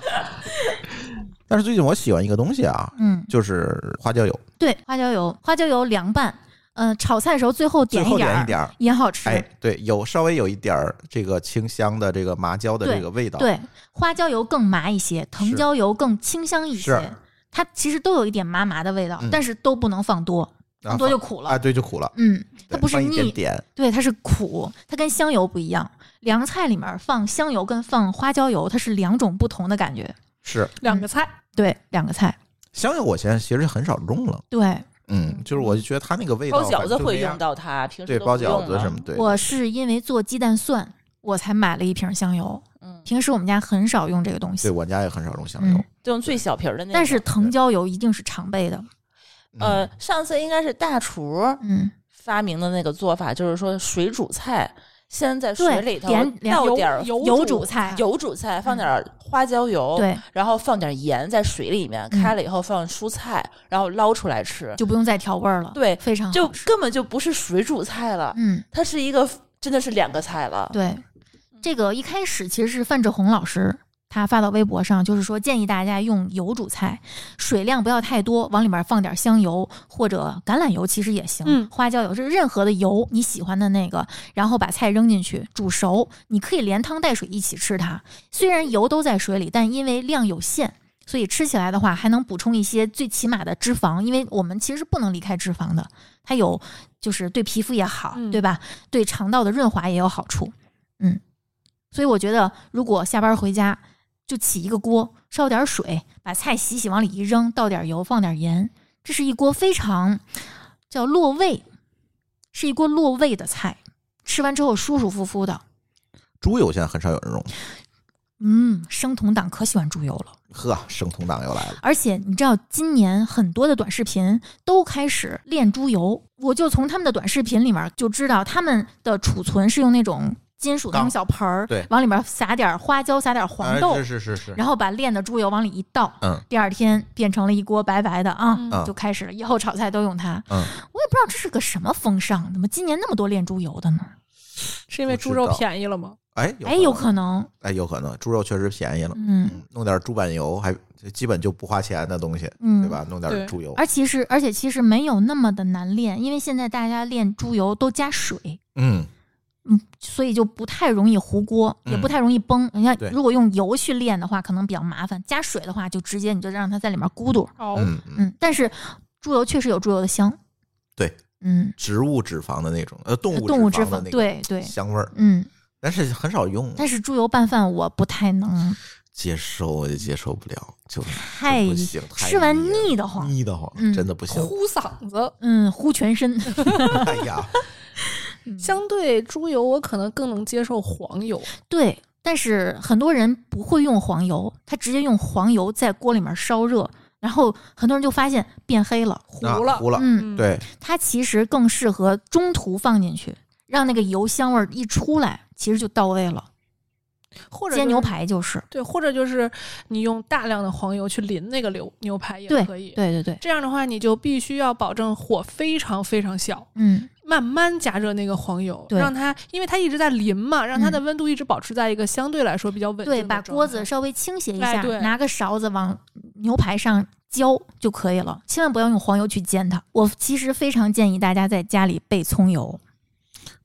S3: 但是最近我喜欢一个东西啊，
S2: 嗯，
S3: 就是花椒油，
S2: 对，花椒油，花椒油凉拌，嗯、炒菜的时候最后
S3: 最
S2: 点
S3: 后
S2: 点
S3: 点一
S2: 儿
S3: 点儿。
S2: 也好吃。
S3: 哎，对，有稍微有一点儿这个清香的这个麻椒的
S2: 对
S3: 这个味道，
S2: 对，花椒油更麻一些，藤椒油更清香一
S3: 是
S2: 些。它其实都有一点麻麻的味道，
S3: 嗯
S2: 但是都不能放多，
S3: 啊
S2: 放多就苦了。
S3: 啊，对，就苦了，
S2: 嗯，它
S3: 对
S2: 不是
S3: 放一
S2: 腻，
S3: 点点，
S2: 对，它是苦，它跟香油不一样。凉菜里面放香油跟放花椒油，它是两种不同的感觉。
S3: 是
S2: 嗯
S4: 两个菜，
S2: 对，两个菜，
S3: 香油我现在其实很少用了，
S2: 对
S3: 嗯，就是我就觉得它那个味道，
S5: 包饺子会用
S3: 到，
S5: 到它，平时
S3: 对，
S5: 都
S3: 包
S5: 不用
S3: 饺子
S5: 了
S3: 什么，对，
S2: 我是因为做鸡蛋蒜，我才买了一瓶香油。
S5: 嗯，
S2: 平时我们家很少用这个东
S3: 对
S2: 西，
S3: 我家也很少用香油
S2: 嗯，
S5: 就用最小瓶儿的那种。
S2: 但是藤椒油一定是常备的。
S3: 嗯
S5: 呃，上次应该是大厨
S2: 嗯，
S5: 发明的那个做法，就是说水煮菜先在水
S2: 对
S5: 里头
S2: 点点
S5: 倒
S4: 油
S5: 点儿
S4: 油
S2: 油
S4: 煮
S2: 煮菜
S5: 油煮菜，放点儿花椒油，
S2: 对，
S5: 然后放点盐在水里面，
S2: 嗯
S5: 开了以后放蔬菜，然后捞出来吃，
S2: 就不用再调味儿了。
S5: 对
S2: 非常
S5: 就
S2: 好吃。
S5: 根本就不是水煮菜了，
S2: 嗯，
S5: 它是一个真的是两个菜了。
S2: 对，这个一开始其实是范志红老师他发到微博上，就是说建议大家用油煮菜，水量不要太多，往里面放点香油或者橄榄油，其实也行，
S4: 嗯
S2: 花椒油是任何的油你喜欢的那个，然后把菜扔进去煮熟，你可以连汤带水一起吃它。虽然油都在水里，但因为量有限。所以吃起来的话，还能补充一些最起码的脂肪，因为我们其实不能离开脂肪的，它有就是对皮肤也好，
S4: 嗯
S2: 对吧？对肠道的润滑也有好处。嗯，所以我觉得，如果下班回家就起一个锅，烧点水，把菜洗洗，往里一扔，倒点油，放点盐，这是一锅非常叫落味，是一锅落味的菜。吃完之后舒舒服服的，
S3: 猪油现在很少有人用，
S2: 嗯，生酮党可喜欢猪油了。
S3: 呵，生酮党又来了，
S2: 而且你知道，今年很多的短视频都开始炼猪油，我就从他们的短视频里面就知道，他们的储存是用那种金属的那种
S3: 缸
S2: 小盆儿，
S3: 对
S2: 往里面撒点花椒，撒点黄豆，
S3: 哎是是是是，
S2: 然后把炼的猪油往里一倒，
S3: 嗯
S2: 第二天变成了一锅白白的啊，
S4: 嗯
S3: 嗯
S2: 就开始了。以后炒菜都用它，
S3: 嗯，
S2: 我也不知道这是个什么风尚，怎么今年那么多炼猪油的呢？
S4: 是因为
S3: 不知
S4: 猪肉
S3: 道
S4: 便宜了吗？
S3: 哎，
S2: 哎，有
S3: 能
S2: 可能，
S3: 哎，有可能，猪肉确实便宜了，
S2: 嗯，
S3: 嗯，弄点猪板油还这基本就不花钱的东西，
S2: 嗯，
S3: 对吧？弄点
S4: 对
S3: 猪油，
S2: 而其实，而且其实没有那么的难炼，因为现在大家炼猪油都加水，
S3: 嗯，
S2: 嗯，所以就不太容易糊锅，也
S3: 嗯
S2: 不太容易崩。你看
S3: 对，
S2: 如果用油去炼的话，可能比较麻烦；加水的话，就直接你就让它在里面咕嘟。
S4: 哦，
S3: 嗯嗯，
S2: 嗯，但是猪油确实有猪油的香。
S3: 对，
S2: 嗯，
S3: 植物脂肪的那种，呃，动
S2: 动物脂
S3: 肪的
S2: 肪，
S3: 那个
S2: 对对，
S3: 香味儿，
S2: 嗯。
S3: 但是很少用，
S2: 但是猪油拌饭我不太能，
S3: 接受我就接受不了，就是
S2: 太
S3: 不行，太
S2: 吃完
S3: 腻
S2: 腻得慌，
S3: 腻得慌，
S2: 嗯
S3: 真的不行。
S4: 呼嗓子。
S2: 嗯，糊全身。
S3: 哎呀，
S2: 嗯
S4: 相对猪油，我可能更能接受黄油。
S2: 对，但是很多人不会用黄油，他直接用黄油在锅里面烧热，然后很多人就发现变黑了。
S4: 糊
S3: 那
S4: 了
S3: 糊了，
S2: 嗯，
S3: 对，
S2: 它其实更适合中途放进去，让那个油香味儿一出来，其实就到位了。
S4: 或者
S2: 煎
S4: 就是
S2: 牛排就是，
S4: 对，或者就是你用大量的黄油去淋那个牛牛排也
S2: 对
S4: 可以。
S2: 对对对，
S4: 这样的话，你就必须要保证火非常非常小，
S2: 嗯，
S4: 慢慢加热那个黄油，
S2: 对
S4: 让它，因为它一直在淋嘛，让它的温度一直保持在一个相对来说比较稳定的
S2: 对，把
S4: 状态
S2: 锅子稍微倾斜一下，
S4: 哎对
S2: 拿个勺子往牛排上浇就可以了，千万不要用黄油去煎它。我其实非常建议大家在家里备葱油，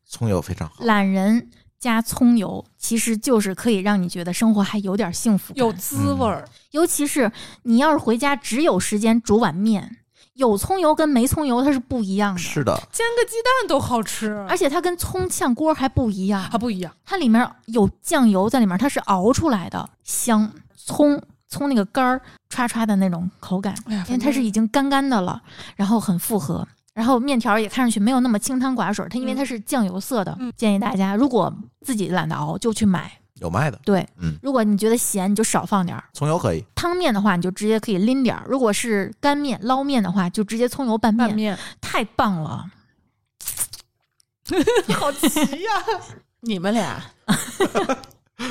S3: 葱油非常好，
S2: 懒人加葱油，其实就是可以让你觉得生活还有点幸福感
S4: 有滋味儿。
S2: 尤其是你要是回家只有时间煮碗面，有葱油跟没葱油它是不一样的，
S3: 是的，
S4: 煎个鸡蛋都好吃，
S2: 而且它跟葱炝锅还不一样
S4: 嗯它，不一样。
S2: 它里面有酱油在里面，它是熬出来的香葱。葱那个干儿唰唰的那种口感，
S4: 哎
S2: 因
S4: 呀，
S2: 为
S4: 反
S2: 它
S4: 正
S2: 是已经干干的了，然后很复合，然后面条也看上去没有那么清汤寡水，它因为
S4: 嗯
S2: 它是酱油色的，
S4: 嗯
S2: 建议大家如果自己懒得熬，就去买
S3: 有卖的，
S2: 对，
S3: 嗯
S2: 如果你觉得咸，你就少放点儿。
S3: 葱油可以，
S2: 汤面的话，你就直接可以拎点儿；如果是干面、捞面的话，就直接葱油拌面，
S4: 拌面
S2: 太棒了！
S4: 好奇呀、
S5: 你们俩，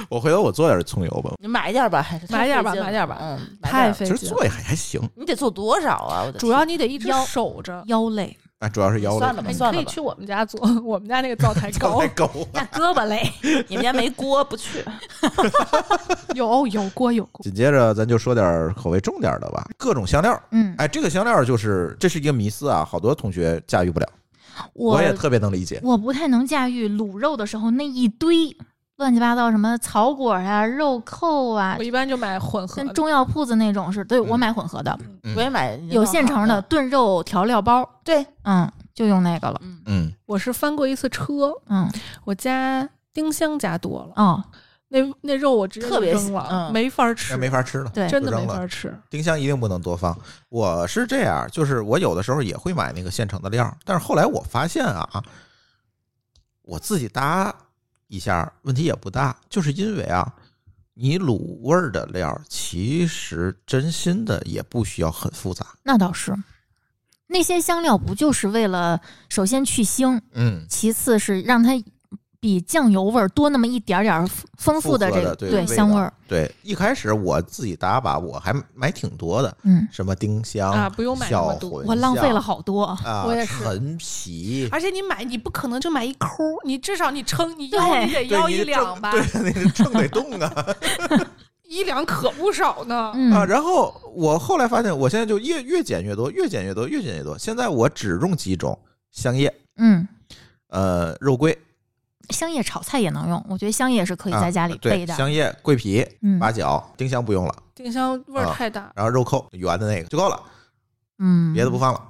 S3: 我回头我做点葱油吧，
S5: 你买点儿吧，还是太
S4: 买点儿
S5: 费
S4: 吧
S5: 劲
S4: 买
S5: 了
S4: 点儿吧
S5: 嗯，买点
S4: 太
S5: 儿吧
S4: 费
S3: 其实
S4: 劲了。
S3: 做也还还行，
S5: 你得做多少啊？我的
S4: 主要你得一直
S2: 腰
S4: 守着。
S2: 腰累，
S3: 那主要是腰
S5: 算了吧
S4: 哎你
S5: 算
S4: 可以
S5: 吧
S4: 去我们家做， 我们家那个灶台高
S3: 太，高了。
S2: 那胳膊累。
S5: 天 你们家没锅不去，
S4: 有有锅有锅。
S3: 紧接着咱就说点口味重点的吧，各种香料。
S2: 嗯，
S3: 哎，这个香料就是这是一个迷思啊，好多同学驾驭不了，
S2: 我
S3: 我也特别能理解。
S2: 我不太能驾驭卤肉的时候那一堆乱七八糟什么草果啊、肉扣啊
S4: 我，一般就买混合
S2: 跟
S4: 的，
S2: 中药铺子那种是，对我
S3: 嗯
S2: 买混合的，
S3: 嗯
S5: 我也买你
S2: 有
S5: 弄好
S2: 现成的
S5: 嗯。
S2: 炖肉调料包，
S5: 对，
S2: 嗯，就用那个了。
S5: 嗯，
S3: 嗯，
S4: 我是翻过一次车，
S2: 嗯，
S4: 我加丁香加多了，
S2: 哦，
S4: 那那肉我直接就
S5: 特别
S4: 扔了，
S5: 嗯
S4: 没法
S3: 那
S4: 吃，
S3: 没法吃了。
S2: 对，
S4: 真的
S3: 就
S4: 没
S3: 扔了
S4: 法吃。
S3: 丁香一定不能多放。我是这样，就是我有的时候也会买那个现成的料，但是后来我发现啊，我自己搭一下问题也不大，就是因为啊，你卤味儿的料其实真心的也不需要很复杂。
S2: 那倒是，那些香料不就是为了首先去腥，
S3: 嗯，
S2: 其次是让它比酱油味儿多那么一点儿点儿丰丰富的
S3: 复合
S2: 这个
S3: 的对味道
S2: 香味儿。
S3: 对，一开始我自己搭吧，我还买挺多的，
S2: 嗯，
S3: 什么丁香
S4: 啊不用买那
S3: 小
S4: 么多
S3: 茴
S2: 我浪费
S3: 香
S2: 了好多。
S3: 啊，
S4: 我也是
S3: 陈皮，
S4: 而且你买，你不可能就买一抠，你至少你称，你
S2: 对
S4: 腰你得
S3: 对
S4: 腰
S3: 你
S4: 一
S3: 得
S4: 两
S3: 挣
S4: 吧，
S3: 对，啊那个挣得动啊。
S4: 一两可不少呢。
S2: 嗯，
S3: 啊，然后我后来发现，我现在就越越减越多，越减越多，越减越多。现在我只用几种香叶，
S2: 嗯，
S3: 呃，肉桂，
S2: 香叶炒菜也能用，我觉得香叶是可以
S3: 啊
S2: 在家里备
S3: 对，
S2: 的。
S3: 香叶、桂皮、
S2: 嗯
S3: 八角、丁香不用了，
S4: 丁香味
S3: 啊
S4: 儿太大，
S3: 然后肉蔻圆的那个就够了，
S2: 嗯，
S3: 别的不放了，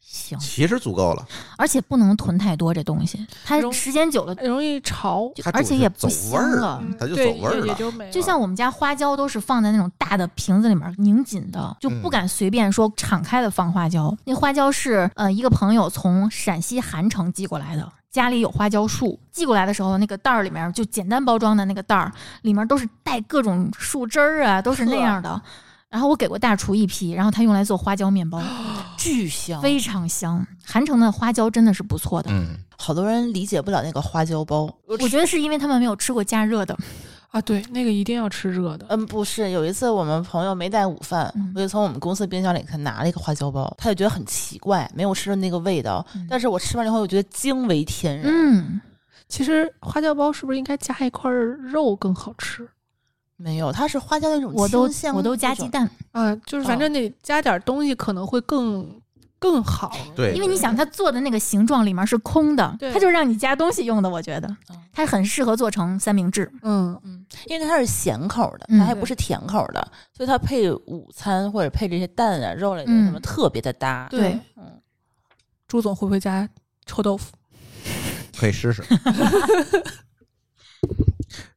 S2: 行，
S3: 其实足够了。
S2: 而且不能囤太多这东西，它
S4: 容
S2: 时间久了，
S4: 容易潮，
S3: 它
S2: 而
S3: 主
S2: 且
S3: 是
S2: 也不
S3: 走味
S2: 香
S3: 儿
S2: 了。
S4: 嗯
S3: 它就
S4: 对
S3: 走味儿
S4: 也也
S3: 了
S4: 就没了。
S2: 就像我们家花椒都是放在那种大的瓶子里面拧紧的，就
S3: 嗯
S2: 不敢随便说敞开的放花椒。那花椒是呃一个朋友从陕西韩城寄过来的，家里有花椒树，寄过来的时候那个袋儿里面就简单包装的那个袋儿里面都是带各种树枝儿啊，都是那样的。然后我给过大厨一批，然后他用来做花椒面包，
S5: 巨香。
S2: 非常香。韩城的花椒真的是不错的，
S3: 嗯，
S5: 好多人理解不了那个花椒包。
S2: 我觉得是因为他们没有吃过加热的。
S4: 啊，对，那个一定要吃热的。
S5: 嗯，不是，有一次我们朋友没带午饭，
S2: 嗯
S5: 我就从我们公司冰箱里给他拿了一个花椒包，他就觉得很奇怪，没有吃的那个味道。
S2: 嗯
S5: 但是我吃完了以后，我觉得惊为天人。
S2: 嗯，
S4: 其实花椒包是不是应该加一块肉更好吃？
S5: 没有，它是花椒的一种
S2: 我都
S5: 清香
S2: 我都加
S5: 那种
S2: 鸡，蛋，
S4: 啊，就是反正得加点东西，可能会更更 好。
S3: 对
S2: 因为你想它做的那个形状里面是空的，
S4: 对
S2: 它就是让你加东西用的。我觉得
S5: 嗯
S2: 它很适合做成三明治。
S4: 嗯，
S5: 因为它是咸口的，
S2: 嗯
S5: 它还不是甜口的，所以它配午餐或者配这些蛋啊、肉类的
S2: 嗯
S5: 什么特别的搭。
S4: 对，
S5: 嗯
S4: 朱总会不会加臭豆腐？
S3: 可以试试。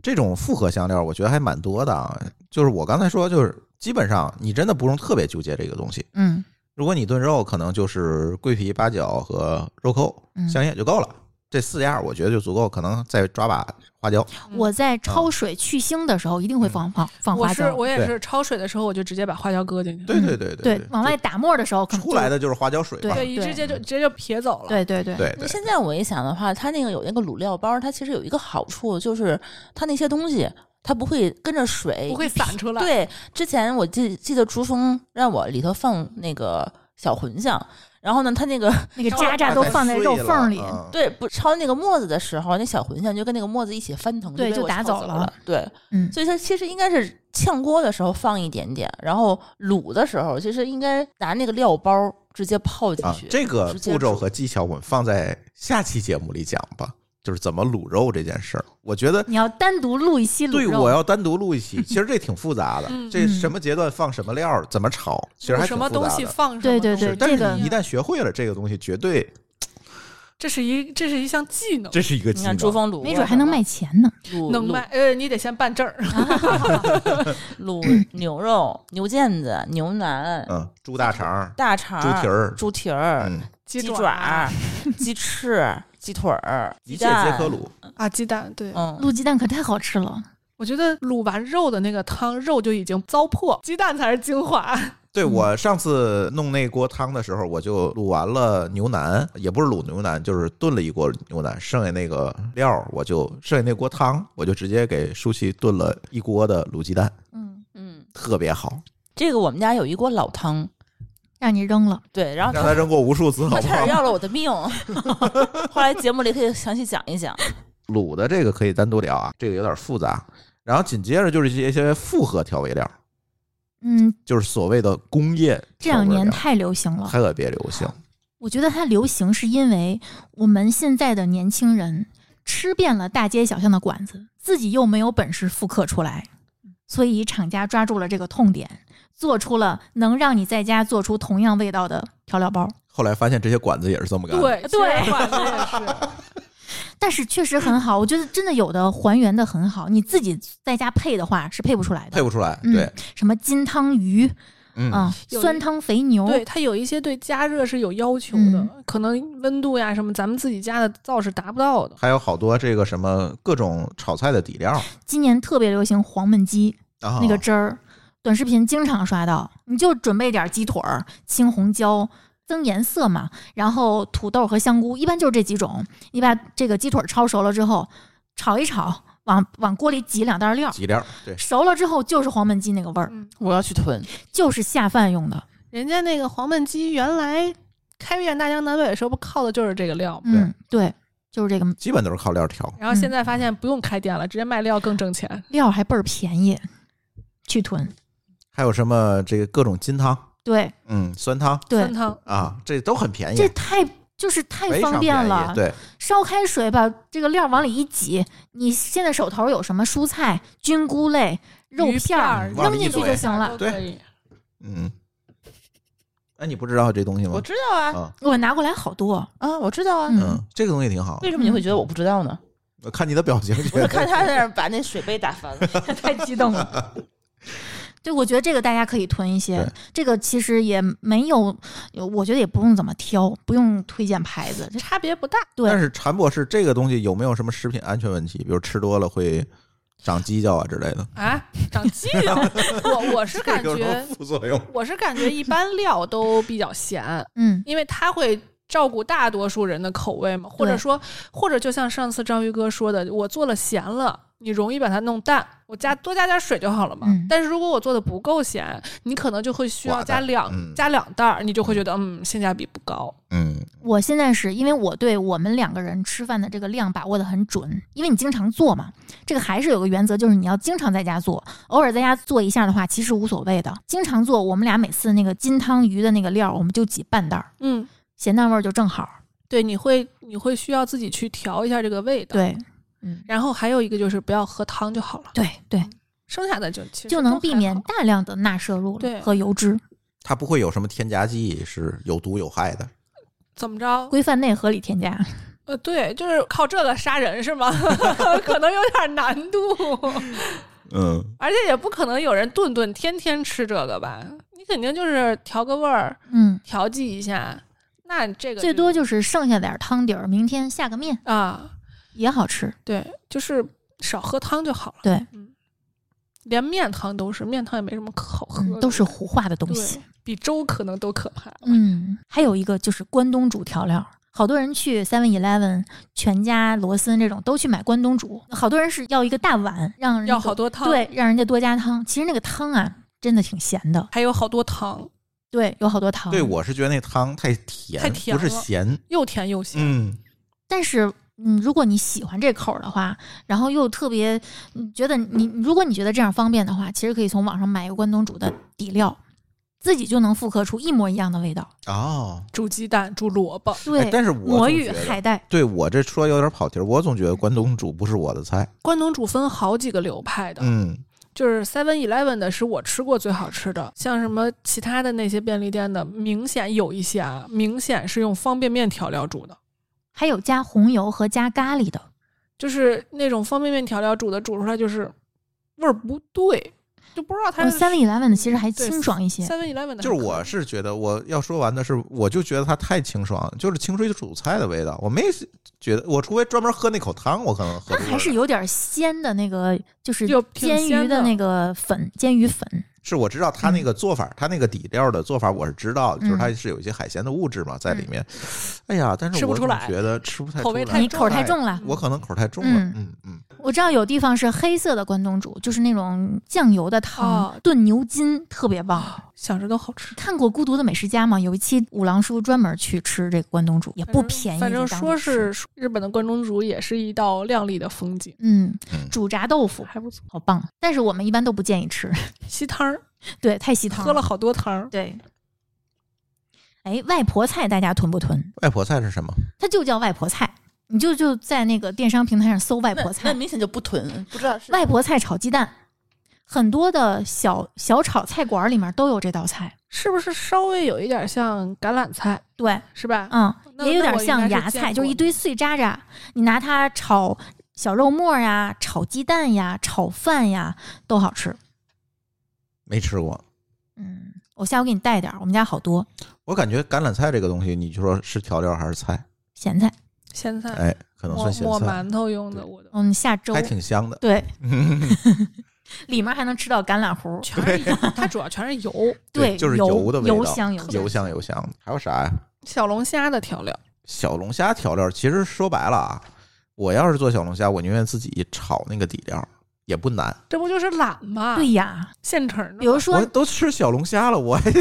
S3: 这种复合香料，我觉得还蛮多的啊。就是我刚才说，就是基本上你真的不用特别纠结这个东西。
S2: 嗯
S3: 如果你炖肉，可能就是桂皮、八角和肉蔻、
S2: 嗯，
S3: 香叶就够了。这四样我觉得就足够，可能再抓把花椒。
S2: 我在焯水去腥的时候一定会放放放
S4: 我
S2: 花
S4: 是
S2: 椒。
S4: 我也
S3: 对
S4: 是焯水的时候，我就直接把花椒搁进去，
S3: 对对对
S2: 对
S3: 对，，
S2: 往外打沫的时候可能
S3: 出来
S2: 的。
S3: 的就是花椒水吧。
S2: 对
S4: 对，直接就直接就撇走了。，
S2: 对对对，
S3: 对
S5: 那
S3: 对，
S5: 现在我一想的话，它那个有那个卤料包，它其实有一个好处，就是它那些东西它不会跟着水
S4: 不会散出来。，
S5: 对，之前我记记得朱峰让我里头放那个小茴香，然后呢，他那个
S2: 那个渣渣都放在肉缝里。
S3: 嗯
S5: 对不焯那个沫子的时候，那小茴香就跟那个沫子一起翻腾，
S2: 对
S5: 被
S2: 就
S5: 我
S2: 打
S5: 抄
S2: 走
S5: 走
S2: 了
S5: 对，
S2: 嗯
S5: 所以它其实应该是炝锅的时候放一点点，然后卤的时候其实应该拿那个料包直接泡进
S3: 啊
S5: 去。，
S3: 这个
S5: 直接
S3: 步骤
S5: 煮
S3: 和技巧我们放在下期节目里讲吧，就是怎么卤肉这件事儿。我觉得
S2: 你要单独录一期卤
S3: 对，
S2: 肉，
S3: 我要单独录一期。其实这挺复杂的，
S4: 嗯
S3: 这什么阶段放什么料儿，怎么炒，其实还挺
S4: 什
S3: 复
S4: 么
S3: 杂的。
S4: 东西放什
S2: 对
S4: 么
S2: 对
S4: 东西
S2: 对
S3: 是但是
S2: 这个
S3: 你一旦学会了这个东西，绝对
S4: 这是一这是一项技能，
S3: 这是一个技
S5: 你
S3: 能
S5: 看。朱峰卤，
S2: 没准还能卖钱呢。
S5: 卤
S4: 能卖呃，你得先办证儿。
S3: 啊
S5: 卤卤 牛肉、牛腱子、牛腩、
S3: 嗯，猪大肠儿、
S5: 大肠、
S3: 猪蹄、儿，
S5: 猪蹄儿、
S3: 嗯，
S4: 鸡
S5: 鸡
S4: 爪
S5: 爪、鸡翅、鸡腿儿，
S3: 一
S5: 鸡
S3: 切皆
S5: 蛋
S3: 可。卤。
S4: 啊，鸡蛋对。
S5: 嗯，
S2: 卤鸡蛋可太好吃了，
S4: 我觉得卤完肉的那个汤，肉就已经糟粕，鸡蛋才是精华。
S3: 对
S2: 嗯
S3: 我上次弄那锅汤的时候，我就卤完了牛腩，也不是卤牛腩，就是炖了一锅牛腩，剩下那个料儿我就剩下那锅汤，我就直接给舒淇炖了一锅的卤鸡蛋，
S2: 嗯，
S5: 嗯，
S3: 特别好，
S5: 这个我们家有一锅老汤，
S2: 让你扔了。
S5: 对，然后
S3: 让
S5: 他
S3: 他扔过无数次，好
S5: 他
S3: 不
S5: 差
S3: 好？
S5: 点要了我的 命。后来节目里可以详细讲一讲。
S3: 卤的这个可以单独聊啊，这个有点复杂。然后紧接着就是一些复合调味料，
S2: 嗯，
S3: 就是所谓的工业
S2: 这
S3: 调味
S2: 两年
S3: 料
S2: 太流行了。
S3: 特别流行。
S2: 我觉得它流行是因为我们现在的年轻人吃遍了大街小巷的馆子，自己又没有本事复刻出来，所以厂家抓住了这个痛点，做出了能让你在家做出同样味道的调料包。
S3: 后来发现这些馆子也是这么干的，
S4: 对
S2: 对
S4: 对，管子也是。
S2: 但是确实很好，我觉得真的有的还原的很好，你自己在家配的话是配不出来
S3: 配
S2: 的。
S3: 不出来。
S2: 嗯
S3: 对，
S2: 什么金汤鱼
S3: 嗯，
S2: 啊、
S4: 有一
S2: 酸汤肥牛，
S4: 对它有一些对加热是有要求的，
S2: 嗯
S4: 可能温度呀什么，咱们自己家的灶是达不到的。
S3: 还有好多这个什么各种炒菜的底料，
S2: 今年特别流行黄焖鸡，
S3: 啊
S2: 那个汁儿，短视频经常刷到。你就准备点鸡腿儿、青红椒，增颜色嘛，然后土豆和香菇，一般就是这几种。你把这个鸡腿儿焯熟了之后，炒一炒，往往锅里挤两袋料儿，
S3: 底料，对，
S2: 熟了之后就是黄焖鸡那个味儿，
S4: 嗯，
S5: 我要去囤，
S2: 就是下饭用的。
S4: 人家那个黄焖鸡原来开遍大江南北的时候，不靠的就是这个料吗？
S2: 嗯，对，就是这个
S3: 基本都是靠料调。
S4: 然后现在发现不用开店了，直接卖料更挣钱。
S2: 料儿还倍儿便宜，去囤。
S3: 还有什么这个各种金汤，
S2: 对
S3: 嗯，酸汤
S2: 对
S4: 酸，汤
S3: 啊，这都很便宜，
S2: 这太就是太
S3: 非常
S2: 方便
S3: 便宜
S2: 了。
S3: 对，
S2: 烧开水把这个料往里一挤，你现在手头有什么蔬菜、菌菇类、肉
S4: 鱼片
S2: 儿
S4: 儿
S2: 扔进去
S3: 往里
S2: 就
S3: 一
S2: 行 了。
S4: 都可以。
S3: 嗯。哎，你不知道这东西吗
S5: 我？知道啊
S3: 啊，
S2: 我拿过来好多，
S5: 啊，我知道啊。
S2: 嗯，
S3: 嗯，这个东西挺好的
S5: 为。什么你会觉得我不知道呢？
S3: 我看你的表情，觉
S5: 我
S3: 得
S5: 就 看他在那儿把那水杯打翻 了。
S2: 太激动了。对，我觉得这个大家可以囤一些
S3: 对，
S2: 这个其实也没有，我觉得也不用怎么挑，不用推荐牌子，这
S4: 差别不大，
S3: 但
S2: 对，
S3: 是陈博士，这个东西有没有什么食品安全问题？比如吃多了会长犄角啊之类的？
S4: 啊，长记性。 我我是感
S3: 有什么
S4: 觉，
S3: 副作用？
S4: 我是感觉一般料都比较咸，
S2: 嗯
S4: 因为它会照顾大多数人的口味嘛，或者
S2: 对
S4: 说，或者就像上次章鱼哥说的，我做了咸了，你容易把它弄淡，我加多加点水就好了嘛。
S2: 嗯
S4: 但是如果我做的不够咸，你可能就会需
S3: 寡
S4: 要加
S3: 淡
S4: 两、
S3: 嗯
S4: 加两袋儿，你就会觉得嗯性价比不高。
S3: 嗯，
S2: 我现在是因为我对我们两个人吃饭的这个量把握的很准，因为你经常做嘛。这个还是有个原则，就是你要经常在家做，偶尔在家做一下的话，其实无所谓的。经常做，我们俩每次那个金汤鱼的那个料，我们就挤半袋儿，
S4: 嗯，
S2: 咸淡味儿就正好。
S4: 对，你会你会需要自己去调一下这个味道。，
S2: 对，嗯，
S4: 然后还有一个就是不要喝汤就好了，
S2: 对对，
S4: 剩下的就其实
S2: 就
S4: 嗯都
S2: 能
S4: 还
S2: 避免
S4: 好
S2: 大量的钠摄入
S4: 对嗯
S2: 了和油脂，
S3: 它不会有什么添加剂是有毒有害的。
S4: 怎么着
S2: 规范内合理添加。
S4: 呃，对，就是靠这个杀 人是吗？ 可能有点难度，
S3: 嗯，
S4: 而且也不可能有人顿顿天天吃这个吧？你肯定就是调个味儿，
S2: 嗯，
S4: 调剂一下。那这个
S2: 最
S4: 就
S2: 多就是剩下点儿汤底儿，明天下个面
S4: 啊，
S2: 也好吃。
S4: 对，就是少喝汤就好了。
S2: 对，
S4: 嗯，连面汤都是，面汤也没什么可好喝的、
S2: 嗯，都是糊化的东
S4: 对
S2: 西。
S4: 比粥可能都可怕。
S2: 嗯，还有一个就是关东煮调料，好多人去 Seven Eleven、全家、罗森这种都去买关东煮，好多人是要一个大碗，让人
S4: 要好多汤，，
S2: 嗯对，让人家多加汤。其实那个汤啊，真的挺咸的，
S4: 还有好多糖，
S2: 对，有好多糖。
S3: 对，我是觉得那汤太甜，
S4: 太甜
S3: 不是
S4: 了
S3: 咸。
S4: 又甜又咸。
S3: 嗯，
S2: 但是。嗯，如果你喜欢这口儿的话，然后又特别嗯觉得你，如果你觉得这样方便的话，其实可以从网上买一个关东煮的底料，自己就能复刻出一模一样的味道。
S3: 哦，
S4: 煮鸡蛋，煮萝卜，
S3: 哎
S2: 对，
S3: 但是我
S2: 魔
S3: 总
S2: 芋
S3: 觉得
S2: 海带，
S3: 对我这说有点跑题儿，我总觉得关东煮不是我的菜。
S4: 关东煮分好几个流派的。
S3: 嗯，
S4: 就是 Seven Eleven 的是我吃过最好吃的，像什么其他的那些便利店的，明显有一些啊，明显是用方便面调料煮的，
S2: 还有加红油和加咖喱的，
S4: 就是那种方便面调料煮的，煮出来就是味儿不对，就不知道它
S2: 哦
S4: 是。
S2: ，Seven Eleven 的其实还
S4: 对
S2: 清爽一些。
S4: Seven Eleven 的
S3: 就是我是觉得我要说完的是，我就觉得它太清爽了，就是清水煮菜的味道。我没觉得，我除非专门喝那口汤，我可能喝
S2: 它
S3: 不
S2: 还
S3: 过
S2: 是
S3: 来
S2: 有点鲜的那个，就是
S4: 有挺
S2: 煎
S4: 鲜
S2: 鱼的
S4: 的
S2: 那个粉，煎鱼粉。
S3: 是我知道它那个做法，它那个底料的做法我是知道的，就是它是有一些海鲜的物质嘛在里面。哎呀，但是
S4: 吃不
S3: 我
S4: 出
S3: 总
S4: 来
S3: 觉得吃不太
S4: 口
S3: 出
S4: 味
S3: 来，
S4: 太
S2: 你口儿太
S3: 哎
S2: 重了。
S3: 我可能口儿太重了。
S2: 嗯
S3: 嗯嗯，
S2: 我知道有地方是黑色的关东煮，就是那种酱油的汤，
S4: 哦
S2: 炖牛筋特别棒。
S4: 想着都好吃，
S2: 看过《孤独的美食家》吗？有一期五郎叔专门去吃这个关东煮，也不便宜。
S4: 反正
S2: 在当地
S4: 说
S2: 吃，
S4: 是日本的关东煮也是一道亮丽的风景，
S2: 嗯
S3: 嗯，
S2: 煮炸豆腐
S4: 还不错。
S2: 好棒，但是我们一般都不建议吃，
S4: 吸汤儿，
S2: 对，太稀汤
S4: 喝了。好多汤儿，
S2: 对，哎，外婆菜大家囤不囤？
S3: 外婆菜是什么？
S2: 它就叫外婆菜，你就就在那个电商平台上搜外
S5: 那
S2: 婆
S5: 那
S2: 菜，
S5: 明显就不囤，不知道是
S2: 外婆菜炒鸡蛋，很多的小小炒菜馆里面都有这道菜。
S4: 是不是稍微有一点像橄榄菜，
S2: 对，
S4: 是吧？
S2: 嗯，
S4: 那
S2: 也有点像
S4: 那我应该
S2: 芽
S4: 是见
S2: 菜，
S4: 过
S2: 就是一堆碎渣渣，你拿它炒小肉末呀、炒鸡蛋呀、炒饭呀，都好吃。
S3: 没吃过。
S2: 嗯，我下午给你带点儿，我们家好多
S3: 我感觉橄榄菜这个东西，你就说是调料还是菜？
S2: 咸菜，
S4: 咸菜，
S3: 哎，可能
S4: 抹
S3: 算咸
S4: 抹
S3: 菜，
S4: 馒头用的，我的
S2: 嗯，下周
S3: 还挺香的。
S2: 对，里面还能吃到橄榄核，
S4: 全是油，它主要全是油。
S2: 对，
S3: 就是
S2: 油
S3: 的味道，
S2: 油
S3: 油
S2: 香油
S3: 油香油香的。还有啥呀？
S4: 小龙虾的调料，
S3: 小龙虾调料，其实说白了啊，我要是做小龙虾，我宁愿自己炒那个底料，也不难。
S4: 这不就是懒吗？
S2: 对，呀，
S4: 现成的。
S2: 比如说
S3: 我都吃小龙虾了，我还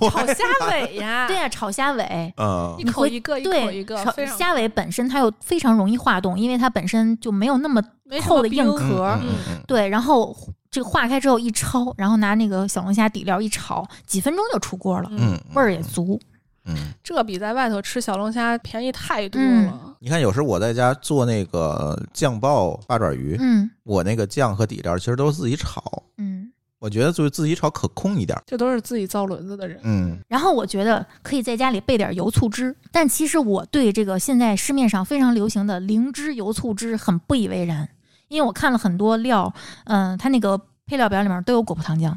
S3: 我
S4: 炒
S3: 还
S4: 虾尾呀，
S2: 对，呀，啊炒虾尾，
S3: 嗯
S4: 一
S2: 你
S4: 口
S2: 会
S4: 一个，一口
S2: 对，
S4: 一个，
S2: 炒
S4: 非常
S2: 虾尾本身它又非常容易化冻，因为它本身就没有那么厚的硬
S4: 没什么
S2: 壳儿。
S3: 嗯嗯嗯
S2: 对，然后这个化开之后一焯，然后拿那个小龙虾底料一炒，几分钟就出锅了，
S4: 嗯
S3: 嗯，
S2: 味儿也足。
S3: 嗯。
S4: 这比在外头吃小龙虾便宜太多
S2: 嗯
S4: 了。
S3: 你看，有时候我在家做那个酱爆八爪鱼，
S2: 嗯
S3: 我那个酱和底料其实都是自己炒，
S2: 嗯。
S3: 我觉得就是自己炒可控一点。
S4: 这都是自己造轮子的人，
S3: 嗯，
S2: 然后我觉得可以在家里备点油醋汁，但其实我对这个现在市面上非常流行的灵芝油醋汁很不以为然，因为我看了很多料，嗯、它那个配料表里面都有果葡糖浆，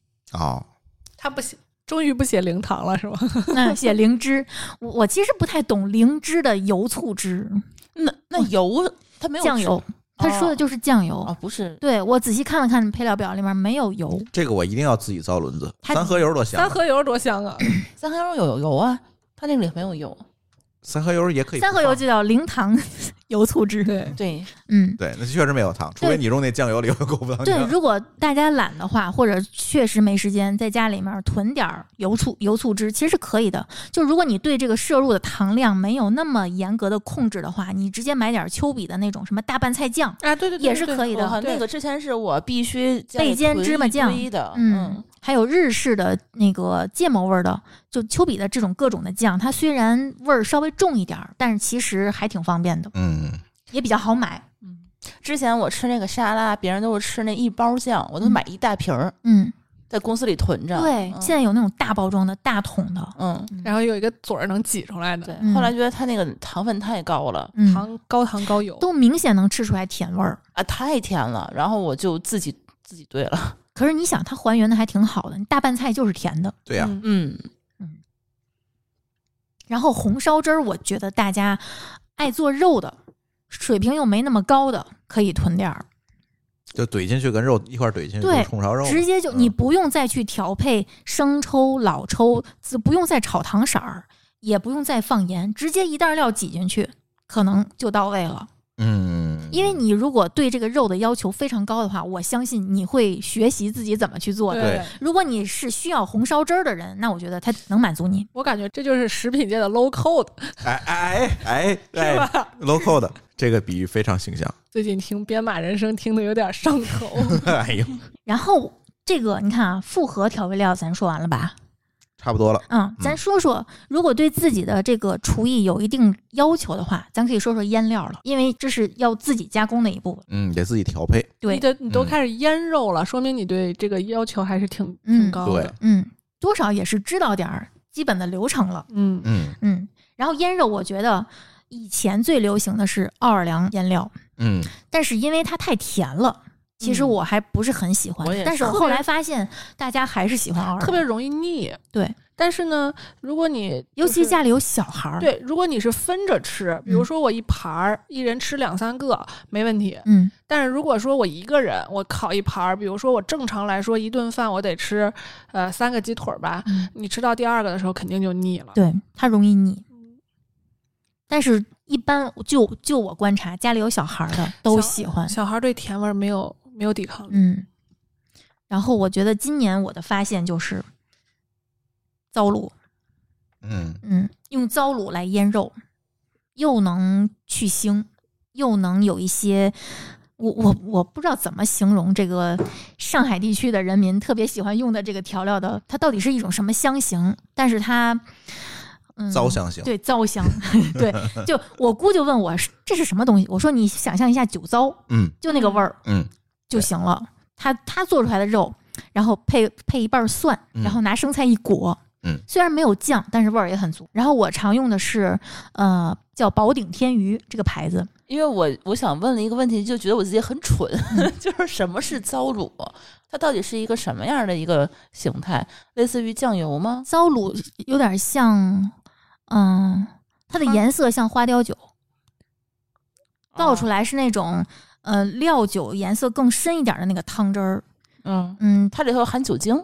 S3: 哦，
S4: 他不写，终于不写零糖了是吗？
S2: 嗯，写灵芝，我我其实不太懂灵芝的油醋汁，
S5: 那那嗯油它没有
S2: 酱油，他说的就是酱油。
S3: 哦
S5: 啊，不是
S2: 对我仔细看了看配料表，里面没有油。
S3: 这个我一定要自己造轮子，
S2: 它
S3: 三合油多香啊。
S4: 三 合油多香啊！
S5: 三合油有油啊，它那里没有油，
S3: 三合油也可以不
S2: 三
S3: 放，
S2: 合油就叫零糖 油醋汁。
S4: 对，
S5: 对，
S2: 嗯，
S3: 对，那确实没有糖，除非你用那酱油里有 狗不糖
S2: 对，
S3: 浆。
S2: 如果大家懒的话，或者确实没时间，在家里面囤点儿油醋油醋汁，其实是可以的。就如果你对这个摄入的糖量没有那么严格的控制的话，你直接买点儿丘比的那种什么大拌菜酱，
S4: 啊，对对对，
S2: 也是
S4: 对
S2: 可以的
S5: 我靠
S4: 对
S5: 那个之前是我必须家里
S2: 焙煎
S5: 囤
S2: 芝麻
S5: 一
S2: 酱
S5: 堆的，
S2: 嗯
S5: 嗯，，
S2: 还有日式的那个芥末味儿的，就丘比的这种各种的酱，它虽然味儿稍微重一点儿，但是其实还挺方便的，
S3: 嗯，
S2: 也比较好买。
S5: 之前我吃那个沙拉，别人都是吃那一包酱，我都
S2: 嗯
S5: 买一大瓶儿，
S2: 嗯，
S5: 在公司里囤着。
S2: 对，
S5: 嗯
S2: 现在有那种大包装的大桶的，
S5: 嗯，
S4: 然后有一个嘴儿能挤出来的，
S5: 对
S2: 嗯。
S5: 后来觉得它那个糖分太高了
S2: 嗯，
S4: 糖高糖高油，
S2: 都明显能吃出来甜味儿。
S5: 啊，太甜了，然后我就自己自己兑 了。
S2: 可是你想，它还原的还挺好的，你大拌菜就是甜的。
S3: 对呀、
S4: 嗯
S5: 嗯，
S2: 然后红烧汁儿，我觉得大家爱做肉的，水平又没那么高的，可以囤点儿，
S3: 就怼进去跟肉一块儿怼进去，
S2: 对
S3: 就是红烧肉嘛。
S2: 直接就
S3: 嗯
S2: 你不用再去调配生抽、老抽，自不用再炒糖色儿，也不用再放盐，直接一袋料挤进去，可能就到位了。
S3: 嗯，
S2: 因为你如果对这个肉的要求非常高的话，我相信你会学习自己怎么去做的。
S3: 对
S2: 如果你是需要红烧汁儿的人，那我觉得它能满足你。
S4: 我感觉这就是食品界的 low code，
S3: 哎哎哎哎
S4: 是
S3: 哎
S4: 吧？
S3: ，local 的这个比喻非常形象。
S4: 最近听《编码人生》听的有点上头，
S3: 哎呦，
S2: 然后这个你看啊，复合调味料咱说完了吧？
S3: 差不多了。
S2: 嗯，咱说说，如果对自己的这个厨艺有一定要求的话，咱可以说说腌料了，因为这是要自己加工的一部分。
S3: 嗯，得自己调配。
S4: 你
S2: 对，
S4: 的你都
S3: 嗯
S4: 开始腌肉了，说明你对这个要求还是挺
S2: 嗯
S4: 挺高
S3: 对
S4: 的，，
S2: 嗯，多少也是知道点儿基本的流程了。
S4: 嗯，
S3: 嗯
S2: 嗯，然后腌肉，我觉得以前最流行的是奥尔良腌料，
S3: 嗯，
S2: 但是因为它太甜了。其实
S4: 嗯
S2: 我还不是很喜欢，
S5: 我也是
S2: 但是我
S4: 特
S2: 后
S4: 别
S2: 来发现大家还是喜欢奥尔良，
S4: 特别容易腻。
S2: 对，
S4: 但是呢，如果你
S2: 尤其嗯
S4: 就是
S2: 家里有小孩儿，，
S4: 对，如果你是分着吃，比如说我一盘儿，一人吃两三个没问题。
S2: 嗯
S4: 但是如果说我一个人，我烤一盘儿，比如说我正常来说一顿饭我得吃，呃，三个鸡腿儿吧，
S2: 嗯，
S4: 你吃到第二个的时候肯定就腻了。
S2: 对，它容易腻。但是，一般就就我观察，家里有小孩儿的都喜欢，
S4: 小孩儿对甜味儿没有没有抵抗力。
S2: 嗯。然后我觉得今年我的发现就是糟卤，
S3: 嗯
S2: 嗯，用糟卤来腌肉，又能去腥，又能有一些。我我我不知道怎么形容这个上海地区的人民特别喜欢用的这个调料的，它到底是一种什么香型？但是它，嗯，
S3: 糟香型。
S2: 对，糟香，对，就我姑就问我是这是什么东西，我说你想象一下酒糟，
S3: 嗯
S2: 就那个味儿
S3: 嗯
S2: 就行了。他他做出来的肉，然后配配一半蒜，
S3: 嗯
S2: 然后拿生菜一裹，
S3: 嗯，
S2: 虽然没有酱，但是味儿也很足。然后我常用的是呃叫宝鼎天鱼这个牌子，
S5: 因为我我想问了一个问题，就觉得我自己很蠢，
S2: 嗯
S5: 就是什么是糟卤？它到底是一个什么样的一个形态？类似于酱油吗？
S2: 糟卤有点像，嗯、它的
S4: 花哦
S2: 颜色像花雕酒，倒出
S5: 来，
S2: 来是那种呃料酒颜色更深一点的那个汤汁儿，
S5: 嗯，
S2: 嗯
S5: 它里头含酒精，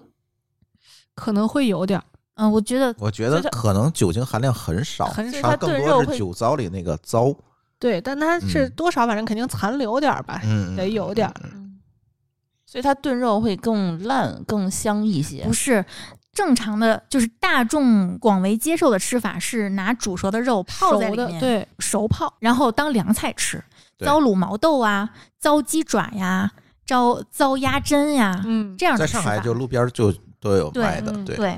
S4: 可能会有点儿，
S2: 嗯、呃我觉得
S3: 我觉得
S5: 所以它
S3: 可能酒精含量很少，
S4: 很
S5: 所以
S4: 少。
S5: 它
S3: 更
S5: 炖肉
S3: 多
S5: 会
S3: 是酒糟里那个糟，
S4: 对，但它是
S3: 嗯
S4: 多少，反正肯定残留点儿吧，
S3: 嗯，
S4: 得有点儿。
S5: 所以它炖肉会更烂、更香一些
S2: 不。是正常的，就是大众广为接受的吃法是拿煮熟的肉泡在
S4: 熟
S2: 里
S4: 的
S2: 面，，
S4: 对，
S2: 熟泡，然后当凉菜吃，
S3: 对
S2: 糟卤毛豆啊，糟鸡爪呀，糟糟鸭胗呀，
S4: 嗯。
S2: 这样
S3: 在
S2: 的吃法
S3: 上海就路边儿就都有卖的，
S4: 嗯
S3: 对，
S2: 对，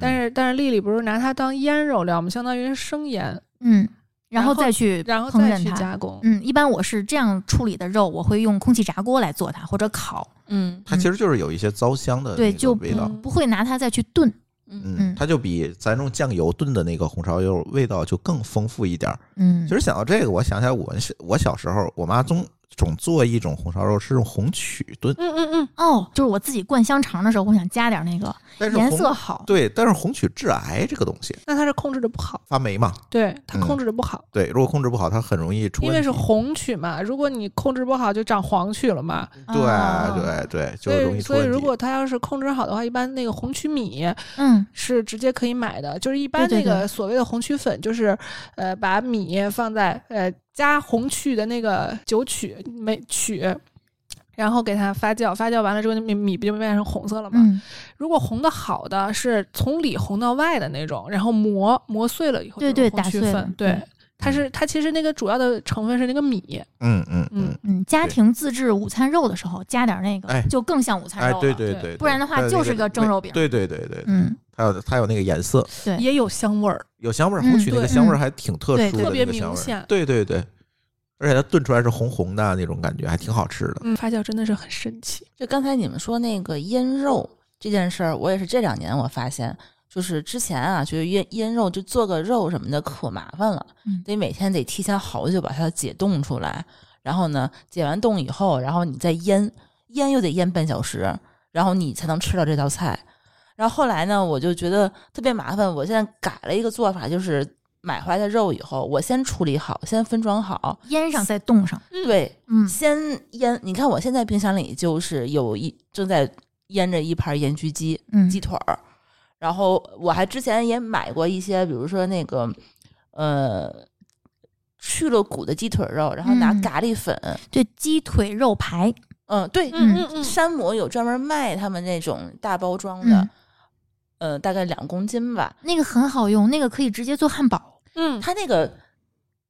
S4: 但是但是丽丽不是拿它当腌肉料吗？相当于是生腌，
S2: 嗯，然后
S4: 然后
S2: 再去
S4: 然后
S2: 烹
S4: 再
S2: 饪
S4: 去
S2: 它。
S4: 加工。
S2: 嗯，一般我是这样处理的肉，我会用空气炸锅来做它，或者烤，
S5: 嗯
S3: 它其实就是有一些糟香的
S2: 对
S3: 那个
S2: 就
S3: 味道，
S4: 嗯
S2: 不会拿它再去炖。
S5: 嗯
S3: 嗯，它就比咱用酱油炖的那个红烧肉味道就更丰富一点儿。
S2: 嗯
S3: 其实想到这个，我想起来我小我小时候，我妈总总做一种红烧肉是用红曲炖，
S4: 嗯嗯嗯，
S2: 哦，就是我自己灌香肠的时候，我想加点那个
S3: 但是
S2: 颜
S3: 红
S2: 色好，
S3: 对，但是红曲致癌这个东西
S4: 那它是控制的不好，
S3: 发霉嘛，
S4: 对它
S3: 嗯
S4: 控制的不好。
S3: 对，如果控制不好，它很容易出
S4: 因
S3: 问
S4: 为
S3: 题。
S4: 是红曲嘛，如果你控制不好，就长黄曲了嘛。
S2: 啊
S3: 对对对，就
S4: 所
S3: 容
S4: 以，
S3: 易出
S4: 所
S3: 问
S4: 以
S3: 题。
S4: 如果它要是控制好的话，一般那个红曲米
S2: 嗯，
S4: 是直接可以买的，就是一般
S2: 对
S4: 那
S2: 对对
S4: 个所谓的红曲粉，就是呃把米放在呃加红曲的那个酒曲美曲，然后给它发酵，发酵完了之后，那米米不就变成红色了吗？
S2: 嗯，
S4: 如果红的好的是从里红到外的那种，然后磨磨碎了以后，
S2: 对对
S4: 红曲
S2: 打碎了
S4: 粉，对
S2: 嗯，
S4: 它是它其实那个主要的成分是那个米，
S3: 嗯嗯嗯
S4: 嗯，
S2: 嗯，家
S3: 对
S2: 庭自制午餐肉的时候加点那个，
S3: 哎
S2: 就更像午餐
S3: 哎
S2: 肉了。，
S3: 对对
S4: 对
S3: 对，
S2: 不然的话
S3: 它有那
S2: 就是个蒸肉饼
S3: 对对对对，
S2: 嗯，
S3: 它有它有那个颜色，
S2: 对
S4: 也有香味儿，
S3: 有香味儿，
S2: 嗯
S3: 红曲那个
S2: 对
S3: 香味儿
S2: 嗯
S3: 还挺特
S2: 对
S3: 殊
S2: 对
S3: 的，
S4: 特别
S3: 那个香
S4: 明
S3: 味儿
S4: 显
S3: 对对对，而且它炖出来是红红的啊那种感觉，还挺好吃的。
S4: 嗯，发酵真的是很神奇。
S5: 就刚才你们说那个腌肉这件事儿，我也是这两年我发现，就是之前啊，觉得腌腌肉就做个肉什么的可麻烦了，
S2: 嗯
S5: 得每天得提前好久把它解冻出来，然后呢，解完冻以后，然后你再腌，腌又得腌半小时，然后你才能吃到这道菜。然后后来呢，我就觉得特别麻烦，我现在改了一个做法，就是买回来的肉以后，我先处理好，先分装好，
S2: 腌上再冻上。
S5: 对，
S2: 嗯，
S5: 先腌，你看我现在冰箱里就是有一正在腌着一盘盐焗鸡
S2: 嗯
S5: 鸡腿儿，然后我还之前也买过一些，比如说那个呃去了骨的鸡腿肉，然后拿
S2: 嗯
S5: 咖喱粉，
S2: 对，鸡腿肉排。
S5: 嗯，对，
S2: 嗯
S4: 嗯
S5: 山姆有专门卖他们那种大包装的
S2: 嗯，，
S5: 呃，大概两公斤吧，
S2: 那个很好用，那个可以直接做汉堡。
S4: 嗯，
S5: 它那个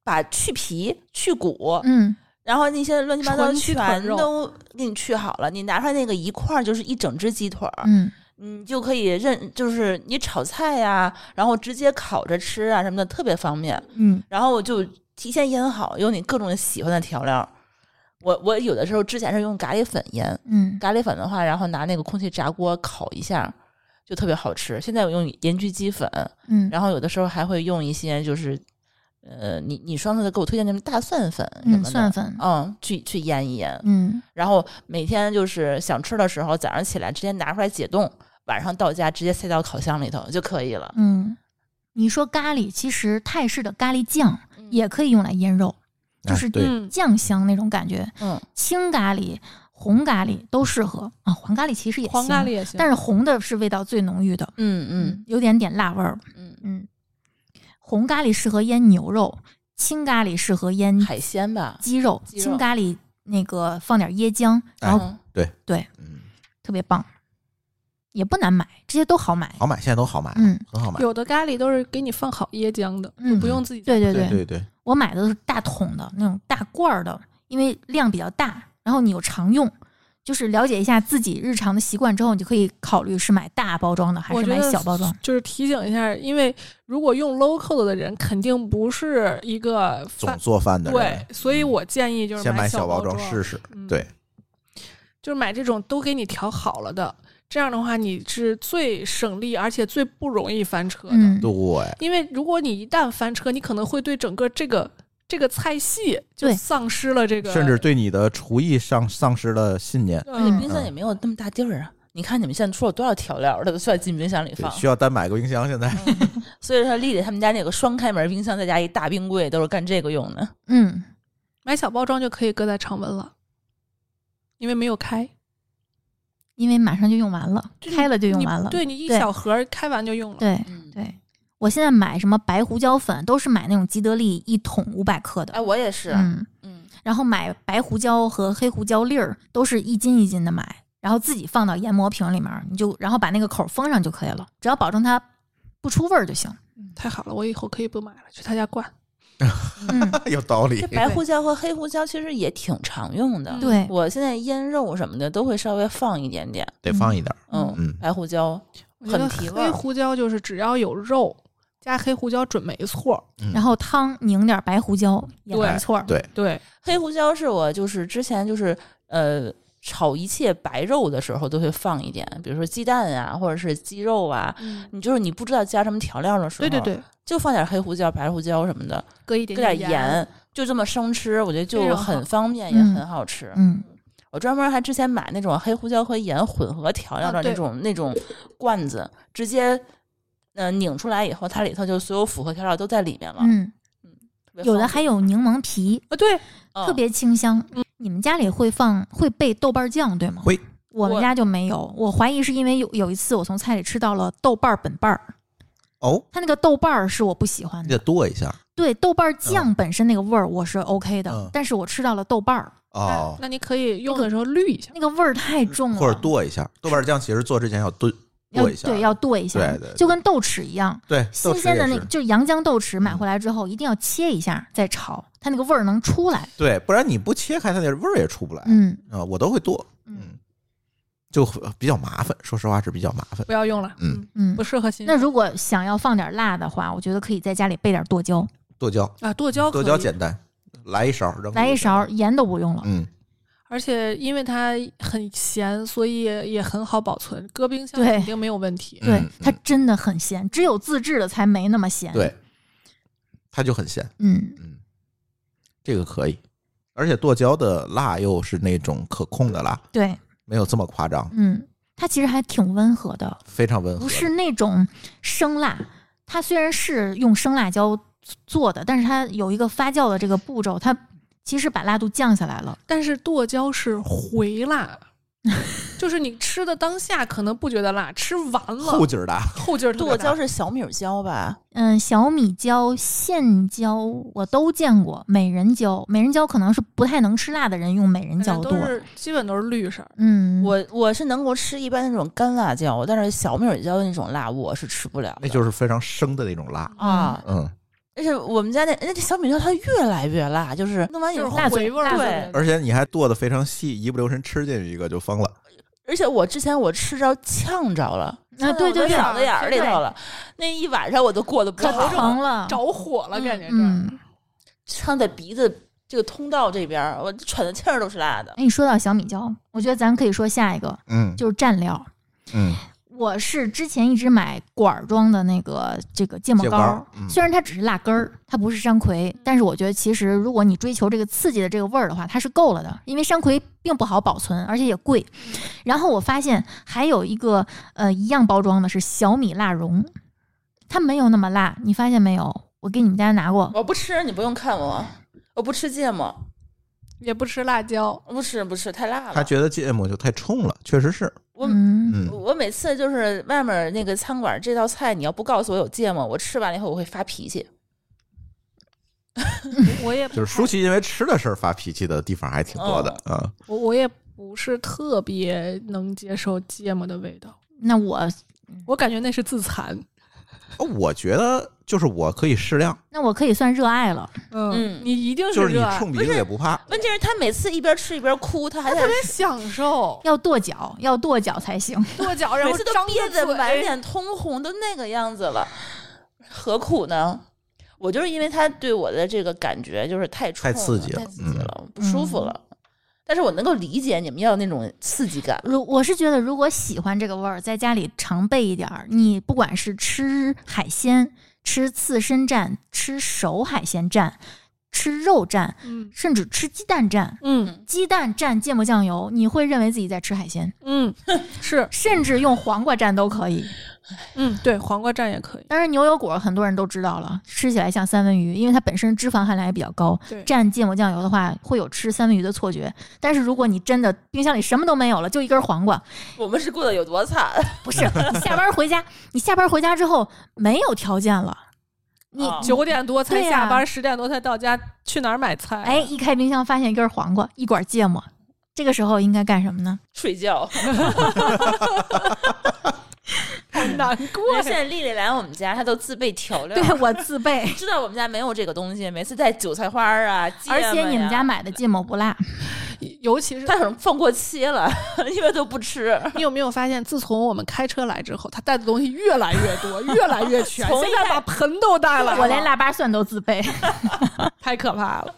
S5: 把去皮去骨，
S2: 嗯，
S5: 然后那些乱七八糟
S4: 纯鸡腿
S5: 全
S4: 肉
S5: 都给你去好了，你拿出来那个一块儿就是一整只鸡腿儿，
S2: 嗯，
S5: 你就可以任，就是你炒菜呀、然后直接烤着吃啊什么的，特别方便。
S2: 嗯，
S5: 然后我就提前腌好，有你各种喜欢的调料。我我有的时候之前是用咖喱粉腌，
S2: 嗯，
S5: 咖喱粉的话，然后拿那个空气炸锅烤一下，就特别好吃。现在我用盐焗鸡粉，
S2: 嗯，
S5: 然后有的时候还会用一些就是，呃，你你上次给我推荐那种大蒜粉什么
S2: 嗯，
S5: 的，
S2: 蒜粉。
S5: 嗯，去去腌一腌，
S2: 嗯，
S5: 然后每天就是想吃的时候，早上起来直接拿出来解冻，晚上到家直接塞到烤箱里头就可以了。
S2: 嗯，你说咖喱，其实泰式的咖喱酱
S5: 嗯
S2: 也可以用来腌肉，
S3: 哎
S2: 就是
S3: 对，
S4: 嗯
S2: 酱香那种感觉，
S5: 嗯，
S2: 青咖喱、红咖喱都适合啊，黄咖喱其实也行，
S4: 黄咖喱，也行，
S2: 但是红的是味道最浓郁的，
S5: 嗯
S2: 有点点辣味儿。
S5: 嗯
S2: 嗯，红咖喱适合腌牛肉，青咖喱适合腌
S5: 嗯，海鲜吧，
S2: 鸡肉，
S5: 鸡肉
S2: 青咖喱那个放点椰浆，
S3: 哎
S2: 然后
S5: 嗯
S3: 嗯，
S2: 特别棒，也不难买，这些都好买。
S3: 好买，现在都好买，
S2: 嗯，
S3: 很好买。
S4: 有的咖喱都是给你放好椰浆的，
S2: 嗯
S4: 就不用自己
S2: 对对
S3: 对对对，
S2: 我买的都是大桶的那种大罐儿的，因为量比较大，然后你又常用。就是了解一下自己日常的习惯之后，你就可以考虑是买大包装的还
S4: 我
S2: 是
S4: 觉
S2: 买
S4: 得
S2: 小包装。
S4: 就是提醒一下，因为如果用 local 的人，肯定不是一个
S3: 总
S4: 饭
S3: 做饭的
S4: 对
S3: 人，
S4: 所以我建议就是
S3: 先买
S4: 小
S3: 小包
S4: 装
S3: 装试，试
S4: 嗯。
S3: 对，
S4: 就是买这种都给你调好了的，这样的话你是最省力，而且最不容易翻车的。
S2: 嗯，
S3: 对，
S4: 因为如果你一旦翻车，你可能会对整个这个这个菜系就
S2: 对
S4: 丧失了这个，
S3: 甚至对你的厨艺丧丧失了信念，
S4: 对
S5: 而且冰
S3: 嗯
S5: 箱也没有那么大地儿啊。你看你们现在说有多少调料都需要进冰箱里
S3: 对
S5: 放，
S3: 需要单买个冰箱。现在
S5: 所以说丽丽他们家那个双开门冰箱，再加一大冰柜，都是干这个用的。
S2: 嗯，
S4: 买小包装就可以搁在常温了，因为没有开，
S2: 因为马上就用完了，
S4: 就你
S2: 开了就用
S4: 你
S2: 完了。
S4: 对你一
S2: 对
S4: 小盒儿开完就用了。
S2: 对
S5: 嗯，
S2: 对，我现在买什么白胡椒粉都是买那种吉得利一桶五百克的
S4: 啊
S5: 哎，，我也是，
S2: 嗯，
S5: 嗯，
S2: 然后买白胡椒和黑胡椒粒儿都是一斤一斤的买，然后自己放到研磨瓶里面儿，你就然后把那个口儿封上就可以了，只要保证它不出味儿就 行。
S4: 太好了，我以后可以不买了，去他家灌。
S2: 嗯，
S3: 有道理
S5: 这。白胡椒和黑胡椒其实也挺常用的。
S2: 对，
S5: 我现在腌肉什么的都会稍微放一点点，
S3: 得放一点儿，
S5: 嗯，
S3: 嗯
S5: 白胡椒
S4: 我觉得
S5: 很提味儿
S4: 黑胡椒就是只要有肉加黑胡椒准没错。
S2: 然后汤拧点儿白胡椒也
S4: 对
S2: 没错儿。
S3: 对
S4: 对，
S5: 黑胡椒是我就是之前就是呃炒一切白肉的时候都会放一点，比如说鸡蛋啊，或者是鸡肉啊。
S4: 嗯，
S5: 你就是你不知道加什么调料的时候，
S4: 对对，对，
S5: 就放点黑胡椒、白胡椒什么的，
S4: 搁一点
S5: 搁点
S4: 盐，
S5: 盐，就这么生吃，我觉
S4: 非
S5: 得就
S4: 常好
S5: 很方便，也
S2: 嗯
S5: 很好吃。
S2: 嗯，
S5: 我专门还之前买那种黑胡椒和盐混合调料
S4: 啊
S5: 的
S4: 对
S5: 那种、那种罐子，直接呃拧出来以后，它里头就所有复合调料都在里面了。
S2: 嗯，
S5: 特别嗯
S2: 有的
S5: 方
S2: 还有柠檬皮，
S4: 啊，对，
S5: 便
S2: 特、别清香。你们家里会放会备豆瓣酱对吗？
S1: 会，
S2: 我们
S5: 我
S2: 家就没有。我怀疑是因为有有一次我从菜里吃到了豆瓣儿本瓣儿，
S3: 哦，
S2: 它那个豆瓣儿是我不喜欢
S3: 你
S2: 的。
S3: 得剁一下
S2: 对，豆瓣酱本身那个味儿我是 OK 的，
S3: 嗯
S2: 但是我吃到了豆瓣儿，
S3: 哦，
S4: 那你可以用的时候滤一下。
S2: 那个味儿太重了，
S3: 嗯或者剁一下。豆瓣酱其实做之前要炖
S2: 要
S3: 剁一下，
S2: 对，要剁一下，
S3: 对对对
S2: 就跟豆豉一样。
S3: 对，
S2: 新
S3: 豆豉
S2: 鲜的
S3: 也
S2: 那
S3: 是嗯
S2: 就是阳江豆豉，买回来之后一定要切一下再炒，它那个味儿能出来。
S3: 对，不然你不切开它那味儿也出不来
S2: 嗯，
S3: 啊。我都会剁，
S2: 嗯
S3: 嗯，就比较麻烦，说实话是比较麻烦。
S4: 不要用了，
S3: 嗯，
S2: 嗯
S4: 不，适合新
S2: 那
S4: 手。
S2: 如果想要放点辣的话，我觉得可以在家里备点剁椒，
S3: 剁椒，
S4: 啊，剁椒可
S3: 剁
S4: 以，
S3: 椒简单，来一勺扔，
S2: 来一勺，，盐都不用了。
S3: 嗯，
S4: 而且因为它很咸，所以也很好保存，搁冰箱
S2: 对
S4: 肯定没有问题。
S3: 嗯
S2: 对，它真的很咸，只有自制的才没那么咸。，
S3: 对，它就很咸，
S2: 嗯，
S3: 嗯，这个可以，而且剁椒的辣又是那种可控的辣，
S2: 对，
S3: 没有这么夸张，
S2: 嗯，它其实还挺温和的，
S3: 非常温和，
S2: 不是那种生辣。它虽然是用生辣椒做的，但是它有一个发酵的这个步骤，它其实把辣度降下来了。
S4: 但是剁椒是回辣，就是你吃的当下可能不觉得辣，吃完了
S3: 后劲儿啊大，
S4: 后劲儿特别
S5: 剁椒
S4: 大
S5: 是小米椒吧？
S2: 嗯，小米椒、线椒我都见过，美人椒，美人椒可能是不太能吃辣的人用美人
S4: 反
S2: 椒
S4: 正
S2: 剁
S4: 都。是基本都是绿色儿。
S2: 嗯，
S5: 我我是能够吃一般那种干辣椒，但是小米椒那种辣我是吃不了的。
S3: 那就是非常生的那种辣，
S5: 啊，
S3: 嗯，
S5: 而且我们家那那这小米椒它越来越哎辣，就是弄完以
S4: 就是
S5: 后
S2: 辣
S4: 回味儿
S5: 对
S4: 特别大，
S3: 而且你还剁的非常细，一不留神吃进去一个就疯了，
S5: 而且我之前我吃着呛着了，
S2: 啊，对对对
S5: 呛到，我的嗓子眼儿里头了，那一晚上我都过得不
S2: 可
S5: 好，
S2: 疼了。
S4: 着火了，感觉是。
S2: 嗯，
S5: 呛在鼻子这个通道这边儿，我喘的气儿都是辣的。
S2: 哎，你说到小米椒，我觉得咱可以说下一个
S3: 嗯
S2: 就是蘸料。
S3: 嗯，
S2: 我是之前一直买管儿装的那个这个芥末
S3: 芥
S2: 膏
S3: 末
S2: 儿
S3: 膏，嗯
S2: 虽然它只是辣根儿，它不是山葵，但是我觉得其实如果你追求这个刺激的这个味儿的话，它是够了的，因为山葵并不好保存，而且也贵。
S5: 嗯
S2: 然后我发现还有一个呃一样包装的是小米辣蓉，它没有那么辣，你发现没有？我给你们家拿过，
S5: 我不吃，你不用看我，我不吃芥末，
S4: 也不吃辣椒，
S5: 我不吃不吃，太辣
S3: 他
S5: 了。
S3: 觉得芥末就太冲了，确实是，
S5: 我
S2: 嗯，
S3: 嗯，
S5: 我每次就是外面那个餐馆这道菜，你要不告诉我有芥末，我吃完了以后我会发脾气。
S4: 我也不
S3: 就是舒淇因为吃的事儿发脾气的地方还挺多的啊，
S4: 我我也不是特别能接受芥末的味道，
S2: 那我
S4: 我感觉那是自残。
S3: 哦我觉得就是我可以适量，
S2: 那我可以算热爱了，
S5: 嗯
S4: 你一定
S3: 就是你
S4: 热爱，
S3: 冲鼻子也不怕，
S5: 问题是，他每次一边吃一边哭，他还在
S4: 特别享受
S2: 要跺脚，要跺脚才行。
S4: 跺脚，然
S5: 每
S4: 后
S5: 次都
S4: 张
S5: 憋
S4: 着
S5: 得
S4: 嘴
S5: 满脸通红，都那个样子了，何苦呢？我就是因为他对我的这个感觉就是太冲
S3: 太刺激了
S5: 了，太刺激了，不舒服了。但是我能够理解你们要那种刺激感，
S2: 如我是觉得，如果喜欢这个味儿，在家里常备一点儿。你不管是吃海鲜、吃刺身蘸、吃熟海鲜蘸、吃肉蘸，
S4: 嗯
S2: 甚至吃鸡蛋蘸，
S4: 嗯
S2: 鸡蛋蘸芥末酱油，你会认为自己在吃海鲜，
S4: 嗯，是
S2: 甚至用黄瓜蘸都可以。
S4: 嗯，对，黄瓜蘸也可以。
S2: 当然，牛油果很多人都知道了，吃起来像三文鱼，因为它本身脂肪含量也比较高。
S4: 对，
S2: 蘸芥末酱油的话，会有吃三文鱼的错觉。但是如果你真的冰箱里什么都没有了，就一根黄瓜，
S5: 我们是过得有多惨？
S2: 不是，你下班回家，你下班回家之后没有条件了，你、
S5: 哦
S4: 九点多才
S2: 对呀
S4: 下班，十、点多才到家，去哪儿买菜、啊
S2: 哎，，一开冰箱发现一根黄瓜，一管芥末，这个时候应该干什么呢？
S5: 睡觉。
S4: 好 难
S5: 因
S4: 过
S5: 为
S4: 呀。
S5: 现在丽丽来我们家，她都自备调料，
S2: 对我自 备，
S5: 知道我们家没有这个东西。每次带韭菜花儿啊，芥末
S2: 而
S5: 呀
S2: 且你们家，买的芥末不辣，
S4: 尤其是
S5: 她可能放过期了， 因为都不吃。
S3: 啊
S4: 你有没有发现，自从我们开车来之后，他带的东西越来越 多，越来越全。
S5: 从一
S4: 现在把盆都带来了，
S2: 我连腊八蒜都自备。
S4: 太可怕了。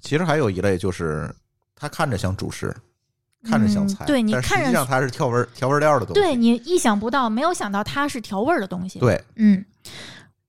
S3: 其实还有一类就是，它看着像主食，看着像菜，
S2: 嗯对你
S3: 但实
S2: 看
S3: 际
S2: 着
S3: 上它是调味儿调味料的东西。
S2: 对你意想不到，没有想到它是调味儿的东西。，
S3: 对
S2: 嗯，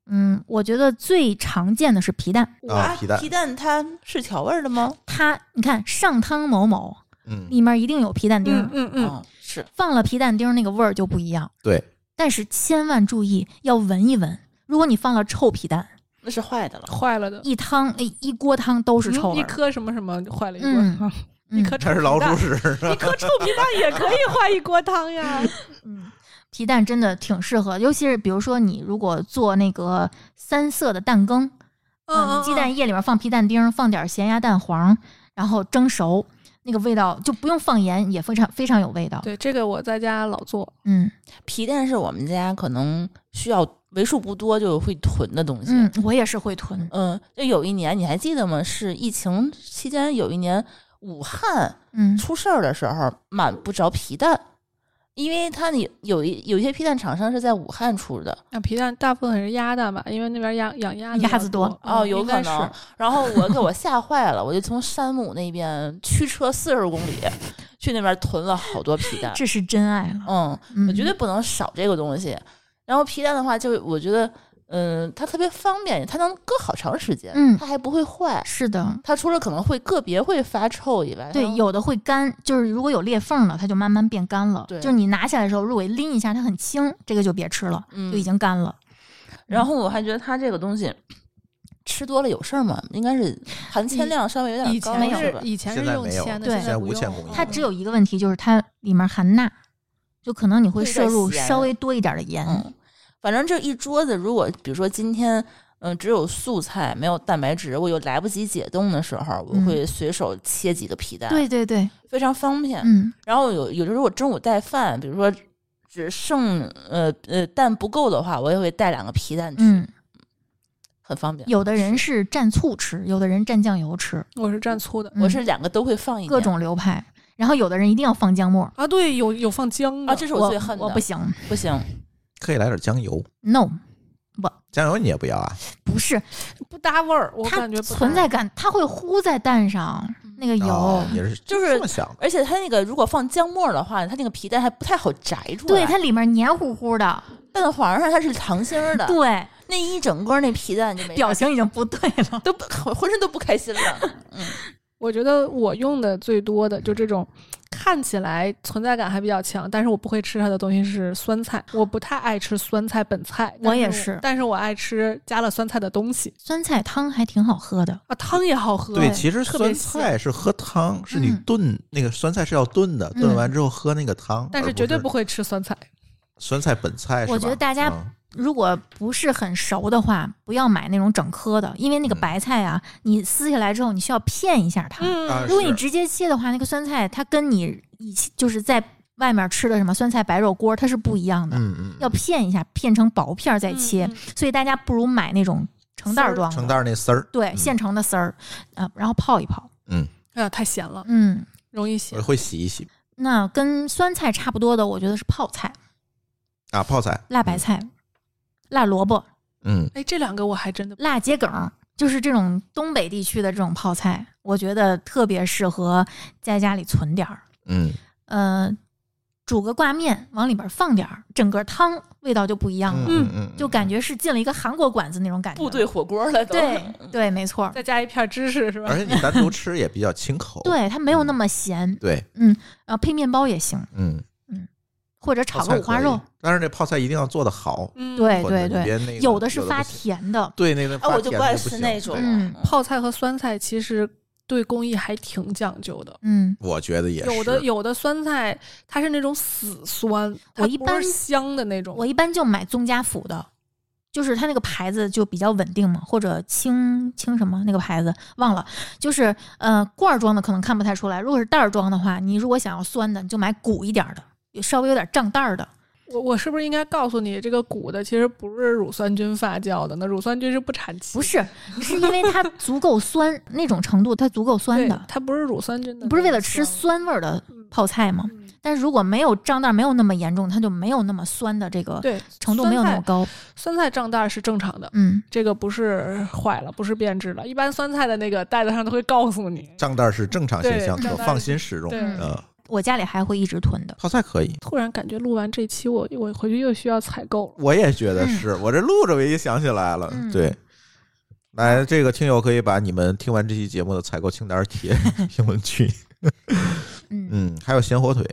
S2: 嗯，我觉得最常见的是皮蛋，
S3: 啊
S5: 哇
S3: 皮蛋
S5: 皮蛋它是调味儿的吗？
S2: 它你看上汤某某
S3: 嗯，
S2: 里面一定有皮蛋丁儿，
S4: 嗯嗯嗯，
S5: 哦，是
S2: 放了皮蛋丁儿那个味儿就不一样。
S3: 对，
S2: 但是千万注意要闻一闻，如果你放了臭皮蛋，
S5: 那是坏的了。
S4: 坏了的，
S2: 一汤一一锅汤都是臭
S4: 嗯
S2: 味
S4: 一
S2: 儿的。
S4: 颗什么什么坏了一锅
S2: 嗯
S4: 汤，
S2: 嗯
S4: 一颗臭
S3: 它是老
S4: 皮蛋
S3: 鼠，屎，
S4: 一颗臭皮蛋也可以坏一锅汤 呀。
S2: 嗯，皮蛋真的挺适合，尤其是比如说你如果做那个三色的蛋羹，嗯，鸡蛋液里面放皮蛋丁儿，放点咸鸭蛋黄，然后蒸熟，那个味道就不用放盐，也非常非常有味道。
S4: 对这个我在家老做，
S2: 嗯
S5: 皮蛋是我们家可能需要为数不多就会囤的东西。
S2: 嗯，我也是会囤。
S5: 嗯，就有一年你还记得吗？是疫情期间，有一年武汉
S2: 嗯
S5: 出事儿的时候，满不着皮蛋，因为它有有一有一些皮蛋厂商是在武汉出的。
S4: 那皮蛋大部分是鸭蛋吧，因为那边养养鸭子
S2: 鸭
S4: 比较
S2: 子多
S4: 多
S5: 哦，
S4: 嗯
S5: 有
S4: 应
S5: 可
S4: 该是
S5: 能。然后我给我吓坏了，我就从山姆那边驱车四十公里去那边囤了好多皮蛋。
S2: 这是真爱了，
S5: 嗯，
S2: 嗯
S5: 我绝对不能少这个东西。然后皮蛋的话，就我觉得，嗯，它特别方便，它能搁好长时间，
S2: 嗯
S5: 它还不会坏。
S2: 是的，
S5: 它除了可能会个别会发臭以外，它
S2: 对，有的会干，就是如果有裂缝了，它就慢慢变干了。
S5: 对
S2: 就是你拿下来的时候，如果拎一下它很轻，这个就别吃了，
S5: 嗯
S2: 就已经干了。
S5: 然后我还觉得它这个东西吃多了有事儿吗？应该是含铅量稍微有
S4: 以
S5: 点高，
S4: 前
S5: 是
S4: 是
S5: 吧？
S4: 以前
S3: 现
S4: 是
S3: 在
S4: 用
S3: 没有
S4: 铅的，
S2: 对
S4: 现
S2: 现
S3: 在
S4: 不
S3: 无
S4: 用
S3: 铅功
S4: 了啊
S3: 能
S5: 嗯
S2: 它只有一个问题，就是它里面含钠，就可能你会
S5: 会
S2: 摄
S5: 带
S2: 入
S5: 咸
S2: 稍微多一点的盐。
S5: 嗯，反正这一桌子，如果比如说今天。嗯，只有素菜没有蛋白质，我又来不及解冻的时候，我
S2: 嗯
S5: 会随手切几个皮蛋，
S2: 对对对，
S5: 非常方便。
S2: 嗯
S5: 然后有有的时候我中午带饭，比如说只剩呃呃蛋不够的话，我也会带两个皮蛋吃，
S2: 嗯，
S5: 很方便。
S2: 有的人是蘸醋吃，有的人蘸酱油吃，
S4: 我是蘸粗的
S2: 嗯
S5: 我是两个都会放一点
S2: 各种流派。然后有的人一定要放姜末，
S4: 啊，对，有有放姜的
S5: 啊，这是我
S2: 我
S5: 最恨的，
S2: 我不行
S5: 不行，
S3: 可以来点酱油，
S2: ，no，
S3: 酱油你也不要 啊？
S2: 不是
S4: 不搭味儿，我
S2: 它
S4: 感觉不搭
S2: 存在感，它会糊在蛋上
S5: 嗯
S2: 那个油。
S3: 哦也是
S5: 就是
S3: 这么想的，
S5: 而且它那个如果放姜末的话，它那个皮蛋还不太好摘出
S2: 对，
S5: 来。
S2: 它里面黏糊糊的，
S5: 蛋黄上它是糖心儿的，
S2: 对，
S5: 那一整个那皮蛋就没
S2: 表情已经不对了。
S5: 都不浑身都不开心 了。嗯
S4: 我觉得我用的最多的就这种看起来存在感还比较强，但是我不会吃它的东西是酸菜，我不太爱吃酸菜本菜。
S2: 我也
S4: 但
S2: 是
S4: 但是我爱吃加了酸菜的东西
S2: 酸菜汤还挺好喝的，
S4: 啊，汤也好喝。
S3: 对，其实
S4: 特别
S3: 酸菜是喝汤，是你
S2: 嗯
S3: 炖那个酸菜是要炖的，
S2: 嗯
S3: 炖完之后喝那个汤，
S4: 但
S3: 而
S4: 是绝对
S3: 不
S4: 不会吃酸菜。
S3: 是酸菜本菜。是
S2: 我觉
S3: 吧
S2: 得大家
S3: 嗯
S2: 如果不是很熟的话，不要买那种整颗的，因为那个
S3: 嗯
S2: 白菜啊，你撕下来之后你需要片一下它。
S4: 嗯，
S3: 啊
S2: 如果你
S3: 是
S2: 直接切的话，那个酸菜它跟你以前就是在外面吃的什么酸菜白肉锅它是不一样的，
S3: 嗯嗯，
S2: 要片一下，片成薄片儿再切。
S4: 嗯嗯
S2: 所以大家不如买那种成袋儿装的，
S3: 成袋儿那丝儿，
S2: 对，
S3: 嗯
S2: 现成的丝儿啊，然后泡一泡。
S4: 哎呀，太咸了，
S2: 嗯，
S4: 容易
S3: 我
S4: 咸。
S3: 会洗一洗
S2: 那跟酸菜差不多的，我觉得是泡菜、
S3: 啊，泡菜、
S2: 辣白菜、辣萝卜、
S3: 嗯，
S4: 哎，这两个我还真的
S2: 辣桔梗儿，就是这种东北地区的这种泡菜，我觉得特别适合在家里存点儿。
S3: 嗯
S2: 呃，煮个挂面，往里边放点儿，整个汤味道就不一样
S3: 嗯
S2: 了，
S3: 嗯嗯，
S2: 就感觉是进了一个韩国馆子那种感觉。
S5: 部队火锅了都，
S2: 对对，没错儿，
S4: 再加一片芝士是吧
S3: 而？且你单独吃也比较清口。
S2: 对它没
S3: 嗯
S2: 有那么咸，
S3: 对，
S2: 呃，配面包也行，
S3: 嗯，
S2: 或者
S3: 泡
S2: 炒
S3: 菜
S2: 个五花
S3: 可以
S2: 肉。，
S3: 但是这泡菜一定要做的好。
S4: 嗯，
S2: 对
S3: 或
S2: 对
S3: 者你
S2: 对，
S3: 别那个
S2: 有的是发
S3: 不行
S2: 甜的，
S3: 对那个
S5: 啊，
S3: 发
S5: 我就
S3: 甜
S5: 不爱
S3: 的
S5: 吃
S3: 行
S5: 那种。
S3: 对
S2: 嗯
S4: 泡菜和酸菜其实对工艺还挺讲究的。
S2: 嗯，
S3: 我觉得也是
S4: 有的有的酸菜它是那种死酸，它
S2: 我一
S4: 不
S2: 般
S4: 是香的那种。
S2: 我一般就买宗家府的，就是它那个牌子就比较稳定嘛，或者清清什么那个牌子忘了，就是呃罐儿装的可能看不太出来，如果是袋儿装的话，你如果想要酸的，你就买鼓一点儿的，有稍微有点胀袋儿的。
S4: 我我是不是应该告诉你，这个谷的其实不是乳酸菌发酵的，那乳酸菌是不产期，
S2: 不是，是因为它足够酸，那种程度它足够酸
S4: 对
S2: 的，
S4: 它不是乳酸菌的，
S2: 不是为了吃酸味儿的
S4: 嗯
S2: 泡菜嘛。
S4: 嗯
S2: 但是如果没有胀袋儿，没有那么严重，它就没有那么酸的这个
S4: 对，
S2: 程度没有那么
S4: 酸菜
S2: 高。
S4: 酸菜胀袋是正常的，
S2: 嗯，
S4: 这个不是坏了，不是变质了。一般酸菜的那个袋子上都会告诉你，
S3: 账单是正常现象，
S4: 对
S3: 可
S4: 账单
S3: 放心使用。
S4: 对
S3: 嗯，
S2: 我家里还会一直囤的。
S3: 泡菜可以。
S4: 突然感觉录完这期我，我回去又需要采购了。
S3: 我也觉得是、我这录着我也想起来了，
S2: 嗯
S3: 对。来，这个听友可以把你们听完这期节目的采购清单 贴评论区。
S2: 嗯，
S3: 嗯，还有咸火腿，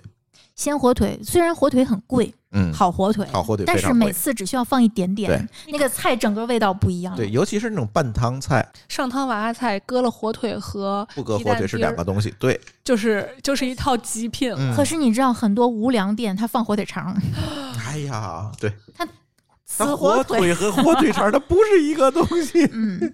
S2: 鲜火腿虽然火腿很贵，
S3: 嗯，
S2: 好火腿，
S3: 好火腿
S2: 但
S3: 非
S2: 是
S3: 常
S2: 每
S3: 贵。
S2: 次只需要放一点点，那个菜整个味道不一样。
S3: 对，，尤其是那种拌汤菜，
S4: 上汤娃娃菜搁了火腿和
S3: 不搁
S4: 鸡
S3: 火
S4: 蛋
S3: 腿是
S4: 丁儿
S3: 两个东西。对，
S4: 就是就是一套极品。
S3: 嗯
S2: 可，是你知道很多无良店它放火腿肠，
S3: 哎呀，对，
S2: 死
S3: 它火
S2: 腿，。
S3: 腿和火腿肠它不是一个东西
S2: 嗯，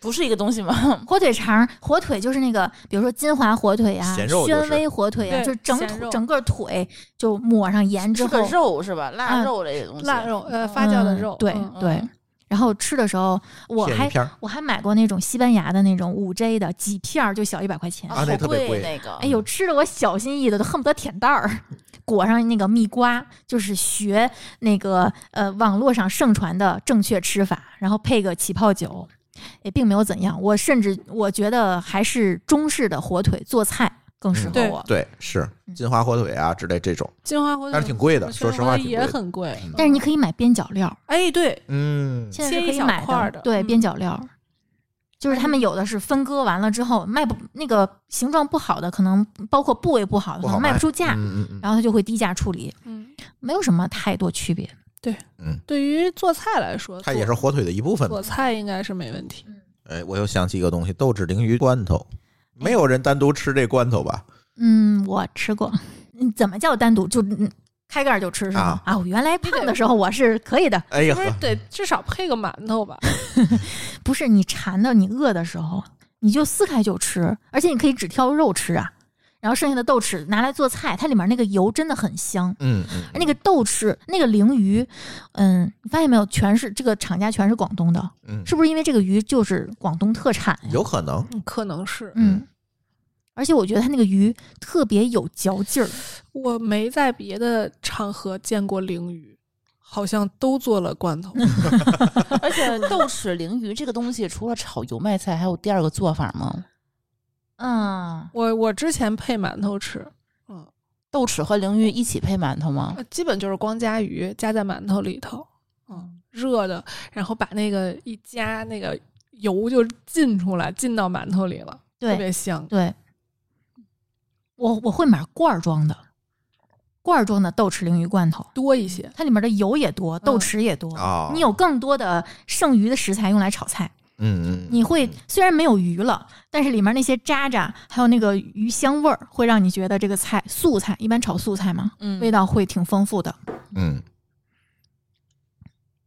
S5: 不是一个东西吗？
S2: 火腿肠，火腿就是那个，比如说金华火腿啊，
S3: 咸肉就是
S2: 宣威火腿啊，
S4: 对
S2: 就是整
S4: 咸
S2: 腿
S4: 肉
S2: 整个腿就抹上盐之
S5: 是个
S2: 后，
S5: 肉是吧？腊
S2: 嗯
S5: 肉类的东西，
S4: 腊肉，呃，发酵的肉，
S2: 嗯对、
S4: 嗯
S2: 对。然后吃的时候， 我
S3: 片一
S2: 还
S3: 片儿
S2: 我还买过那种西班牙的那种五 J 的，几片儿就小一百块钱。
S5: 啊
S3: 啊那
S5: 好
S3: 特别贵
S5: 那个。嗯
S2: 哎呦，吃的我小心翼翼的，都恨不得舔蛋儿， 裹上那个蜜瓜，就是学那个呃网络上盛传的正确吃法，然后配个起泡酒，也并没有怎样。我甚至我觉得还是中式的火腿做菜更适合
S4: 嗯对
S2: 我。
S3: 对，是
S2: 嗯
S3: 金华火腿啊之类这种，
S4: 金华火腿
S3: 但是挺贵的
S4: 嗯我
S3: 说实
S4: 觉
S3: 话
S4: 得火
S3: 挺贵
S4: 腿也
S3: 的
S4: 很贵
S3: 嗯。
S2: 但是你可以买边角料，
S4: 哎，对，
S3: 嗯，
S2: 现在
S4: 切
S2: 是可
S4: 一
S2: 以
S4: 小
S2: 买
S4: 块儿的
S2: 对，
S4: 嗯
S2: 边角料儿。就是他们有的是分割完了之后卖不那个形状不好的，可能包括部位不好的，
S3: 不
S2: 可
S3: 好
S2: 能
S3: 卖
S2: 卖不出价，
S3: 嗯嗯嗯
S2: 然后他就会低价处理，
S4: 嗯，
S2: 没有什么太多区别。
S3: 嗯，
S4: 对于做菜来说，
S3: 它也
S4: 做
S3: 是火腿的一部分嘛
S4: 做。菜应该是没问题。
S3: 哎，我又想起一个东西，豆豉鲮鱼罐头，没有人单独吃这罐头吧？
S2: 嗯，我吃过，嗯怎么叫单独就嗯开盖儿就吃是吗？啊，我原来胖的时候我是可以的，
S3: 哎呀
S4: 不，是得至少配个馒头吧？
S2: 不是你馋的你饿的时候你就撕开就吃，而且你可以只挑肉吃啊，然后剩下的豆豉拿来做菜，它里面那个油真的很香。
S3: 嗯嗯，
S2: 那个豆豉，那个鲮鱼，嗯，你发现没有？全是这个厂家全是广东的，
S3: 嗯
S2: 是不是因为这个鱼就是广东特产呀？
S3: 有可能，
S4: 嗯可能是
S2: 嗯，而且我觉得它那个鱼特别有嚼劲儿，
S4: 我没在别的场合见过鲮鱼，好像都做了罐头。
S3: 嗯
S5: 而 且豆豉鲮鱼这个东西，除了炒油麦菜，还有第二个做法吗？
S2: 嗯，
S4: 我我之前配馒头吃，嗯，
S5: 豆豉和鲮鱼一起配馒头吗
S4: 呃？基本就是光加鱼加在馒头里头，嗯，热的，然后把那个一加，那个油就浸出来，浸到馒头里了，特
S2: 对
S4: 别香。
S2: 对，我我会买罐儿装的，罐儿装的豆豉鲮鱼罐头，
S4: 多一些，
S2: 它里面的油也多，豆
S4: 嗯
S2: 豉也多，
S3: 哦
S2: 你有更多的剩余的食材用来炒菜。
S3: 嗯嗯，
S2: 你会虽然没有鱼了，但是里面那些渣渣还有那个鱼香味儿，会让你觉得这个菜素菜一般炒素菜嘛，
S5: 嗯
S2: 味道会挺丰富的。
S3: 嗯，